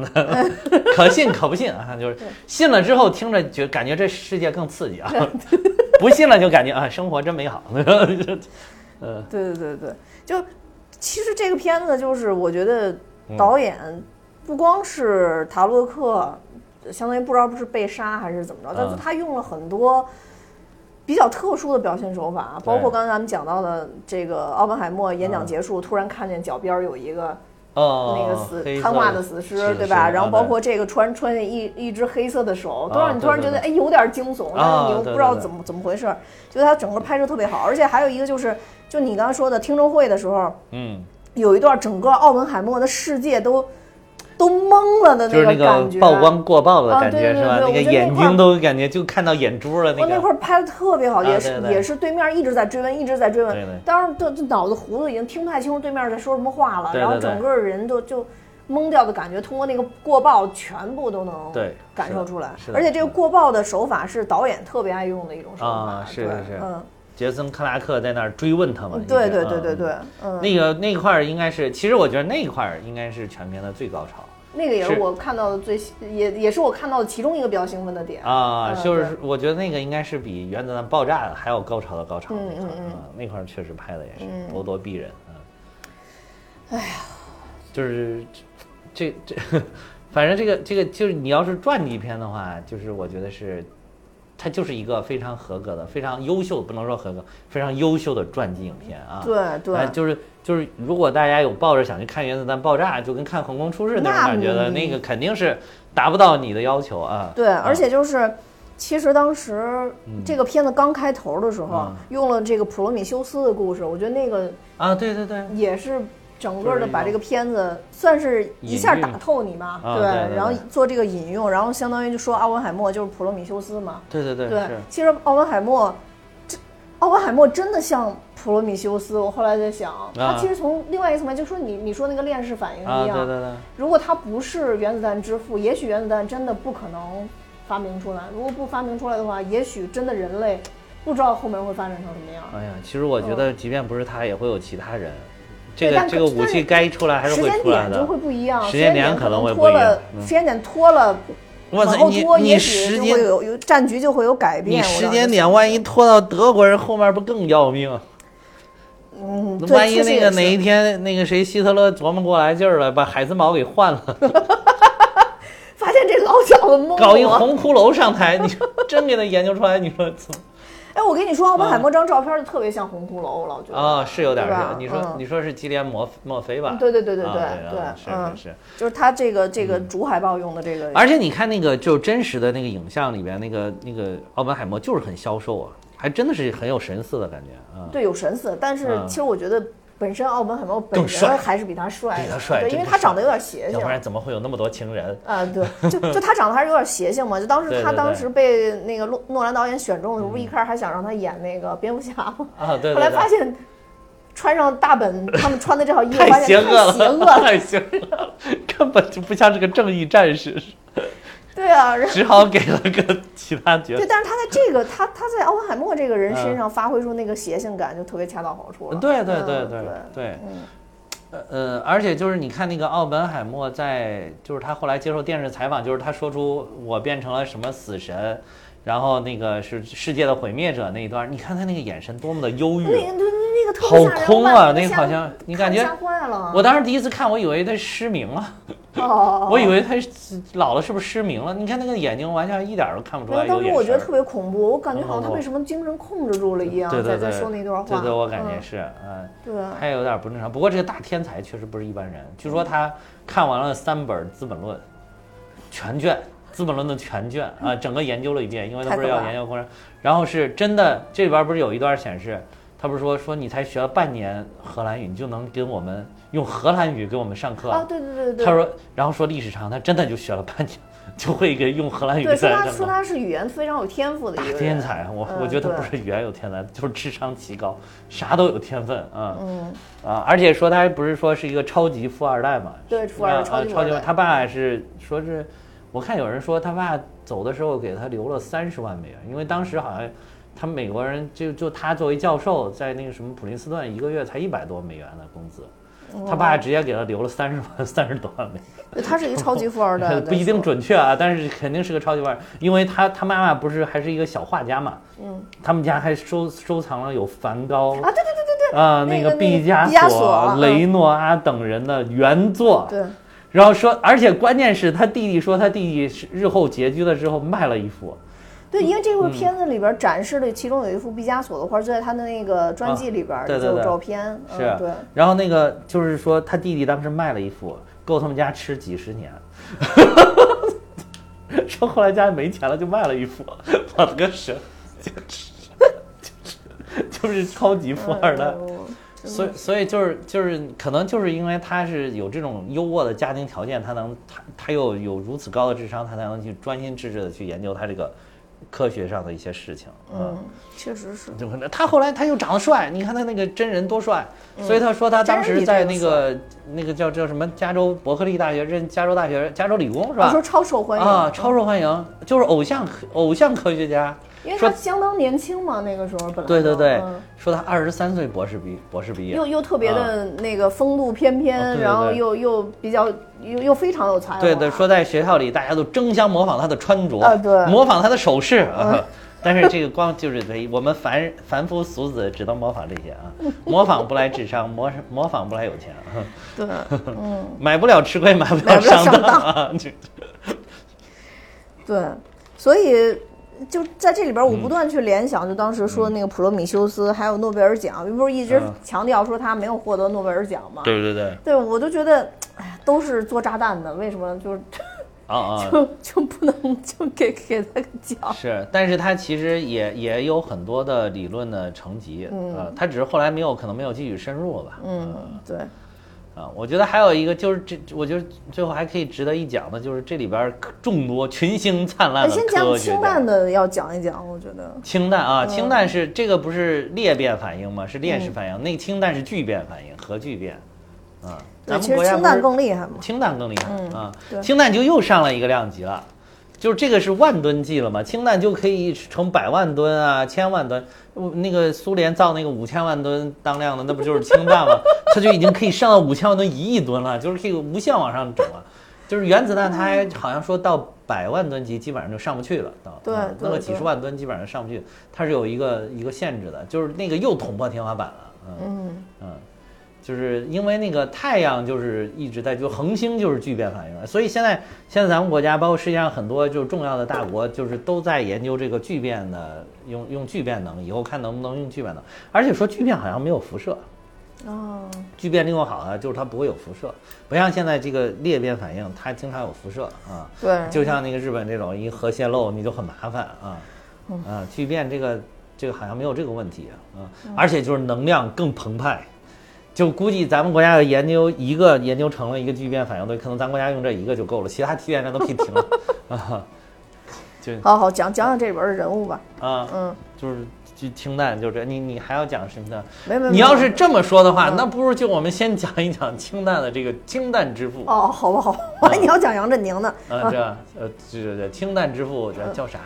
Speaker 2: 可信可不信啊，就是信了之后听着觉感觉这世界更刺激啊， 不信了就感觉啊生活真美好，呃，
Speaker 5: 对对对对，就其实这个片子就是我觉得
Speaker 2: 嗯
Speaker 5: 导演
Speaker 1: 不光是塔洛克，相当于不知道是被杀还是怎么着，但是
Speaker 2: 嗯
Speaker 1: 他用了很多比较特殊的表现手法，包括
Speaker 2: 对嗯
Speaker 1: 刚才咱们讲到的这个奥本海默演讲结束，突然看见脚边儿有一个
Speaker 2: 哦，
Speaker 1: 那个死
Speaker 2: 黑色嗯
Speaker 1: 瘫痪的死尸，对吧？然后包括这个穿穿着一一只黑色的手，都
Speaker 2: 啊
Speaker 1: 让你突然
Speaker 2: 对
Speaker 1: 觉得
Speaker 2: 对
Speaker 1: 哎有点惊悚，但
Speaker 2: 啊
Speaker 1: 是你又不
Speaker 2: 对
Speaker 1: 知道
Speaker 2: 对对
Speaker 1: 怎么怎么回事儿。就他整个拍摄特别好，而且还有一个就是，就你刚刚说的听证会的时候，
Speaker 2: 嗯，
Speaker 1: 有一段整个奥本海默的世界都都懵了的
Speaker 2: 就是那
Speaker 1: 感
Speaker 2: 个
Speaker 1: 觉。
Speaker 2: 曝光过曝的
Speaker 1: 啊
Speaker 2: 感
Speaker 1: 对
Speaker 2: 觉
Speaker 1: 对
Speaker 2: 是吧？
Speaker 1: 对
Speaker 2: 那个
Speaker 1: 我觉得那
Speaker 2: 眼
Speaker 1: 块儿
Speaker 2: 睛都感觉就看到眼珠了，
Speaker 1: 哦我那
Speaker 2: 个
Speaker 1: 块儿拍的特别好，
Speaker 2: 啊
Speaker 1: 也是
Speaker 2: 对对
Speaker 1: 也是对面一直在追问，一直在追问。
Speaker 2: 对对
Speaker 1: 当时这这脑子糊涂，已经听不太清楚对面在说什么话了，
Speaker 2: 对对
Speaker 1: 然后
Speaker 2: 对
Speaker 1: 整个人都就懵掉的感觉，通过那个过曝全部都能
Speaker 2: 对
Speaker 1: 感
Speaker 2: 是
Speaker 1: 受
Speaker 2: 的
Speaker 1: 出来。
Speaker 2: 是的嗯
Speaker 1: 而且这个
Speaker 2: 是的
Speaker 1: 过曝的手法是导演特别爱用的一种手法。
Speaker 2: 啊是
Speaker 1: 对
Speaker 2: 是是
Speaker 1: 嗯，
Speaker 2: 杰森克拉克在那儿追问他嘛，
Speaker 1: 对
Speaker 2: 应该
Speaker 1: 对对对
Speaker 2: 嗯
Speaker 1: 对，嗯，
Speaker 2: 那个那块儿应该是，其实我觉得那块儿应该是全片的最高潮
Speaker 1: 那个也是
Speaker 2: 是
Speaker 1: 我看到的最也也是我看到的其中一个比较兴奋的点。
Speaker 2: 啊，
Speaker 1: 嗯
Speaker 2: 就
Speaker 1: 对
Speaker 2: 是我觉得那个应该是比原子弹爆炸还要高潮的高潮那块儿，
Speaker 1: 嗯嗯嗯
Speaker 2: 啊那块儿确实拍的也是咄咄逼人啊。哎呀，
Speaker 1: 哎
Speaker 2: 就是这这，这反正这个这个就是你要是传记片的话，就是我觉得是。它就是一个非常合格的、非常优秀，不能说合格，非常优秀的传记影片啊。
Speaker 5: 对对
Speaker 2: 哎就是就是，如果大家有抱着想去看原子弹爆炸，就跟看横空出世那种
Speaker 5: 那
Speaker 2: 感觉
Speaker 1: 嗯
Speaker 2: 的，
Speaker 5: 你
Speaker 2: 那个肯定是达不到你的要求啊。
Speaker 5: 对，
Speaker 2: 啊
Speaker 5: 而且就是，其实当时
Speaker 2: 嗯
Speaker 5: 这个片子刚开头的时候
Speaker 2: 啊，
Speaker 5: 用了这个普罗米修斯的故事，我觉得那个
Speaker 2: 啊，对对对，
Speaker 5: 也是整
Speaker 1: 整
Speaker 5: 个
Speaker 1: 个
Speaker 5: 的
Speaker 1: 的
Speaker 5: 把
Speaker 1: 把
Speaker 5: 这
Speaker 1: 这
Speaker 5: 个
Speaker 1: 个
Speaker 5: 片子
Speaker 1: 片子算是一下
Speaker 2: 隐喻
Speaker 1: 打透你吧，
Speaker 2: 啊对对对
Speaker 1: 对，然后
Speaker 5: 做这个引用，然后相当于就说奥本海默就是普罗米修斯嘛。
Speaker 2: 对对对，
Speaker 1: 对
Speaker 2: 是，
Speaker 5: 其实奥本海默，这奥本海默真的像普罗米修斯，我后来在想，
Speaker 1: 他其实从另外一个层面，就说你你说那个链式反应
Speaker 2: 啊，
Speaker 1: 一
Speaker 2: 对
Speaker 1: 样，
Speaker 2: 对对，
Speaker 1: 如果他不是原子弹之父，也许原子弹真的不可能发明出来。如果不发明出来的话，也许真的人类不知道后面会发展成什么样。
Speaker 2: 哎呀，其实我觉得，即便不是他，也会有其他人。这
Speaker 1: 嗯对
Speaker 2: 个
Speaker 1: 但
Speaker 2: 这个
Speaker 1: 可
Speaker 2: 武器该出来还是
Speaker 1: 时
Speaker 2: 会
Speaker 1: 间
Speaker 2: 出来
Speaker 1: 点
Speaker 2: 的
Speaker 1: 就会。不一样，
Speaker 2: 时
Speaker 1: 时间
Speaker 2: 间点可
Speaker 1: 可
Speaker 2: 能会不
Speaker 1: 拖
Speaker 2: 一样
Speaker 1: 了，
Speaker 2: 嗯
Speaker 1: 时间点拖了，
Speaker 2: 哇
Speaker 1: 往
Speaker 2: 塞，
Speaker 1: 后
Speaker 2: 你
Speaker 1: 拖，也
Speaker 2: 你
Speaker 1: 许
Speaker 2: 时
Speaker 1: 就
Speaker 2: 间
Speaker 1: 会有有战局就会有改
Speaker 2: 你
Speaker 1: 变。我
Speaker 2: 时
Speaker 1: 当
Speaker 2: 间
Speaker 1: 时
Speaker 2: 点万一拖到德国人后面，不更要命？
Speaker 1: 嗯，对
Speaker 2: 万一
Speaker 1: 确实
Speaker 2: 那
Speaker 1: 也
Speaker 2: 个
Speaker 1: 是
Speaker 2: 哪一天那个谁希特勒琢磨过来劲儿了，把海森堡给换
Speaker 1: 哦
Speaker 2: 了，
Speaker 1: 发现这老小啊子懵
Speaker 2: 搞一
Speaker 1: 我。
Speaker 2: 红骷髅上台，你说真给他研究出来，你说怎么？
Speaker 1: 哎，我跟你说，奥本海默这张照片就特别像红骷髅，我老觉得
Speaker 2: 嗯啊、是有 点
Speaker 1: 对吧
Speaker 2: 儿是，你说、
Speaker 1: 嗯
Speaker 2: 你说是基连摩墨菲吧？
Speaker 1: 对对对对
Speaker 2: 啊
Speaker 1: 对
Speaker 2: 对啊
Speaker 1: 对嗯
Speaker 2: 是是是。
Speaker 1: 就是他这个这个主海报用的这个，
Speaker 2: 而且你看那个就真实的那个影像里边，那个那个奥本海默就是很消瘦啊，还真的是很有神似的感觉啊。
Speaker 1: 对，有神似，但是
Speaker 2: 嗯
Speaker 1: 其实我觉得本身奥本海默本
Speaker 2: 更帅
Speaker 1: 人还是比他帅的，
Speaker 2: 比他帅
Speaker 1: 对，因
Speaker 2: 真
Speaker 1: 为
Speaker 2: 的
Speaker 1: 他长
Speaker 2: 帅
Speaker 1: 得有点邪
Speaker 2: 要
Speaker 1: 性
Speaker 2: 不。然怎么会有那么多情人？
Speaker 1: 啊，对，就就他长得还是有点邪性嘛。就当时
Speaker 2: 对
Speaker 1: 他
Speaker 2: 对
Speaker 1: 当
Speaker 2: 对
Speaker 1: 时被那个诺诺兰导演选中的时候，不是一开始还想让他演那个蝙蝠侠吗？
Speaker 2: 啊，对对对。
Speaker 1: 后来发现穿上大本他们穿的这套衣服，发
Speaker 2: 太
Speaker 1: 现
Speaker 2: 邪恶
Speaker 1: 太邪恶
Speaker 2: 了，
Speaker 1: 了。
Speaker 2: 太邪恶了，根本就不像是个正义战士。
Speaker 1: 对啊，然后
Speaker 2: 只好给了个其他 角
Speaker 5: 对，
Speaker 2: 色。
Speaker 5: 但是他在这个他他在奥本海默这个人身上发挥出那个邪性感，就特别恰到好处了。
Speaker 2: 嗯对对对
Speaker 5: 嗯
Speaker 2: 对对，
Speaker 5: 嗯
Speaker 2: 呃呃，而且就是你看那个奥本海默在，就是他后来接受电视采访，就是他说出我变成了什么死神，然后那个是世界的毁灭者那一段，你看他那个眼神多么的忧郁。啊
Speaker 1: 那那那个特别吓人
Speaker 2: 好空啊
Speaker 1: 我把
Speaker 2: 那个
Speaker 1: 吓
Speaker 2: 好像你感觉
Speaker 1: 看吓坏了。
Speaker 2: 我当时第一次看，我以为他失明了，
Speaker 1: 哦，
Speaker 2: 我以为他是老了是不是失明了？你看那个眼睛完全一点儿都看不出
Speaker 1: 没有
Speaker 2: 来有
Speaker 1: 哦当时
Speaker 2: 眼
Speaker 1: 我
Speaker 2: 神
Speaker 1: 觉得
Speaker 2: 儿。
Speaker 1: 特别恐怖，我感觉好像
Speaker 2: 很恐
Speaker 1: 他
Speaker 2: 怖
Speaker 1: 被什么精神控制住了一样，
Speaker 2: 对对对，
Speaker 1: 在在说那段话。
Speaker 2: 对对，我感觉
Speaker 1: 嗯
Speaker 2: 是，嗯，
Speaker 1: 对。
Speaker 2: 他也有点不正常。不过这个大天才确实不是一般人，据说他看完了三本《资本论》全卷，《资本论》的全卷啊，整个研究了一遍，因为他不是要研究工程，然后是真的这里边不是有一段显示，他不是说说你才学了半年荷兰语，你就能跟我们用荷兰语给我们上课。
Speaker 1: 啊，对对对对
Speaker 2: 他说，然后说历史上他真的就学了半年， 就会给用荷兰语
Speaker 1: 对，说
Speaker 2: 在
Speaker 1: 他
Speaker 2: 上
Speaker 1: 说
Speaker 2: 课。
Speaker 1: 他是语言非常有天赋的一个人，
Speaker 2: 天才，我我
Speaker 1: 嗯
Speaker 2: 觉得
Speaker 1: 对
Speaker 2: 不是语言有天才，就是智商极高，啥都有天分啊。嗯啊，而且说他不是说是一个超级富二代嘛？
Speaker 1: 对富二代
Speaker 2: 啊
Speaker 1: 超级
Speaker 2: 啊
Speaker 1: 富二代
Speaker 2: 他爸是说是，我看有人说他爸走的时候给他留了三十万美元，因为当时好像他美国人就就他作为教授在那个什么普林斯顿一个月才一百多美元的工资。他爸直接给他留了三十万，三十多万美元。
Speaker 1: 对，他是一个超级富二代，
Speaker 2: 不一定准确啊，但是肯定是个超级腕儿，因为他他妈妈不是还是一个小画家嘛，嗯，他们家还收收藏了有梵高
Speaker 1: 啊，对对对对对，
Speaker 2: 啊、
Speaker 1: 那
Speaker 2: 个
Speaker 1: 个那
Speaker 2: 毕
Speaker 1: 个毕加索嗯
Speaker 2: 雷诺阿等人的原作，
Speaker 1: 对，
Speaker 2: 然后说，而且关键是他弟弟说他弟弟是日后拮据了之后卖了一幅，
Speaker 1: 对，因为这
Speaker 2: 嗯
Speaker 1: 部片子里边展示的其中有一幅毕加索的画，就在他的那个专辑里边
Speaker 2: 啊对
Speaker 1: 就
Speaker 2: 对
Speaker 1: 有
Speaker 2: 对
Speaker 1: 照片，
Speaker 2: 是，啊
Speaker 1: 嗯， 对，
Speaker 2: 然后那个就是说他弟弟当时卖了一幅，够他们家吃几十年。 说后来家里没钱了，就卖了一幅，我的个神， 就是 就是超级富二
Speaker 1: 嗯
Speaker 2: 代。所以所以就是就是可能就是因为他是有这种优渥的家庭条件，他能他他又有如此高的智商，他才能去专心致志的去研究他这个科学上的一些事情。嗯，
Speaker 5: 确实是。
Speaker 2: 就可能他后来他又长得帅，你看他那个真人多帅，
Speaker 1: 嗯
Speaker 2: 所以他说他当时在那个那个叫叫什么加州伯克利大学任加州大学加州理工是
Speaker 1: 我说
Speaker 2: 吧？
Speaker 1: 超受欢迎
Speaker 2: 啊，超受欢迎，就是偶像科偶像科学家。
Speaker 1: 因为
Speaker 2: 说
Speaker 1: 他相当年轻嘛，那个时候本来
Speaker 2: 对对
Speaker 1: 就
Speaker 2: 对
Speaker 1: 嗯，
Speaker 2: 说他二十三岁博士毕博士毕业
Speaker 1: 又，又特别的那个风度翩翩，
Speaker 2: 啊对对
Speaker 1: 然后
Speaker 2: 对
Speaker 1: 又又比较又又非常有
Speaker 5: 啊
Speaker 1: 才华，
Speaker 2: 对对，说在学校里大家都争相模仿他的穿着，
Speaker 1: 啊对
Speaker 2: 模仿他的手势
Speaker 5: 嗯
Speaker 2: 啊。但是这个光就是得我们凡凡夫俗子只能模仿这些啊，模仿不来智商，模模仿不来有钱啊。
Speaker 1: 对，
Speaker 2: 买不了吃亏，买不
Speaker 5: 买
Speaker 2: 了
Speaker 5: 不了
Speaker 2: 上
Speaker 5: 上
Speaker 2: 当啊！这
Speaker 5: 对，所以就在这里边，
Speaker 2: 嗯
Speaker 5: 我不断去联想，就当时说那个普罗米修斯，还有诺贝尔奖，不是一直
Speaker 2: 嗯
Speaker 5: 强调说他没有获得诺贝尔奖吗？
Speaker 2: 对对对，
Speaker 5: 对，我就觉得，哎呀，都是做炸弹的，为什么就是，
Speaker 2: 啊啊
Speaker 5: 就就不能就给给他个奖？
Speaker 2: 是，但是它其实也也有很多的理论的层级，啊，它只是后来没有可能没有继续深入了吧，
Speaker 5: 嗯，对，
Speaker 2: 啊，我觉得还有一个就是这，我觉得最后还可以值得一讲的就是这里边儿众多群星灿烂
Speaker 5: 哎，
Speaker 2: 的
Speaker 5: 先讲
Speaker 2: 科学
Speaker 5: 清
Speaker 2: 家
Speaker 5: 淡。的要讲一讲，我觉得
Speaker 2: 氢弹
Speaker 5: 嗯
Speaker 2: 啊，氢弹是这个不是裂变反应吗？是链式反应，那个氢弹是聚变反应，核聚变，啊，
Speaker 5: 对，
Speaker 2: 咱们
Speaker 5: 其实
Speaker 2: 国家
Speaker 5: 氢
Speaker 2: 不
Speaker 5: 弹
Speaker 2: 是
Speaker 5: 更厉害嘛。
Speaker 2: 氢弹更厉害、啊
Speaker 5: 嗯对！
Speaker 2: 氢弹就又上了一个量级了，就是这个是万吨计了嘛，氢弹就可以成百万吨啊、千万吨。我那个苏联造那个五千万吨当量的，那不就是氢弹吗？ 它就已经可以上到五千万吨、一亿吨了，就是可以无限往上整了。就是原子弹，它还好像说到百万吨级，基本上就上不去了，到
Speaker 5: 对
Speaker 2: 嗯
Speaker 5: 对
Speaker 2: 弄个几
Speaker 5: 对
Speaker 2: 十万吨基本上上不去，它是有一个一个限制的，就是那个又捅破天花板了，嗯。
Speaker 5: 嗯，
Speaker 2: 嗯，就是因为那个太阳就是一直在，就恒星就是聚变反应，所以现在现在咱们国家包括世界上很多就是重要的大国，就是都在研究这个聚变的，用用聚变能，以后看能不能用聚变能，而且说聚变好像没有辐射。
Speaker 5: 哦，
Speaker 2: 聚变利用好啊，就是它不会有辐射，不像现在这个裂变反应，它经常有辐射啊。
Speaker 5: 对，
Speaker 2: 就像那个日本这种一核泄漏，你就很麻烦啊。
Speaker 5: 嗯
Speaker 2: 啊，聚变这个这个好像没有这个问题啊，
Speaker 5: 嗯
Speaker 2: 而且就是能量更澎湃，就估计咱们国家的研究一个研究成了一个聚变反应堆，可能咱国家用这一个就够了，其他提炼站都可以停 了啊。就
Speaker 5: 好好讲讲讲这里边的人物吧。
Speaker 2: 啊，
Speaker 5: 嗯，
Speaker 2: 就是就清淡，就是哎你你还要讲什么呢？
Speaker 5: 没没，
Speaker 2: 你
Speaker 5: 没
Speaker 2: 要是这么说的
Speaker 5: 嗯
Speaker 2: 话，那不如就我们先讲一讲清淡的这个清淡之父。
Speaker 5: 哦，好吧好吧，我
Speaker 2: 嗯
Speaker 5: 还你要讲杨振宁呢，
Speaker 2: 啊，这呃，这这这清淡之父叫叫啥？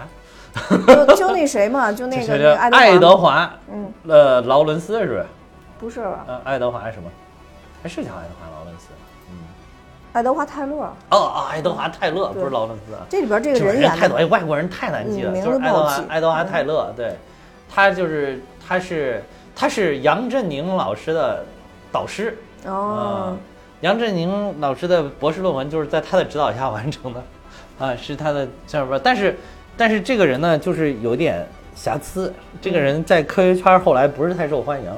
Speaker 5: 就就那谁嘛，就那
Speaker 2: 就
Speaker 5: 个
Speaker 2: 是
Speaker 5: 那个
Speaker 2: 爱
Speaker 5: 德
Speaker 2: 德
Speaker 5: 华
Speaker 2: 华，
Speaker 5: 嗯，
Speaker 2: 呃，劳伦斯是不是？
Speaker 5: 不是吧？
Speaker 2: 呃，爱德华是什么？还是叫爱德华劳伦斯？
Speaker 5: 爱德华泰勒，
Speaker 2: 哦哦，爱德华泰勒不是
Speaker 5: 对
Speaker 2: 劳伦斯啊。
Speaker 5: 这里边这个
Speaker 2: 这
Speaker 5: 人
Speaker 2: 人太
Speaker 5: 演
Speaker 2: 多，
Speaker 5: 的
Speaker 2: 哎，外国人太难记了，
Speaker 5: 嗯名
Speaker 2: 就
Speaker 5: 字
Speaker 2: 是
Speaker 5: 不
Speaker 2: 爱德
Speaker 5: 好
Speaker 2: 华
Speaker 5: 记嗯
Speaker 2: 爱德华泰勒，对，他就是他是他是杨振宁老师的导师啊、
Speaker 5: 哦，
Speaker 2: 杨振宁老师的博士论文就是在他的指导下完成的， 啊，是他的这边，但是但是这个人呢，就是有点瑕疵，这个人在科学圈后来不是太受欢迎，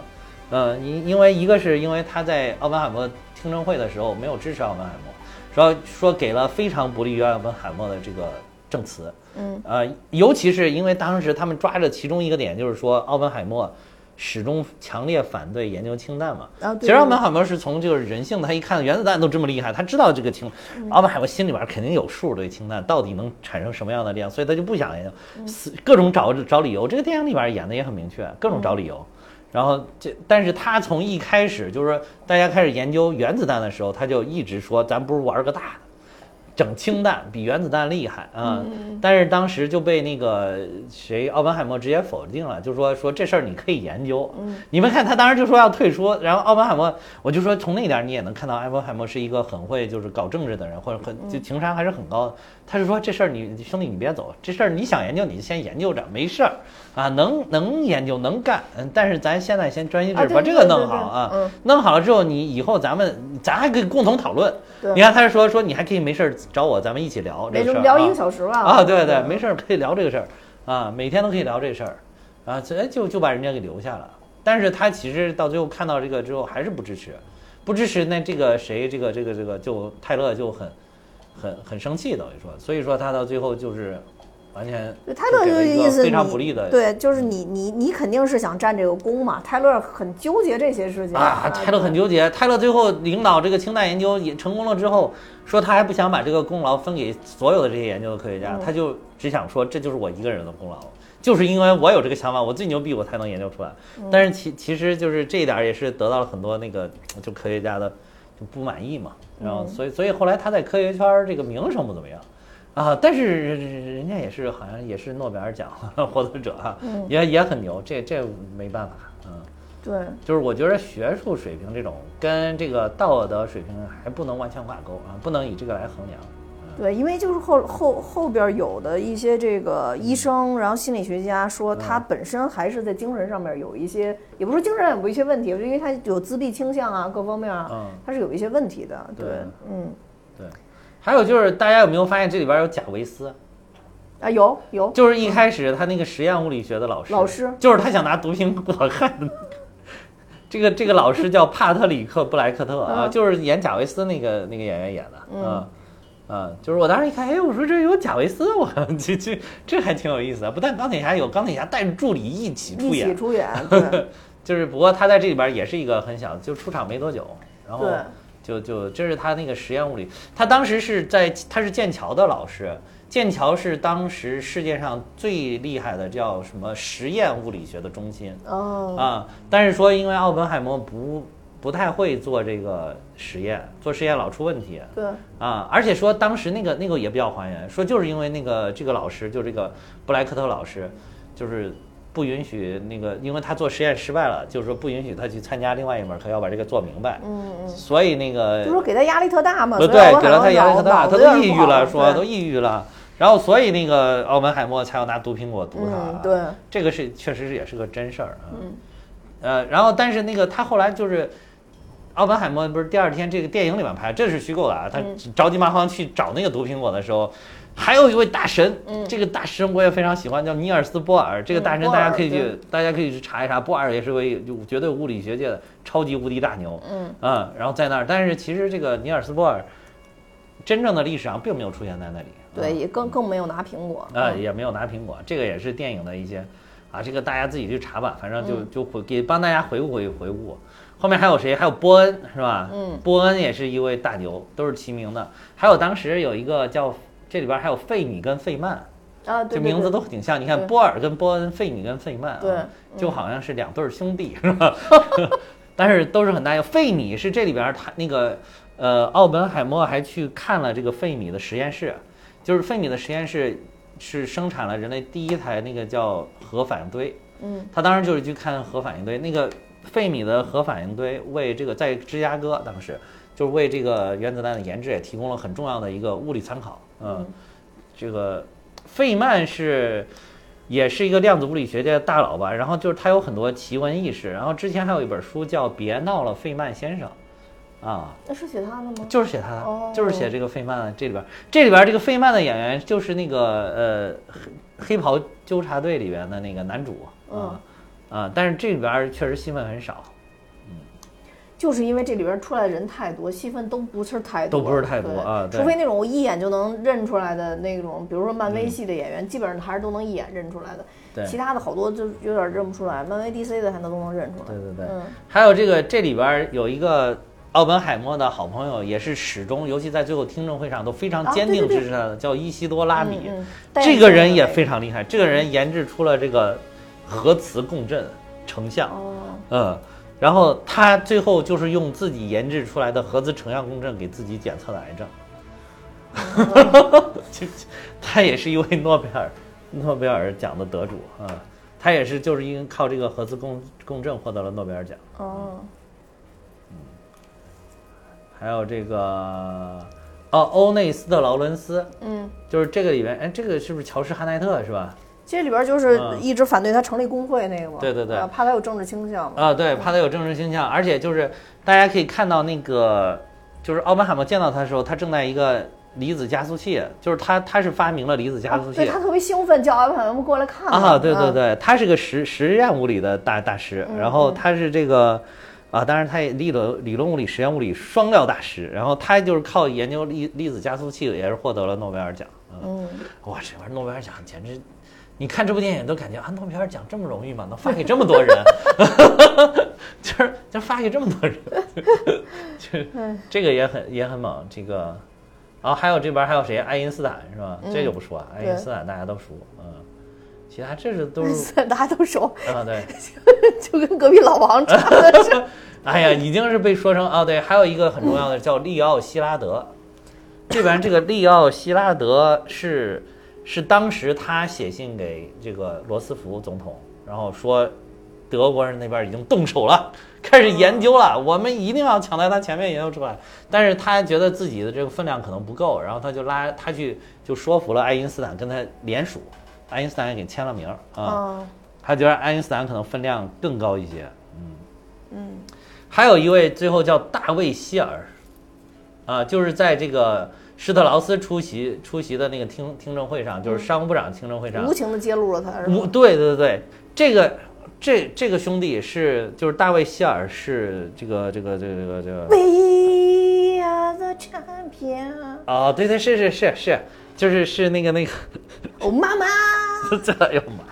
Speaker 2: 嗯、因因为一个是因为他在奥本海默听证会的时候没有支持奥本海默，然后说给了非常不利于奥本海默的这个证词，
Speaker 5: 嗯，
Speaker 2: 呃，尤其是因为当时他们抓着其中一个点，就是说奥本海默始终强烈反对研究氢弹嘛。
Speaker 5: 啊对
Speaker 2: 其实奥本海默是从这个人性的，他一看原子弹都这么厉害，他知道这个氢，奥本海默心里边肯定有数，对氢弹到底能产生什么样的力量，所以他就不想研究，死各种找找理由。这个电影里边演的也很明确，各种找理由。然后这，但是他从一开始就是说大家开始研究原子弹的时候，他就一直说，咱不如玩个大的。整氢弹比原子弹厉害啊、
Speaker 1: 嗯
Speaker 2: 但是当时就被那个谁奥本海默直接否定了，就说说这事儿你可以研究。
Speaker 1: 嗯
Speaker 2: 你们看他当时就说要退出，然后奥本海默，我就说从那点儿你也能看到奥本海默是一个很会就是搞政治的人，或者
Speaker 1: 嗯
Speaker 2: 很就情商还是很高的。他就说这事儿你兄弟你别走，这事儿你想研究你先研究着，没事儿啊，能能研究能干，嗯，但是咱现在先专心
Speaker 1: 啊
Speaker 2: 致志
Speaker 1: 对
Speaker 2: 把这个
Speaker 1: 对对
Speaker 2: 弄好
Speaker 1: 对
Speaker 2: 啊。
Speaker 5: 嗯
Speaker 2: 弄好了之后，你以后咱们咱还可以共同讨论。
Speaker 5: 对
Speaker 2: 你看他是说说你还可以没事儿找我，咱们一起聊这
Speaker 5: 没什
Speaker 2: 个事
Speaker 5: 么
Speaker 2: 儿
Speaker 5: 聊
Speaker 2: 啊
Speaker 5: 一个小时吧
Speaker 2: 啊，对对，没事儿可以聊这个事儿啊，每天都可以聊这事儿啊，所以就就把人家给留下了。但是他其实到最后看到这个之后还是不支持，不支持那这个谁这个这个这个就泰勒就很很很生气等于说，所以说他到最后就是完全
Speaker 5: 对泰勒
Speaker 2: 就
Speaker 5: 就
Speaker 2: 给了
Speaker 5: 是
Speaker 2: 一
Speaker 5: 意
Speaker 2: 个
Speaker 5: 思
Speaker 2: 非
Speaker 5: 你
Speaker 2: 常不利的
Speaker 5: 对，就是你你你肯定是想占这个功嘛。泰勒很纠结呃这些事情
Speaker 2: 啊，泰勒很纠结。泰勒最后领导这个氢弹研究也成功了之后，说他还不想把这个功劳分给所有的这些研究的科学家，
Speaker 5: 嗯
Speaker 2: 他就只想说这就是我一个人的功劳，就是因为我有这个想法，我最牛逼，我才能研究出来。
Speaker 5: 嗯
Speaker 2: 但是其其实就是这一点儿也是得到了很多那个就科学家的就不满意嘛，然
Speaker 5: 嗯
Speaker 2: 后所以所以后来他在科学圈儿这个名声不怎么样。啊，但是人人人家也是好像也是诺贝尔奖 获得者啊，
Speaker 5: 嗯
Speaker 2: 也也很牛，这这没办法，嗯。
Speaker 5: 对，
Speaker 2: 就是我觉得学术水平这种跟这个道德水平还不能完全挂钩啊，不能以这个来衡量。
Speaker 5: 对，因为就是后后后边儿有的一些这个医生，然后心理学家
Speaker 2: 嗯
Speaker 5: 说他本身还是在精神上面有一些，也不是精神上有一些问题，我觉得因为他有自闭倾向啊，各方面啊
Speaker 2: 嗯，
Speaker 5: 他是有一些问题的。对
Speaker 2: 对，
Speaker 5: 嗯，
Speaker 2: 对，还有就是大家有没有发现这里边有贾维斯？
Speaker 5: 啊，有有，
Speaker 2: 就是一开始他那个实验物理学的老师，
Speaker 5: 老师
Speaker 2: 就是他想拿毒品给我看的。 这个这个老师叫帕特里克布莱克特啊，
Speaker 5: 嗯
Speaker 2: 就是演贾维斯那个那个演员演的啊。啊，就是我当时一看，哎，我说这有贾维斯，我 这这这还挺有意思的。不但钢铁侠有，钢铁侠带着助理一起出
Speaker 5: 一
Speaker 2: 演
Speaker 5: 起，出演， 对
Speaker 2: 就是不过他在这里边儿也是一个很小，就出场没多久，然后
Speaker 5: 对
Speaker 2: 就就这是他那个实验物理，他当时是在他是剑桥的老师，剑桥是当时世界上最厉害的叫什么实验物理学的中心
Speaker 5: 哦，
Speaker 2: 啊，但是说因为奥本海默不不太会做这个实验，做实验老出问题，
Speaker 5: 对，
Speaker 2: 啊，而且说当时那个那个也比较还原，说就是因为那个这个老师，就这个布莱克特老师，就是不允许那个，因为他做实验失败了，就是说不允许他去参加另外一门课，要把这个做明白。嗯嗯。所以那个
Speaker 5: 就说给他压力特大嘛，
Speaker 2: 不
Speaker 5: 所以
Speaker 2: 对
Speaker 5: 我，
Speaker 2: 给
Speaker 5: 好
Speaker 2: 了
Speaker 5: 像
Speaker 2: 他压力
Speaker 5: 脑
Speaker 2: 特大，
Speaker 5: 脑
Speaker 2: 他
Speaker 5: 子
Speaker 2: 都
Speaker 5: 有点
Speaker 2: 抑
Speaker 5: 不
Speaker 2: 郁
Speaker 5: 好
Speaker 2: 了，说都
Speaker 5: 对
Speaker 2: 抑郁了。然后所以那个奥本海默才要拿毒苹果毒他
Speaker 5: 嗯
Speaker 2: 啊。
Speaker 5: 对
Speaker 2: 这个是确实是也是个真事儿啊。
Speaker 5: 嗯
Speaker 2: 呃，然后但是那个他后来就是。奥本海默不是第二天这个电影里面拍，这是虚构的啊。他
Speaker 5: 嗯
Speaker 2: 着急忙慌去找那个毒苹果的时候，还有一位大神，
Speaker 5: 嗯
Speaker 2: 这个大神我也非常喜欢，叫尼尔斯·波尔。这个大神
Speaker 5: 波
Speaker 2: 大家
Speaker 5: 尔嗯
Speaker 2: 可以去
Speaker 5: 对
Speaker 2: 大家可以去查一查，波尔也是位就绝对物理学界的超级无敌大牛，嗯啊，然后在那儿，但是其实这个尼尔斯波尔真正的历史上并没有出现在那里，
Speaker 5: 对，也更更没有拿苹果，
Speaker 1: 嗯
Speaker 2: 嗯啊，也没有拿苹果，这个也是电影的一些啊，这个大家自己去查吧，反正就就回给帮大家回顾回顾回顾。后面还有谁？还有波恩是吧？嗯，波恩也是一位大牛，都是齐名的。还有当时有一个叫这里边还有费米跟费曼，
Speaker 1: 啊，对
Speaker 2: 这
Speaker 1: 对
Speaker 2: 名字
Speaker 1: 对
Speaker 2: 都挺像。你看
Speaker 1: 对
Speaker 2: 波尔跟波恩、费米跟费曼、啊，
Speaker 1: 对嗯
Speaker 2: 就好像是两对儿兄弟，是 吧？ 但是都是很大。费米是这里边儿他那个呃，奥本海默还去看了这个费米的实验室，就是费米的实验室是生产了人类第一台那个叫核反应堆。
Speaker 5: 嗯，
Speaker 2: 他当时就是去看核反应堆，那个费米的核反应堆为这个在芝加哥当时就是为这个原子弹的研制也提供了很重要的一个物理参考。嗯，这个费曼是也是一个量子物理学界的大佬吧，然后就是他有很多奇闻异事，然后之前还有一本书叫《别闹了，费曼先生》。啊，
Speaker 1: 那是写他的吗？
Speaker 2: 就是写他的，
Speaker 1: 哦
Speaker 2: 就是写这个费曼的这里边儿，这里边儿这个费曼的演员就是那个呃黑黑袍纠察队里边的那个男主，
Speaker 1: 嗯
Speaker 2: 啊、啊，但是这里边儿确实戏份很少，
Speaker 1: 就是因为这里边出来人太多，戏份都不是太多，
Speaker 2: 都不是太多
Speaker 1: 对
Speaker 2: 啊对嗯
Speaker 1: 除非那种我一眼就能认出来的那种，比如说漫威系的演员，基本上还是都能一眼认出来的。
Speaker 2: 对
Speaker 1: 其他的好多就有点认不出来，漫威 DC 的还能都能认出来。
Speaker 2: 对对对，
Speaker 1: 嗯，
Speaker 2: 还有这个这里边儿有一个奥本海默的好朋友，也是始终，尤其在最后听证会上都非常
Speaker 1: 啊
Speaker 2: 坚
Speaker 1: 对对
Speaker 2: 定
Speaker 1: 对
Speaker 2: 支持他的，叫伊西多拉
Speaker 1: 嗯
Speaker 2: 比。
Speaker 1: 嗯戴眼
Speaker 2: 这
Speaker 1: 镜
Speaker 2: 个
Speaker 1: 的
Speaker 2: 人也
Speaker 1: 那个
Speaker 2: 非常厉害，这个人研制出了这个核磁共振成像，
Speaker 1: 哦，
Speaker 2: 嗯，然后他最后就是用自己研制出来的核磁成像共振给自己检测了癌症。 就他也是一位诺贝尔诺贝尔奖的得主啊、他也是就是因为靠这个核磁共共振获得了诺贝尔奖。
Speaker 1: 哦，
Speaker 2: 还有这个哦，欧内斯特劳伦斯，
Speaker 1: 嗯，
Speaker 2: 就是这个里面，哎，这个是不是乔什哈奈特是吧？
Speaker 1: 这里边就是
Speaker 2: 嗯
Speaker 1: 一直反对他成立工会那个嘛，
Speaker 2: 对对对
Speaker 1: 啊怕他有政治倾向嘛。
Speaker 2: 啊，对，怕他有政治倾向，而且就是大家可以看到那个，就是奥本海默见到他的时候，他正在一个离子加速器，就是他他是发明了离子加速
Speaker 1: 哦啊对
Speaker 2: 器
Speaker 1: 他特别兴奋，叫阿本海默过来看嘛
Speaker 2: 啊，对对，对，他是个实实验物理的大大师，
Speaker 1: 嗯
Speaker 2: 然后他是这个。啊，当然，他也理论理论物理、实验物理双料大师，然后他就是靠研究粒粒子加速器，也是获得了诺贝尔奖。嗯，
Speaker 1: 嗯，
Speaker 2: 哇，这玩意儿诺贝尔奖简直，你看这部电影都感觉啊，诺贝尔奖这么容易吗？能发给这么多人， 就是就发给这么多人，就是这个也很也很猛。这个，然后还有这边还有谁？爱因斯坦是吧？这就不说，爱因斯坦大家都熟，嗯，其他这是都是
Speaker 1: 大家都熟，
Speaker 2: 啊对，
Speaker 1: 就跟隔壁老王差的是。
Speaker 2: 哎呀，已经是被说成啊，对，还有一个很重要的叫利奥希拉德，这边这个利奥希拉德是是当时他写信给这个罗斯福总统，然后说德国人那边已经动手了，开始研究了，我们一定要抢在他前面研究出来。但是他觉得自己的这个分量可能不够，然后他就拉他去就说服了爱因斯坦跟他联署，爱因斯坦也给签了名儿啊。
Speaker 1: 嗯，
Speaker 2: 他觉得爱因斯坦可能分量更高一些。嗯嗯，还有一位最后叫大卫希尔，啊，就是在这个施特劳斯出席出席的那个听听证会上，就是商务部长听证会上，
Speaker 1: 无情的揭露了他，是吧？
Speaker 2: 无对对对对，这个这这个兄弟是就是大卫希尔是这个这个这个这个这个
Speaker 1: We are the champion。
Speaker 2: 啊，对对是是是是，就是是那个那个。
Speaker 1: 哦，妈妈，
Speaker 2: 这哎呦妈！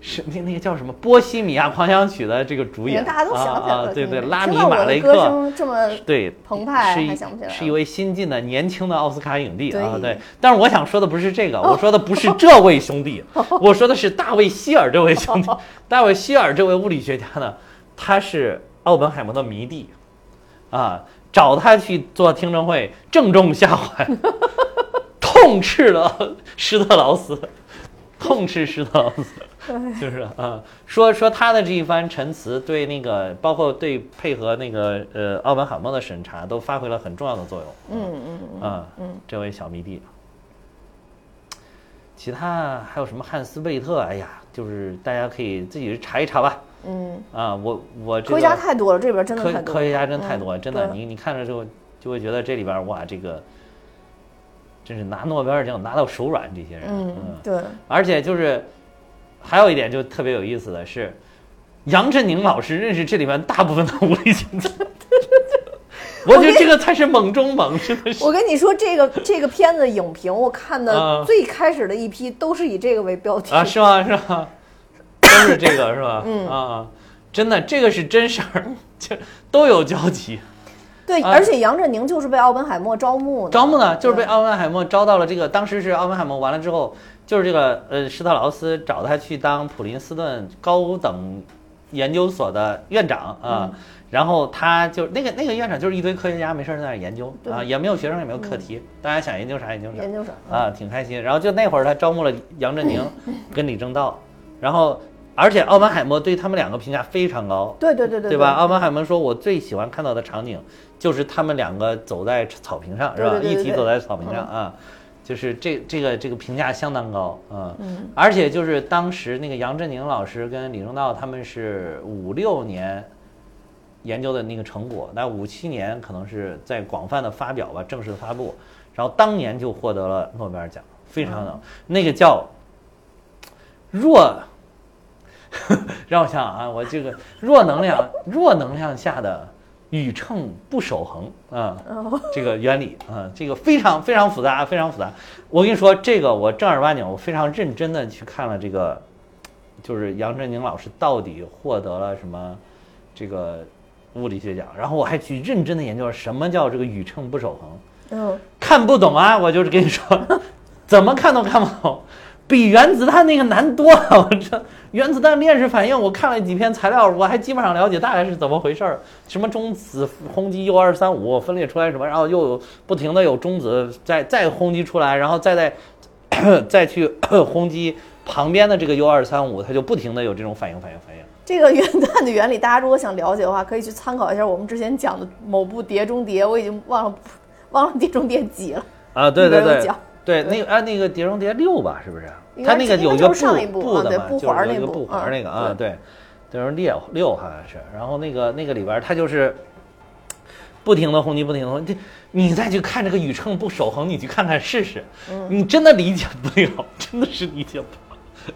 Speaker 2: 是那那个叫什么《波西米亚狂想曲》的这个主
Speaker 1: 你看
Speaker 2: 演，
Speaker 1: 哎大家都想不起来
Speaker 2: 啊
Speaker 1: 了。
Speaker 2: 啊，对对，
Speaker 1: 听
Speaker 2: 拉
Speaker 1: 到
Speaker 2: 米
Speaker 1: 我
Speaker 2: 马
Speaker 1: 的
Speaker 2: 雷
Speaker 1: 歌
Speaker 2: 克，
Speaker 1: 声这么
Speaker 2: 对，
Speaker 1: 澎湃
Speaker 2: 是一
Speaker 1: 还想不起来
Speaker 2: 是一位新晋的年轻的奥斯卡影帝啊，
Speaker 1: 对哦
Speaker 2: 对。但是我想说的不是这个，我说的不是这位兄弟，我说的是大卫希尔这位兄
Speaker 1: 哦
Speaker 2: 弟。大卫希尔这位物理学家呢，他是奥本海默的迷弟，啊，找他去做听证会，正中下 怀，痛斥了施特劳斯，痛斥施特劳斯， 就是啊，说说他的这一番陈词对那个，包括对配合那个呃奥本海默的审查，都发挥了很重要的作用。嗯嗯啊，嗯，这位小迷弟。其他还有什么汉斯贝特？哎呀，就是大家可以自己查一查吧。
Speaker 1: 嗯，
Speaker 2: 啊，我我这
Speaker 1: 科
Speaker 2: 个
Speaker 1: 学家太多了，这边真的
Speaker 2: 科
Speaker 1: 太多
Speaker 2: 科
Speaker 1: 了。嗯
Speaker 2: 学家真太多，真的，
Speaker 1: 对
Speaker 2: 你你看着就就会觉得这里边儿哇，这个真是拿诺贝尔奖拿到手软，这些人，
Speaker 1: 嗯，对，
Speaker 2: 而且就是还有一点就特别有意思的是，杨振宁老师认识这里面大部分的无理学家， 我觉得这个才是猛中猛，真的是
Speaker 5: 我跟你说，这个这个片子影评我看的
Speaker 2: 啊
Speaker 5: 最开始的一批都是以这个为标题，
Speaker 2: 啊，是吗？是吗？都是啊这个是吧？嗯啊，真的，这个是真事儿，就都有交集。
Speaker 1: 对，
Speaker 2: 啊
Speaker 1: 而且杨振宁就是被奥本海默招募的，
Speaker 2: 招募呢，就是被
Speaker 1: 对
Speaker 2: 奥本海默招到了这个，当时是奥本海默完了之后，就是这个呃施特劳斯找他去当普林斯顿高等研究所的院长啊。然后他就那个那个院长就是一堆科学家没事儿在那儿研究
Speaker 1: 对
Speaker 2: 啊，也没有学生也没有课题，大家想研究啥研究啥。
Speaker 1: 研究生。
Speaker 2: 啊，挺开心。然后就那会儿，他招募了杨振宁跟李政道，然后而且奥本海默对他们两个评价非常高，
Speaker 1: 对对对对
Speaker 2: 对吧？？奥本海默说，我最喜欢看到的场景就是他们两个走在草坪上，是吧？
Speaker 1: 对对对对
Speaker 2: 一起
Speaker 1: 对
Speaker 2: 走在草坪上啊，就是这这个这个评价相当高啊。而且就是当时那个杨振宁老师跟李政道他们是五六年。研究的那个成果，那五七年可能是在广泛的发表吧，正式的发布，然后当年就获得了诺贝尔奖，非常的、那个叫弱， 让我想想啊，我这个弱能量弱能量下的宇称不守恒啊、 这个原理啊、这个非常非常复杂，非常复杂。我跟你说，这个我正儿八经，我非常认真的去看了这个，就是杨振宁老师到底获得了什么这个物理学奖，然后我还去认真的研究了什么叫这个宇称不守恒。
Speaker 1: 嗯，
Speaker 2: 看不懂啊，我就是跟你说， 怎么看都看不懂，比原子弹那个难多了。我这原子弹链式反应，我看了几篇材料，我还基本上了解大概是怎么回事儿，什么中子轰击 U 二三五分裂出来什么，然后又有不停的有中子再再轰击出来，然后再再再去轰击旁边的这个 U 二三五，它就不停的有这种反应反应反应。
Speaker 1: 这个原 弹的原理，大家如果想了解的话，可以去参考一下我们之前讲的某部《碟中谍》，我已经忘了 忘了《碟中谍》几了。
Speaker 2: 啊，对对
Speaker 1: 里边有
Speaker 2: 对
Speaker 1: 讲，
Speaker 2: 对那个啊，那个《碟中谍六》吧，是不是？
Speaker 1: 应该
Speaker 2: 它那个
Speaker 1: 是
Speaker 2: 有
Speaker 1: 应
Speaker 2: 一
Speaker 1: 该就
Speaker 2: 个
Speaker 1: 是上一部
Speaker 2: 布
Speaker 1: 啊
Speaker 2: 的
Speaker 1: 对
Speaker 2: 嘛，
Speaker 1: 布
Speaker 2: 就是
Speaker 1: 环
Speaker 2: 有
Speaker 1: 那
Speaker 2: 一个
Speaker 1: 部
Speaker 2: 布环
Speaker 1: 啊
Speaker 2: 那个啊，对，《碟中谍六》好像是。然后那个那个里边，它就是不停的轰击，不停的轰击。这你再去看这个宇称不守恒，你去看看试试，
Speaker 1: 嗯
Speaker 2: 你真的理解不了，真的是理解不了。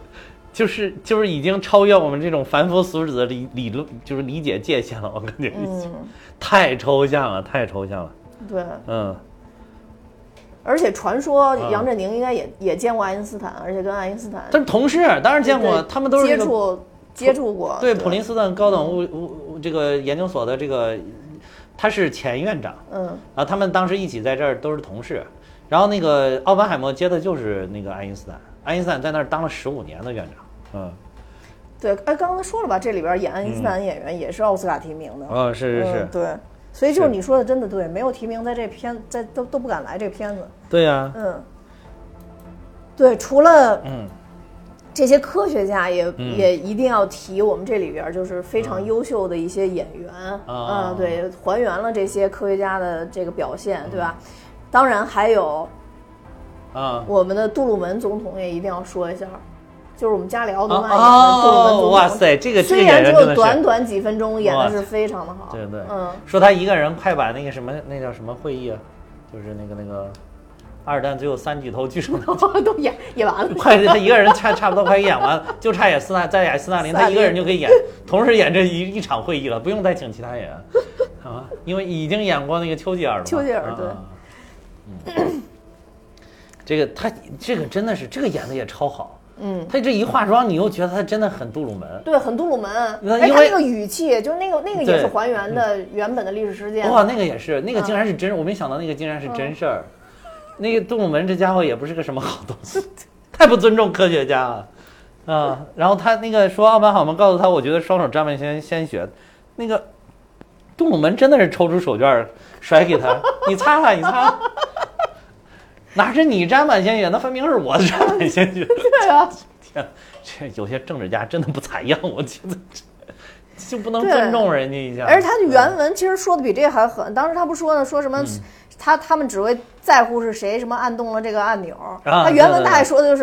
Speaker 2: 就是就是已经超越我们这种凡夫俗子的理理论，就是理解界限了。我感觉已
Speaker 1: 嗯
Speaker 2: 经、太抽象了，太抽象了。
Speaker 1: 对，
Speaker 2: 嗯，
Speaker 1: 而且传说
Speaker 2: 嗯
Speaker 1: 杨振宁应该也也见过爱因斯坦，而且跟爱因斯坦
Speaker 2: 但是同事当然见过，
Speaker 1: 对
Speaker 2: 他们都是
Speaker 1: 接
Speaker 2: 这个
Speaker 1: 触嗯接触过。
Speaker 2: 对，普林斯顿高等物物物这个研究所的这个，他是前院长
Speaker 1: 嗯，
Speaker 2: 啊，他们当时一起在这儿都是同事。然后那个奥本海默接的就是那个爱因斯坦，爱因斯坦在那儿当了十五年的院长，嗯，
Speaker 1: 对，哎，刚才说了吧，这里边演爱因斯坦的演员也是奥斯卡提名的。
Speaker 2: 哦，是是是
Speaker 1: 嗯，，对。所以就是
Speaker 2: 是
Speaker 1: 你说的真的对，没有提名在这片在都都不敢来这片子。
Speaker 2: 对呀，
Speaker 1: 嗯，对，除了
Speaker 2: 嗯，
Speaker 1: 这些科学家也、也一定要提我们这里边儿就是非
Speaker 2: 嗯
Speaker 1: 常优秀的一些演员啊、
Speaker 2: 啊
Speaker 1: 对，还原了这些科学家的这个表现，对
Speaker 2: 嗯
Speaker 1: 吧？当然还有
Speaker 2: 啊
Speaker 1: 我们的杜鲁门总统也一定要说一下，就是我们家里奥特曼演的杜鲁门总
Speaker 2: 啊哦，
Speaker 1: 统，
Speaker 2: 哇塞，这个这个
Speaker 1: 虽
Speaker 2: 演
Speaker 1: 然
Speaker 2: 员
Speaker 1: 只
Speaker 2: 真
Speaker 1: 有
Speaker 2: 的
Speaker 1: 短
Speaker 2: 是，
Speaker 1: 短几分钟，演
Speaker 2: 哇
Speaker 1: 的
Speaker 2: 塞
Speaker 1: 是非常的好，
Speaker 2: 对对，
Speaker 1: 嗯，
Speaker 2: 说他一个人快把那个什么那叫什么会议啊，就是那个那个二战最后三巨头巨手
Speaker 1: 嗯 都演演完了。
Speaker 2: 快，他一个人差差不多快演完了，就差演斯大再演斯大林，他一个人就可以演，同时演这一一场会议了，不用再请其他演员啊，因为已经演过那个丘吉尔了嘛。
Speaker 1: 丘吉尔
Speaker 2: 啊
Speaker 1: 对
Speaker 2: 啊嗯这个他这个真的是这个演的也超好，嗯，他这一化妆，你又觉得他真的很杜鲁门。
Speaker 1: 对，很杜鲁门，
Speaker 2: 那
Speaker 1: 哎，
Speaker 2: 因
Speaker 1: 他
Speaker 2: 为
Speaker 1: 那个语气，就是那个那个也
Speaker 2: 对
Speaker 1: 是还原的原本的历史事件。
Speaker 2: 哇，那个也是，
Speaker 1: 嗯
Speaker 2: 那个竟然是真，我没想到那个竟然是真事儿。那个杜鲁门这家伙也不是个什么好东西，太不尊重科学家了。啊，然后他那个说奥本海默告诉他，我觉得双手沾满鲜鲜血，那个杜鲁门真的是抽出手绢儿甩给他，你擦擦，你擦，哪是你沾满鲜血，那分明是我沾满鲜血。
Speaker 1: 对啊，
Speaker 2: 天，这有些政治家真的不咋样，我觉得这就不能
Speaker 1: 对
Speaker 2: 尊重人家一下。
Speaker 1: 而且他的原文其实说的比这还狠。当时他不说呢，说什
Speaker 2: 嗯
Speaker 1: 么他他们只会在乎是谁什么按动了这个按钮。
Speaker 2: 啊
Speaker 1: 他原文大概说的就是，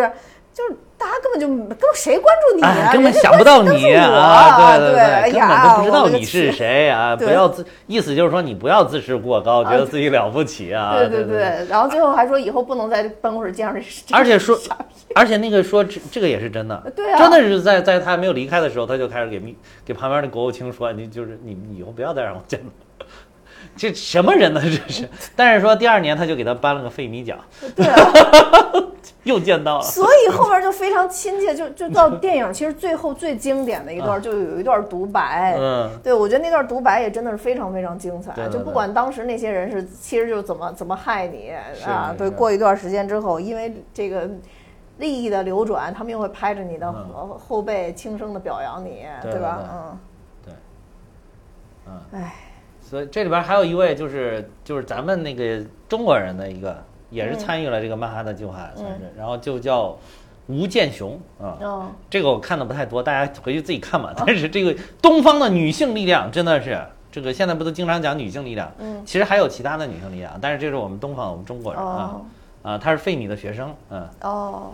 Speaker 1: 就是大家根本就根本谁关注你啊
Speaker 2: 哎，，根本
Speaker 1: 人家
Speaker 2: 想不到
Speaker 1: 关注
Speaker 2: 你
Speaker 1: 我
Speaker 2: 啊！对
Speaker 1: 对哎
Speaker 2: 根本
Speaker 1: 呀，
Speaker 2: 都不知
Speaker 1: 我
Speaker 2: 道
Speaker 1: 这个
Speaker 2: 你是
Speaker 1: 气。
Speaker 2: 谁啊！不
Speaker 1: 对啊
Speaker 2: 要自，意思就是说你不要自视过高，觉得自己了不起啊！
Speaker 1: 对
Speaker 2: 对
Speaker 1: 对。然后最后还说以后不能在办公室见着这。
Speaker 2: 而且说，而且那个说这这个也是真的，
Speaker 1: 对啊
Speaker 2: 真的是在在他没有离开的时候，他就开始给密给旁边的国务卿说，你就是你你以后不要再让我见到， 这什么人呢？这是。但是说第二年他就给他颁了个费米奖，
Speaker 1: 对啊，
Speaker 2: 又见到了。
Speaker 1: 所以后边就非常亲切，就就到电影，其实最后最经典的一段，就有一段独白。
Speaker 2: 啊嗯，
Speaker 1: 对，我觉得那段独白也真的是非常非常精彩。
Speaker 2: 对对对
Speaker 1: 就不管当时那些人是，其实就是怎么怎么害你
Speaker 2: 是
Speaker 1: 啊
Speaker 2: 是。
Speaker 1: 对，过一段时间之后，因为这个利益的流转，他们又会拍着你的
Speaker 2: 嗯
Speaker 1: 后后背，轻声的表扬你，
Speaker 2: 对
Speaker 1: 对吧
Speaker 2: 对对？
Speaker 1: 嗯，
Speaker 2: 对，嗯，
Speaker 1: 哎，
Speaker 2: 所以这里边还有一位就是就是咱们那个中国人的一个，也
Speaker 1: 嗯
Speaker 2: 是参与了这个曼哈顿计划，算是，然后就叫吴建雄啊。
Speaker 1: 嗯，
Speaker 2: 这个我看的不太多，大家回去自己看吧。但是这个东方的女性力量真的是，这个现在不都经常讲女性力量？
Speaker 1: 嗯，
Speaker 2: 其实还有其他的女性力量，但是这是我们东方我们中国人啊
Speaker 1: 哦
Speaker 2: 啊，她是费米的学生，嗯，
Speaker 1: 哦，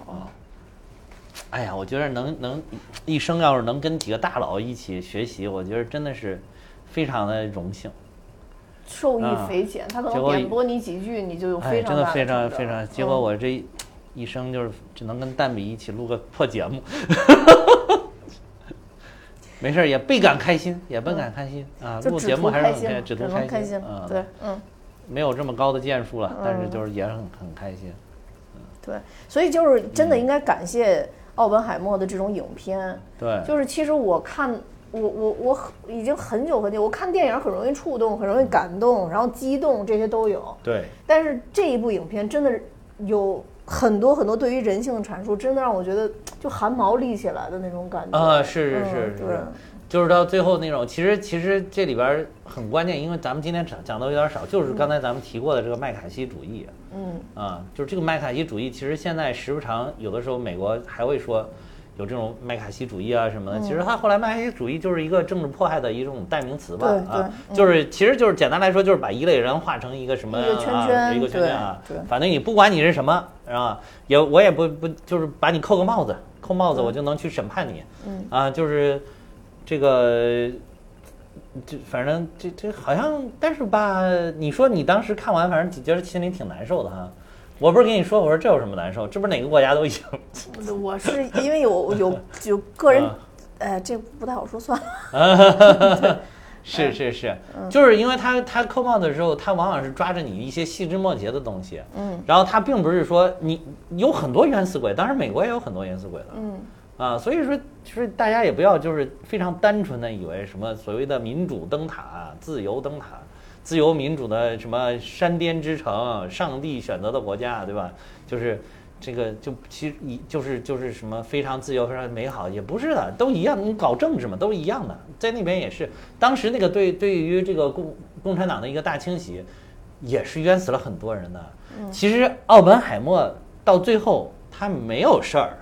Speaker 2: 哎呀，我觉得能能一生要是能跟几个大佬一起学习，我觉得真的是非常的荣幸。
Speaker 1: 受益
Speaker 2: 啊
Speaker 1: 匪浅。他可
Speaker 2: 结
Speaker 1: 能
Speaker 2: 果
Speaker 1: 点拨你几句，你就有
Speaker 2: 哎，
Speaker 1: 非
Speaker 2: 真
Speaker 1: 常
Speaker 2: 的
Speaker 1: 大
Speaker 2: 非常
Speaker 1: 成嗯
Speaker 2: 非
Speaker 1: 长
Speaker 2: 常，结果我这一一生就是只能跟蛋比一起录个破节目。没事儿，也倍感开心，也倍感开心、啊！
Speaker 1: 嗯就
Speaker 2: 录
Speaker 1: 只
Speaker 2: 节
Speaker 1: 图
Speaker 2: 目还是
Speaker 1: 开
Speaker 2: 很
Speaker 1: 心
Speaker 2: 开
Speaker 1: 嘛
Speaker 2: 只图
Speaker 1: 只能
Speaker 2: 开
Speaker 1: 开心
Speaker 2: 嗯，
Speaker 1: 对，嗯。
Speaker 2: 没有这么高的建树了，但是就是也很很开心。
Speaker 1: 对，所以就是
Speaker 2: 嗯
Speaker 1: 真的应该感谢奥本海默的这种影片。
Speaker 2: 对，
Speaker 1: 就是其实我看我我我很已经很久很久，我看电影很容易触动，很容易感动，然后激动这些都有。
Speaker 2: 对，
Speaker 1: 但是这一部影片真的有很多很多对于人性的阐述，真的让我觉得就汗毛立起来的那种感觉。
Speaker 2: 啊，是是
Speaker 1: 嗯
Speaker 2: 是
Speaker 1: 对
Speaker 2: 是，就是到最后那种，其实其实这里边儿很关键，因为咱们今天讲讲的有点少，就是刚才咱们提过的这个麦卡锡主义，
Speaker 1: 嗯，
Speaker 2: 啊，就是这个麦卡锡主义，其实现在时不常有的时候美国还会说有这种麦卡锡主义啊什么的，
Speaker 1: 嗯
Speaker 2: 其实它后来麦卡锡主义就是一个政治迫害的一种代名词吧，
Speaker 1: 对对嗯
Speaker 2: 啊，就是其实就是简单来说就是把一类人划成一个什么
Speaker 1: 一个圈
Speaker 2: 啊、
Speaker 1: 圈
Speaker 2: 一个圈
Speaker 1: 对
Speaker 2: 圈啊
Speaker 1: 对，
Speaker 2: 反正你不管你是什么啊，也我也不不就是把你扣个帽子，扣帽
Speaker 1: 嗯
Speaker 2: 子我就能去审判你，嗯啊，就是这个。这反正这这好像，但是吧，你说你当时看完，反正觉得心里挺难受的哈。我不是跟你说，我说这有什么难受？这不是哪个国家都一
Speaker 1: 嗯
Speaker 2: 样
Speaker 1: 我是因为有有有个人
Speaker 2: 啊，
Speaker 1: 哎，这不太好说，算了。
Speaker 2: 是是是，
Speaker 1: 嗯
Speaker 2: 就是因为他他扣帽子的时候，他往往是抓着你一些细枝末节的东西，嗯，然后他并不是说你有很多冤死鬼，当然美国也有很多冤死鬼的，嗯，啊，所以说就是大家也不要就是非常单纯的以为什么所谓的民主灯塔、自由灯塔、自由民主的什么山巅之城、上帝选择的国家，对吧？就是。这个就其实一就是就是什么非常自由非常美好，也不是的，都一样。你搞政治嘛，都一样的，在那边也是。当时那个对对于这个共共产党的一个大清洗，也是冤死了很多人的。其实奥本海默到最后他没有事儿，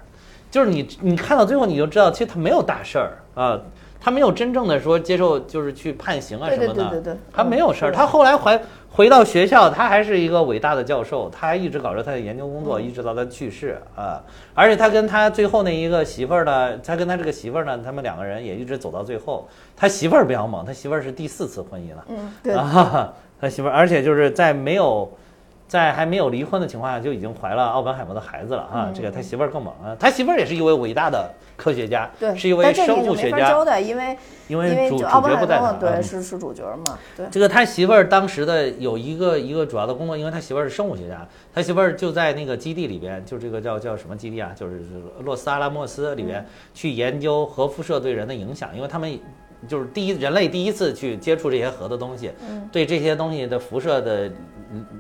Speaker 2: 就是你你看到最后你就知道，其实他没有大事儿啊。他没有真正的说接受，就是去判刑啊
Speaker 1: 对对
Speaker 2: 什么的，
Speaker 1: 对对对
Speaker 2: 他没有事儿。
Speaker 1: 嗯是的
Speaker 2: 他后来还回到学校，他还是一个伟大的教授，他一直搞着他的研究
Speaker 1: 嗯
Speaker 2: 工作，一直到他去世啊。而且他跟他最后那一个媳妇儿呢，他跟他这个媳妇儿呢，他们两个人也一直走到最后。他媳妇儿比较猛，他媳妇儿是第四次婚姻了，
Speaker 1: 嗯， 对，
Speaker 2: 啊，他媳妇儿，而且就是在没有在还没有离婚的情况下，就已经怀了奥本海默的孩子了
Speaker 1: 嗯
Speaker 2: 啊。这个他媳妇儿更猛啊，他媳妇儿也是一位伟大的科学家，
Speaker 1: 对，
Speaker 2: 是一位
Speaker 1: 但这
Speaker 2: 生
Speaker 1: 里
Speaker 2: 物
Speaker 1: 就
Speaker 2: 学
Speaker 1: 没法交
Speaker 2: 家，
Speaker 1: 代，因为因
Speaker 2: 因
Speaker 1: 为
Speaker 2: 主主
Speaker 1: 就奥本
Speaker 2: 角不
Speaker 1: 海
Speaker 2: 在
Speaker 1: 默
Speaker 2: 场，
Speaker 1: 对
Speaker 2: 嗯
Speaker 1: 是是主角嘛，对，
Speaker 2: 这个他媳妇儿当时的有一个一个主要的工作，因为他媳妇儿是生物学家，他媳妇儿就在那个基地里边，就这个叫叫什么基地啊，就是就是洛斯阿拉莫斯里
Speaker 1: 嗯
Speaker 2: 边去研究核辐射对人的影响，因为他们就是第一人类第一次去接触这些核的东西，
Speaker 1: 嗯
Speaker 2: 对这些东西的辐射的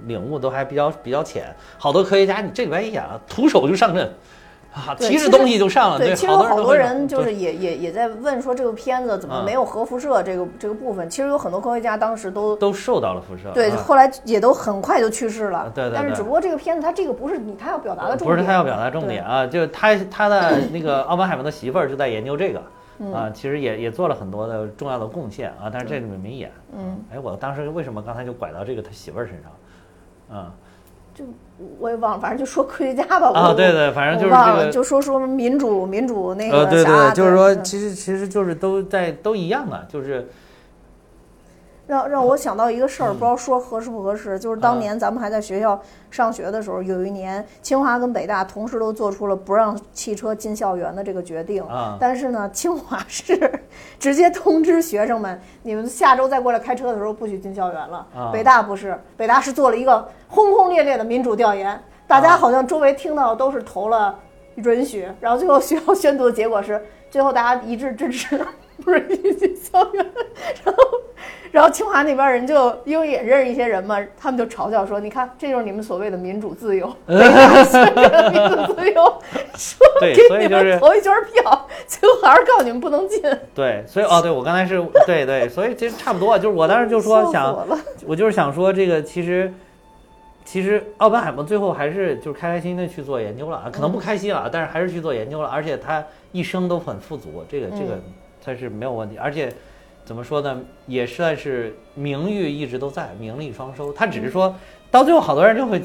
Speaker 2: 领悟都还比较比较浅，好多科学家你这里边也演了，徒手就上阵。啊，
Speaker 1: 对
Speaker 2: 提
Speaker 1: 其
Speaker 2: 着
Speaker 1: 实
Speaker 2: 东西就上了，
Speaker 1: 对，其实有
Speaker 2: 啊好
Speaker 1: 好
Speaker 2: 多
Speaker 1: 多
Speaker 2: 人
Speaker 1: 人
Speaker 2: 都
Speaker 1: 就
Speaker 2: 会
Speaker 1: 是也也也在问说这个片子怎么
Speaker 2: 嗯
Speaker 1: 没有核辐射这个这个部分？其实有很多科学家当时都
Speaker 2: 对都受到了辐射。
Speaker 1: 对，
Speaker 2: 啊
Speaker 1: 后来也都很快就去世了。
Speaker 2: 对对
Speaker 1: 但是
Speaker 2: 对
Speaker 1: 只不过这个片子它这个不是你他要表达的重点，
Speaker 2: 不是他要表达重点啊，就是他他的 那个奥本海默的媳妇儿就在研究这个。
Speaker 1: 嗯
Speaker 2: 啊，其实也也做了很多的重要的贡献啊，但是这里面没演。嗯，哎，我当时为什么刚才就拐到这个他媳妇儿身上？啊
Speaker 1: 对，就我也忘了，反正就说科学家吧。我
Speaker 2: 啊，对对，反正就
Speaker 1: 我
Speaker 2: 是
Speaker 1: 忘
Speaker 2: 这
Speaker 1: 了，
Speaker 2: 个，
Speaker 1: 就说说民主民主那个
Speaker 2: 呃，对
Speaker 1: 啥，嗯
Speaker 2: 对，就
Speaker 1: 对
Speaker 2: 是啊 说，其实其实就是都在都一样的，就是
Speaker 1: 让让我想到一个
Speaker 2: 嗯
Speaker 1: 事儿，不知道说合适不合适，就是
Speaker 2: 啊
Speaker 1: 当年咱们还在学校上学的时候，有一年清华跟北大同时都做出了不让汽车进校园的这个决定
Speaker 2: 啊，
Speaker 1: 但是呢，清华是直接通知学生们，你们下周再过来开车的时候不许进校园了
Speaker 2: 啊。
Speaker 1: 北大不是，北大是做了一个轰轰烈烈的民主调研，大家好像周围听到的都是投了允许，然后最后学校宣读的结果是，最后大家一致支持不允许进校园，然后。 然后清华那边人就因为也认识一些人嘛，他们就嘲笑说：“你看，这就是你们所谓的民主自由，北大所谓的民主自由，说
Speaker 2: 对所以
Speaker 1: 给你
Speaker 2: 就是
Speaker 1: 们投一圈票，最后还是告诉你们不能进。”
Speaker 2: 对，所以哦，对我刚才是对对，所以其实差不多，啊就是我当时 就说
Speaker 1: 笑死
Speaker 2: 想，
Speaker 1: 我了，
Speaker 2: 我就是想说这个其实。其实奥本海默最后还是就是开开心心的去做研究了啊，可能不开心了，但是还是去做研究了，而且他一生都很富足，这个这个他是没有问题，而且怎么说呢，也算是名誉一直都在，名利双收。他只是说到最后，好多人就会，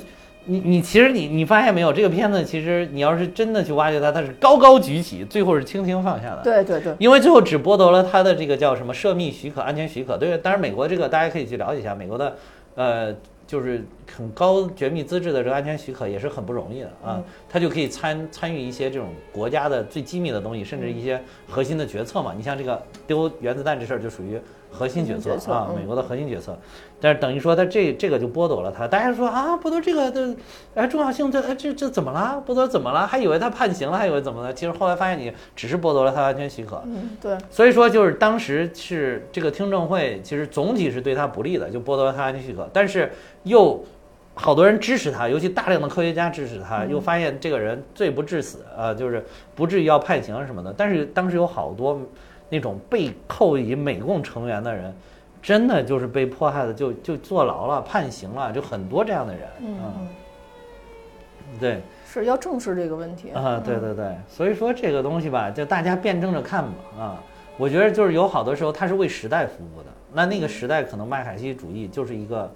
Speaker 2: 你你其实你你发现没有，这个片子其实你要是真的去挖掘它，它是高高举起，最后是轻轻放下的。
Speaker 1: 对对对，
Speaker 2: 因为最后只剥夺了他的这个叫什么涉密许可、安全许可。对，当然美国这个大家可以去了解一下，美国的呃就是很高绝密资质的这个安全许可也是很不容易的啊，
Speaker 1: 嗯
Speaker 2: 他就可以参参与一些这种国家的最机密的东西，甚至一些核心的决策嘛。你像这个丢原子弹这事儿就属于核心决策
Speaker 1: 核心决策
Speaker 2: 啊，
Speaker 1: 嗯
Speaker 2: 美国的核心决策。但是等于说他这这个就剥夺了他，大家说啊剥夺这个的哎重要性这哎这这怎么了？剥夺怎么了？还以为他判刑了，还以为怎么了？其实后来发现你只是剥夺了他的安全许可。
Speaker 1: 嗯对，
Speaker 2: 所以说，就是当时是这个听证会，其实总体是对他不利的，就剥夺了他安全许可，但是又好多人支持他，尤其大量的科学家支持他，又发现这个人罪不至死啊、呃就是不至于要判刑什么的。但是当时有好多那种被扣以美共成员的人，真的就是被迫害的，就就坐牢了、判刑了，就很多这样的人。
Speaker 1: 嗯
Speaker 2: 嗯
Speaker 1: 嗯，
Speaker 2: 对。
Speaker 1: 是要正视这个问题嗯
Speaker 2: 啊，对对对，所以说这个东西吧，就大家辩证着看嘛啊。我觉得就是有好多时候它是为时代服务的，那那个时代可能麦卡锡主义就是一个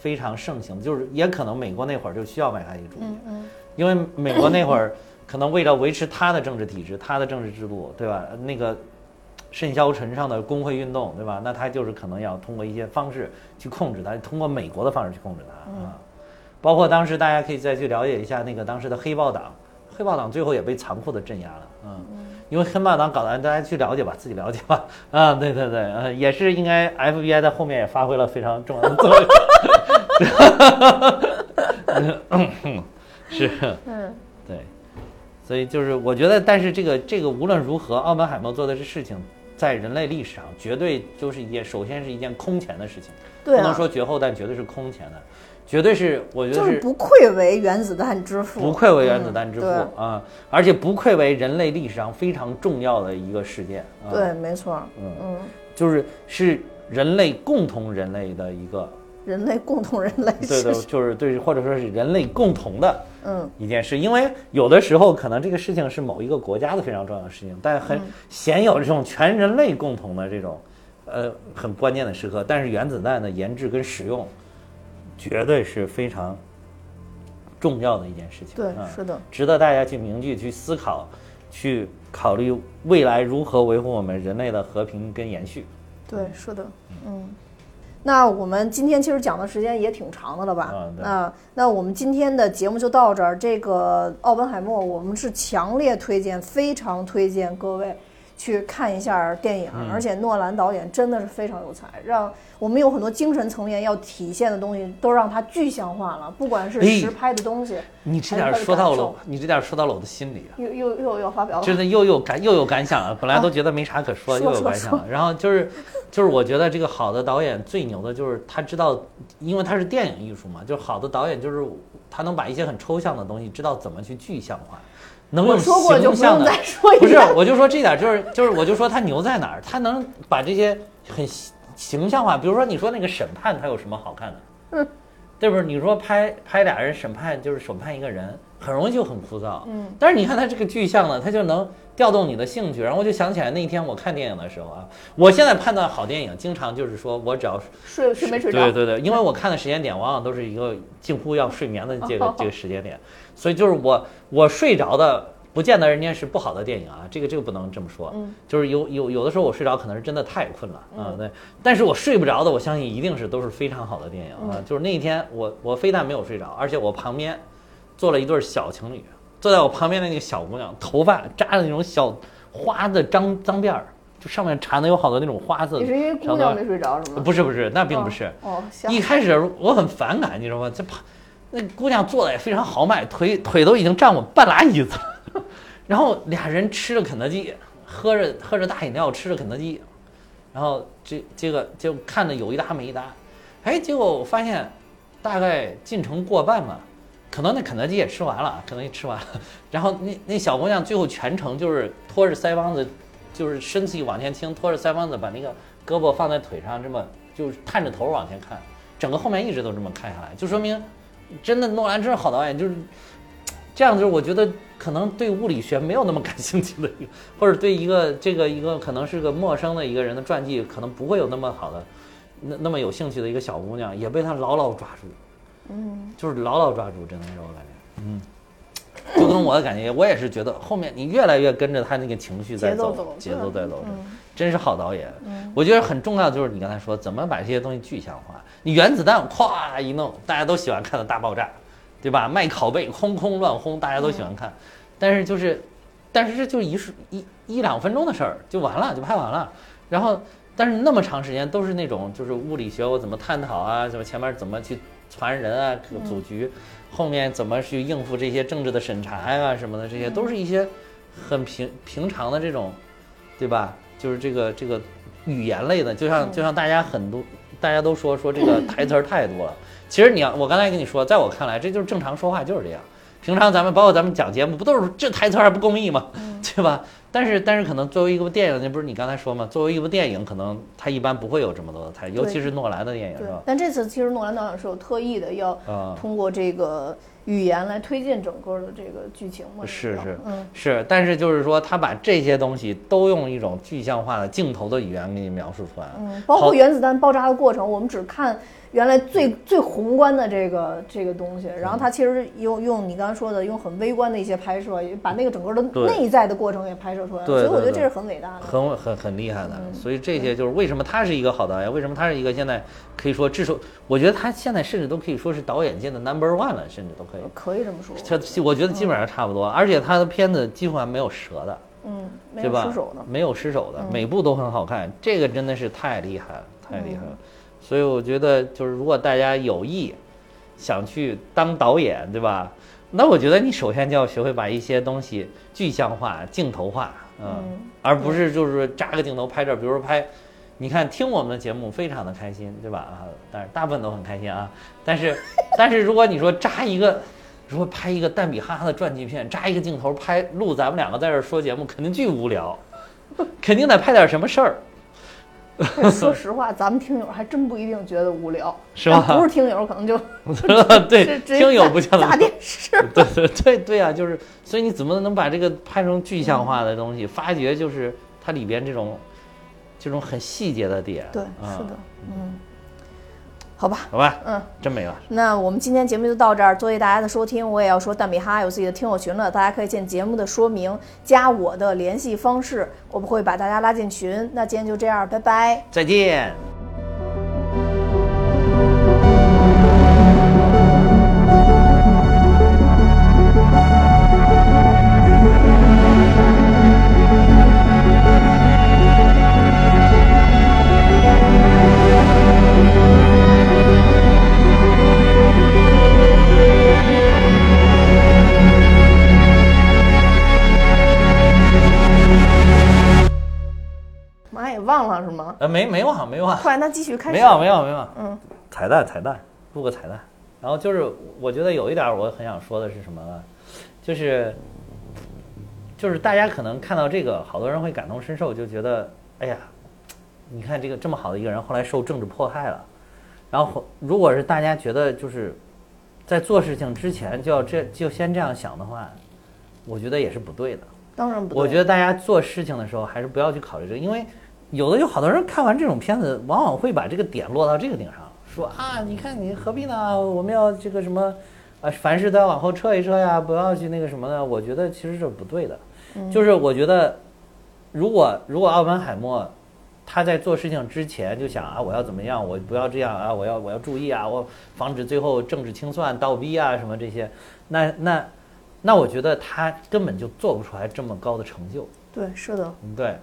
Speaker 2: 非常盛行，就是也可能美国那会儿就需要麦卡锡主义，
Speaker 1: 嗯嗯，
Speaker 2: 因为美国那会儿可能为了维持他的政治体制、他的政治制度，对吧？那个甚嚣尘上的工会运动，对吧？那他就是可能要通过一些方式去控制它，通过美国的方式去控制它啊。包括当时大家可以再去了解一下那个当时的黑豹党，黑豹党最后也被残酷的镇压了，嗯。因为黑豹党搞的，大家去了解吧，自己了解吧。啊，对对对，呃，也是应该 FBI 在后面也发挥了非常重要的作用。是，
Speaker 1: 嗯，
Speaker 2: 对，所以就是我觉得，但是这个这个无论如何，奥本海默做的这事情，在人类历史上绝对就是也首先是一件空前的事情，
Speaker 1: 对
Speaker 2: 不能
Speaker 1: 啊，
Speaker 2: 说绝后，但绝对是空前的，绝对是我觉得
Speaker 1: 就是不愧为原子弹之父，
Speaker 2: 不愧为原子弹之父啊、
Speaker 1: 嗯
Speaker 2: 而且不愧为人类历史上非常重要的一个事件啊、
Speaker 1: 对，对，没错，
Speaker 2: 嗯
Speaker 1: 嗯，
Speaker 2: 就是是人类共同人类的 一个，
Speaker 1: 人类共同人类
Speaker 2: 对对
Speaker 1: 是，，
Speaker 2: 就是对，或者说是人类共同的
Speaker 1: 嗯，
Speaker 2: 一件事，因为有的时候可能这个事情是某一个国家的非常重要的事情，但很
Speaker 1: 嗯
Speaker 2: 鲜有这种全人类共同的这种，呃，很关键的时刻。但是原子弹的研制跟使用，绝对是非常重要的一件事情。
Speaker 1: 对
Speaker 2: 嗯，
Speaker 1: 是的，
Speaker 2: 值得大家去铭记、去思考、去考虑未来如何维护我们人类的和平跟延续。
Speaker 1: 对，是的，嗯。那我们今天其实讲的时间也挺长的了吧？
Speaker 2: 啊对
Speaker 1: 那那我们今天的节目就到这儿。这个奥本海默，我们是强烈推荐，非常推荐各位去看一下电影。
Speaker 2: 嗯
Speaker 1: 而且诺兰导演真的是非常有才，让我们有很多精神层面要体现的东西都让他具象化了，不管是
Speaker 2: 哎
Speaker 1: 实拍的东西，
Speaker 2: 你
Speaker 1: 还
Speaker 2: 这
Speaker 1: 有
Speaker 2: 点儿
Speaker 1: 他的
Speaker 2: 说到
Speaker 1: 感
Speaker 2: 了
Speaker 1: 受
Speaker 2: 我，你这点儿说到了我的心里啊。
Speaker 1: 又又又要发表了。
Speaker 2: 真的又有感又有感想了，本来都觉得没啥可说，
Speaker 1: 啊
Speaker 2: 又
Speaker 1: 说
Speaker 2: 有感想了。然后就是，就是我觉得这个好的导演最牛的就是他知道，因为他是电影艺术嘛，就是好的导演就是他能把一些很抽象的东西知道怎么去具象化，能
Speaker 1: 我
Speaker 2: 用
Speaker 1: 说过就
Speaker 2: 形
Speaker 1: 不
Speaker 2: 象
Speaker 1: 用
Speaker 2: 的。
Speaker 1: 再说一
Speaker 2: 不是
Speaker 1: 遍。，
Speaker 2: 我就说这点就是就是，我就说他牛在哪儿，他能把这些很形形象化，比如说你说那个审判，他有什么好看的？
Speaker 1: 嗯，
Speaker 2: 对不是？你说拍拍俩人审判，就是审判一个人，很容易就很枯燥。
Speaker 1: 嗯，
Speaker 2: 但是你看他这个具象呢，他就能调动你的兴趣。然后我就想起来那天我看电影的时候啊，我现在判断好电影，经常就是说我只要
Speaker 1: 睡 睡没睡着
Speaker 2: 对？对对，因为我看的时间点往往都 是一个近乎要睡眠的这个这个时间点，所以就是我我睡着的不见得人家是不好的电影啊，这个这个不能这么说。
Speaker 1: 嗯
Speaker 2: 就是有有有的时候我睡着可能是真的太困了啊，对。但是我睡不着的，我相信一定是都是非常好的电影
Speaker 1: 嗯
Speaker 2: 啊。就是那一天我我非但没有睡着，而且我旁边坐了一对小情侣，坐在我旁边的那个小姑娘，头发扎的那种小花的脏脏辫儿，就上面缠的有好多那种花色。
Speaker 1: 你是因为姑娘没睡着是吗？
Speaker 2: 不是不是，那并不是。
Speaker 1: 哦，行。
Speaker 2: 一开始我很反感，你知道吗？这怕那姑娘做的也非常豪迈，腿腿都已经占我半拉椅子了。 然后俩人吃着肯德基，喝着喝着大饮料，吃着肯德基，然后这这个就看着有一搭没一搭。哎，结果我发现大概进程过半吧，可能那肯德基也吃完了，肯德基吃完了。然后那那小姑娘最后全程就是拖着腮帮子，就是身体往前倾，拖着腮帮子把那个胳膊放在腿上，这么就是探着头往前看，整个后面一直都这么看下来，就说明真的诺兰真是好导演，就是这样，就是我觉得可能对物理学没有那么感兴趣的一个，或者对一个这个一个可能是个陌生的一个人的传记，可能不会有那么好的那那么有兴趣的一个小姑娘，也被他牢牢抓住，嗯，就是牢牢抓住，真的是我感觉，嗯。就跟我的感觉，我也是觉得后面你越来越跟着他那个情绪在
Speaker 1: 节奏
Speaker 2: 走
Speaker 1: 走，嗯
Speaker 2: 节奏在走，真是好导演。我觉得很重要就是你刚才说怎么把这些东西具象化。你原子弹咵一弄，大家都喜欢看的大爆炸，对吧？卖拷贝轰轰乱轰，大家都喜欢看。但是就是，但是这就一瞬一一两分钟的事儿就完了，就拍完了。然后，但是那么长时间都是那种就是物理学我怎么探讨啊，什么前面怎么去传人啊，组局，后面怎么去应付这些政治的审查呀、什么的，这些都是一些很平平常的这种，对吧？就是这个这个语言类的，就像就像大家很多大家都说说这个台词儿太多了。其实你要我刚才跟你说，在我看来，这就是正常说话就是这样。平常咱们包括咱们讲节目，不都是这台词儿还不够密吗？ 对吧？但是但是可能作为一部电影，那不是你刚才说吗？作为一部电影，可能它一般不会有这么多的台词，尤其是诺兰的电影是
Speaker 1: 对
Speaker 2: 吧，？
Speaker 1: 但这次其实诺兰导演是有特意的要
Speaker 2: 啊、
Speaker 1: 通过这个语言来推进整个的这个剧情嘛？
Speaker 2: 是
Speaker 1: 要
Speaker 2: 是
Speaker 1: 嗯，
Speaker 2: 是，但是就是说，他把这些东西都用一种具象化的镜头的语言给你描述出来了。
Speaker 1: 嗯，包
Speaker 2: 好嗯
Speaker 1: 括原子弹爆炸的过程，我们只看原来最最宏观的这个这个东西，然后它其实用用你刚刚说的，用很微观的一些拍摄，也把那个整个的
Speaker 2: 对
Speaker 1: 内在的过程也拍摄出来了，
Speaker 2: 对
Speaker 1: 所以我
Speaker 2: 对
Speaker 1: 觉得这
Speaker 2: 对
Speaker 1: 是很伟大的。
Speaker 2: 很很很厉害的，
Speaker 1: 嗯
Speaker 2: 所以这些就是为什么他是一个好导演，为什么他是一个现在可以说至少，我觉得他现在甚至都可以说是导演界的 number one 了，甚至都可以。
Speaker 1: 呃可以这么说，
Speaker 2: 他我觉得基本上差不多，而且他的片子几乎还没有折的，
Speaker 1: 嗯，没
Speaker 2: 对
Speaker 1: 有
Speaker 2: 吧？
Speaker 1: 失手的， 嗯
Speaker 2: 没有失手的，每部都很好看，这个真的是太厉害了，太厉
Speaker 1: 嗯
Speaker 2: 害了。所以我觉得，就是如果大家有意想去当导演，对吧？那我觉得你首先就要学会把一些东西具象化、镜头化，嗯而不是就是扎个镜头拍这儿，比如说拍。你看，听我们的节目非常的开心，对吧？啊，但是大部分都很开心啊。但是， 但是如果你说扎一个，如果拍一个蛋比哈哈的传记片，扎一个镜头拍录咱们两个在这儿说节目，肯定巨无聊，肯定得拍点什么事儿，
Speaker 1: 但是哎说实话，咱们听友还真不一定觉得无聊，
Speaker 2: 是吧
Speaker 1: 但 不是听友，可能就
Speaker 2: 对，
Speaker 1: 是直接
Speaker 2: 听友
Speaker 1: 砸
Speaker 2: 不叫
Speaker 1: 砸电视。
Speaker 2: 对对 对对啊，就是，所以你怎么能把这个拍成具象化的东西？发掘就是它里边这种，这种很细节的点。
Speaker 1: 对，
Speaker 2: 啊
Speaker 1: 是的，，嗯，好吧，
Speaker 2: 好吧，
Speaker 1: 嗯，
Speaker 2: 真没了。
Speaker 1: 那我们今天节目就到这儿，多谢大家的收听。我也要说，蛋比哈有自己的听友群了，大家可以见节目的说明，加我的联系方式，我们会把大家拉进群。那今天就这样，拜拜。
Speaker 2: 再见。
Speaker 1: 妈也忘了是吗？
Speaker 2: 呃，没没忘没忘
Speaker 1: 快，那继续开始。
Speaker 2: 没有没有没有，
Speaker 1: 嗯，
Speaker 2: 彩蛋彩蛋，录个彩蛋。然后就是，我觉得有一点儿我很想说的是什么呢？就是，就是大家可能看到这个，好多人会感同身受，就觉得，哎呀，你看这个这么好的一个人，后来受政治迫害了。然后，如果是大家觉得就是在做事情之前就要这就先这样想的话，我觉得也是不对的。
Speaker 1: 当然不对。
Speaker 2: 我觉得大家做事情的时候还是不要去考虑这个，因为有的有好多人看完这种片子，往往会把这个点落到这个顶上，说啊，你看你何必呢？我们要这个什么啊，凡事都要往后撤一撤呀，不要去那个什么的。我觉得其实这是不对的，就是我觉得，如果如果奥本海默他在做事情之前就想啊，我要怎么样，我不要这样啊，我要我要注意啊，我防止最后政治清算、倒逼啊什么这些，那那那我觉得他根本就做不出来这么高的成就。嗯
Speaker 6: 对，是的，
Speaker 2: 对，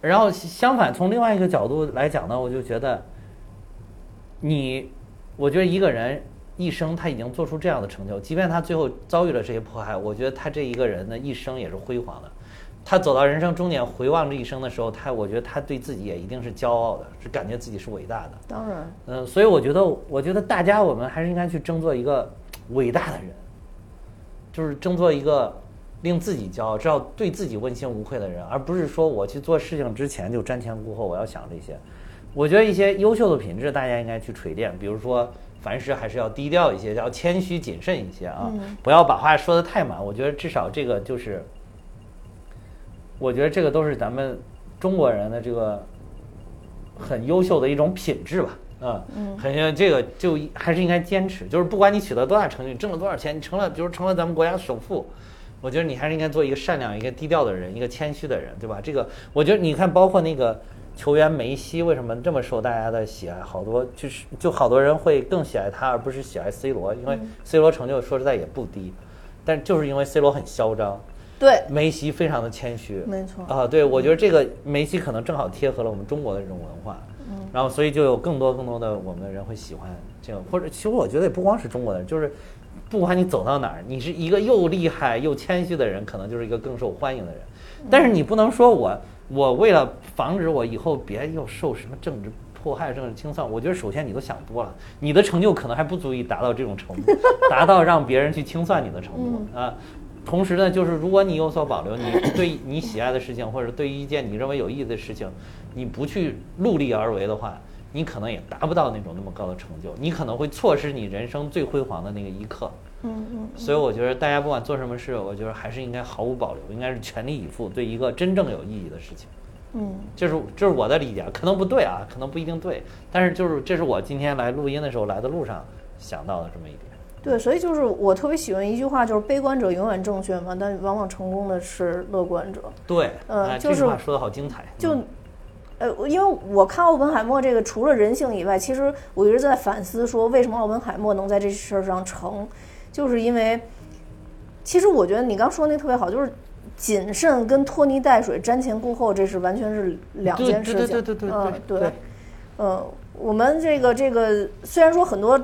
Speaker 2: 然后相反，从另外一个角度来讲呢，我就觉得，你，我觉得一个人一生他已经做出这样的成就，即便他最后遭遇了这些迫害，我觉得他这一个人的一生也是辉煌的。他走到人生终点，回望这一生的时候，他我觉得他对自己也一定是骄傲的，是感觉自己是伟大的。
Speaker 1: 当然，
Speaker 2: 嗯，所以我觉得，我觉得大家我们还是应该去争做一个伟大的人，就是争做一个令自己骄傲、知道对自己问心无愧的人，而不是说我去做事情之前就瞻前顾后，我要想这些。我觉得一些优秀的品质，大家应该去锤炼，比如说凡事还是要低调一些，要谦虚谨慎一些啊，不要把话说的太满。我觉得至少这个就是，我觉得这个都是咱们中国人的这个很优秀的一种品质吧。啊，很像这个就还是应该坚持，就是不管你取得多大成就，你挣了多少钱，你成了，比如成了咱们国家首富，我觉得你还是应该做一个善良、一个低调的人，一个谦虚的人，对吧？这个我觉得你看，包括那个球员梅西，为什么这么受大家的喜爱？好多就是就好多人会更喜爱他，而不是喜爱 C 罗，因为 C 罗成就说实在也不低，但就是因为 C 罗很嚣张，
Speaker 6: 对，
Speaker 2: 梅西非常的谦虚，
Speaker 1: 没错
Speaker 2: 啊，对，我觉得这个梅西可能正好贴合了我们中国的这种文化，嗯，然后所以就有更多更多的我们的人会喜欢这个，或者其实我觉得也不光是中国人，就是不管你走到哪儿，你是一个又厉害又谦虚的人，可能就是一个更受欢迎的人，
Speaker 1: 嗯
Speaker 2: 但是你不能说我我为了防止我以后别又受什么政治。迫害政治清算，我觉得首先你都想多了，你的成就可能还不足以达到这种程度，达到让别人去清算你的程
Speaker 1: 嗯
Speaker 2: 度啊。同时呢，就是如果你有所保留，你 对你喜爱的事情，或者对于一件你认为有意义的事情，你不去陆力而为的话，你可能也达不到那种那么高的成就，你可能会错失你人生最辉煌的那个一刻。
Speaker 1: 嗯嗯，
Speaker 2: 所以我觉得大家不管做什么事，我觉得还是应该毫无保留，应该是全力以赴，对一个真正有意义的事情。
Speaker 1: 嗯，
Speaker 2: 这是这是我的理解，可能不对啊，可能不一定对，但是就是这是我今天来录音的时候来的路上想到的这么一点。
Speaker 1: 对，所以就是我特别喜欢一句话，就是悲观者永远正确嘛，但往往成功的是乐观者。
Speaker 2: 对，
Speaker 1: 呃
Speaker 2: 哎
Speaker 1: 就
Speaker 2: 这
Speaker 1: 是
Speaker 2: 句话说的好精彩。
Speaker 1: 就
Speaker 2: 嗯
Speaker 1: 呃，因为我看奥本海默这个，除了人性以外，其实我一直在反思说，为什么奥本海默能在这事儿上成，就是因为，其实我觉得你刚说那特别好，就是谨慎跟拖泥带水、瞻前顾后，这是完全是两
Speaker 2: 对
Speaker 1: 件
Speaker 2: 对
Speaker 1: 事情。
Speaker 2: 对对对对
Speaker 1: 嗯，
Speaker 2: 对
Speaker 1: 对。呃，我们这个这个虽然说很多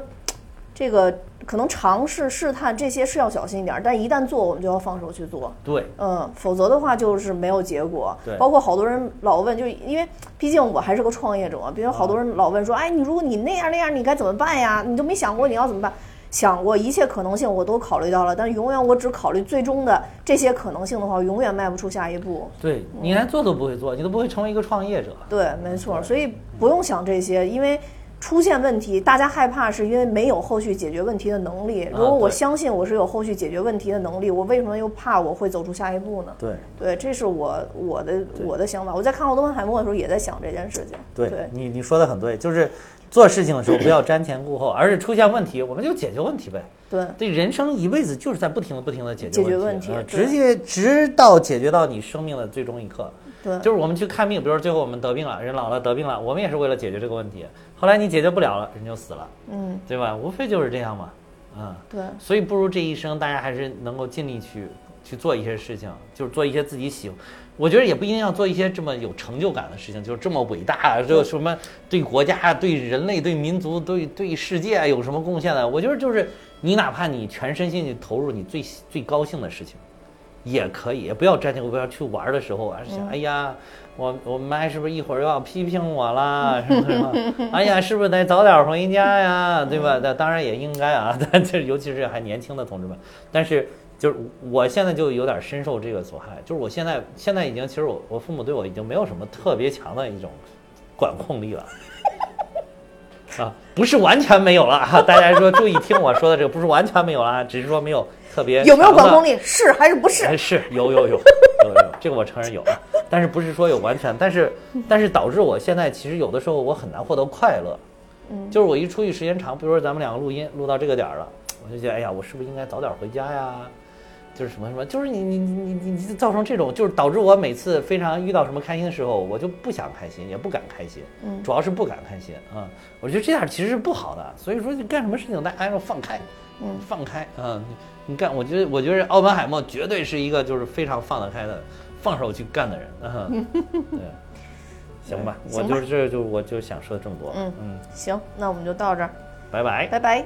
Speaker 1: 这个可能尝试试探这些是要小心一点儿，但一旦做，我们就要放手去做。
Speaker 2: 对，
Speaker 1: 嗯，否则的话就是没有结果。
Speaker 2: 对
Speaker 1: 包括好多人老问，就因为毕竟我还是个创业者嘛，比如好多
Speaker 2: 啊
Speaker 1: 人老问说，哎，你如果你那样那样，你该怎么办呀？你都没想过你要怎么办？想过一切可能性，我都考虑到了，但永远我只考虑最终的这些可能性的话，永远迈不出下一步。
Speaker 2: 对你连做都不会做，你都不会成为一个创业者。
Speaker 1: 对，没错，所以不用想这些，因为出现问题，大家害怕是因为没有后续解决问题的能力。如果我
Speaker 2: 啊对
Speaker 1: 相信我是有后续解决问题的能力，我为什么又怕我会走出下一步呢？
Speaker 2: 对
Speaker 1: 对，这是我我的我的想法。我在看《奥多曼海默》的时候也在想这件事情。对
Speaker 2: 你你说的很对，就是做事情的时候不要瞻前顾后，而是出现问题我们就解决问题呗。
Speaker 1: 对
Speaker 2: 对，人生一辈子就是在不停的不停的解
Speaker 1: 解决
Speaker 2: 决问
Speaker 1: 问题
Speaker 2: 呃
Speaker 1: 对
Speaker 2: 直接直到解决到你生命的最终一刻。
Speaker 1: 对
Speaker 2: 就是我们去看病，比如说最后我们得病了，人老了得病了，我们也是为了解决这个问题。后来你解决不了了，人就死了，
Speaker 1: 嗯，
Speaker 2: 对吧？无非就是这样嘛，嗯。
Speaker 1: 对
Speaker 2: 所以不如这一生，大家还是能够尽力去去做一些事情，就是做一些自己喜，我觉得也不一定要做一些这么有成就感的事情，就是这么伟大，就什么对国家、对人类、对民族、对对世界有什么贡献的。我觉得就是你哪怕你全身心去投入你最最高兴的事情。也可以，也不要瞻前顾后。去玩的时候啊，
Speaker 1: 嗯
Speaker 2: 想，哎呀，我我妈是不是一会儿又要批评我啦？ 什么什么？哎呀，是不是得早点回家呀？对
Speaker 1: 嗯
Speaker 2: 吧？那当然也应该啊， 但这尤其是还年轻的同志们。但是就是我现在就有点深受这个所害，就是我现在现在已经，其实我我父母对我已经没有什么特别强的一种管控力了。 啊，不是完全没有了啊！大家说注意听我说的这个，不是完全没有了啊，只是说没有特别
Speaker 1: 有没有
Speaker 2: 强的
Speaker 1: 管控力？是还是不是？
Speaker 2: 哎，是有有有有有，这个我承认有，啊但是不是说有完全，但是但是导致我现在其实有的时候我很难获得快乐，就是我一出去时间长，比如说咱们两个录音录到这个点儿了，我就觉得哎呀，我是不是应该早点回家呀？就是什么什么，就是你你你你你造成这种，就是导致我每次非常遇到什么开心的时候，我就不想开心，也不敢开心，嗯，主要是不敢开心啊、嗯。我觉得这样其实是不好的，所以说你干什么事情，大家要放开，嗯，放开啊、嗯，你干，我觉得我觉得奥本海默绝对是一个就是非常放得开的，放手去干的人 啊、嗯对，行吧，我
Speaker 1: 行
Speaker 2: 就
Speaker 1: 吧
Speaker 2: 是就我就想说这么多，嗯嗯，
Speaker 1: 行，那我们就到这儿，
Speaker 2: 拜拜。
Speaker 1: 拜拜。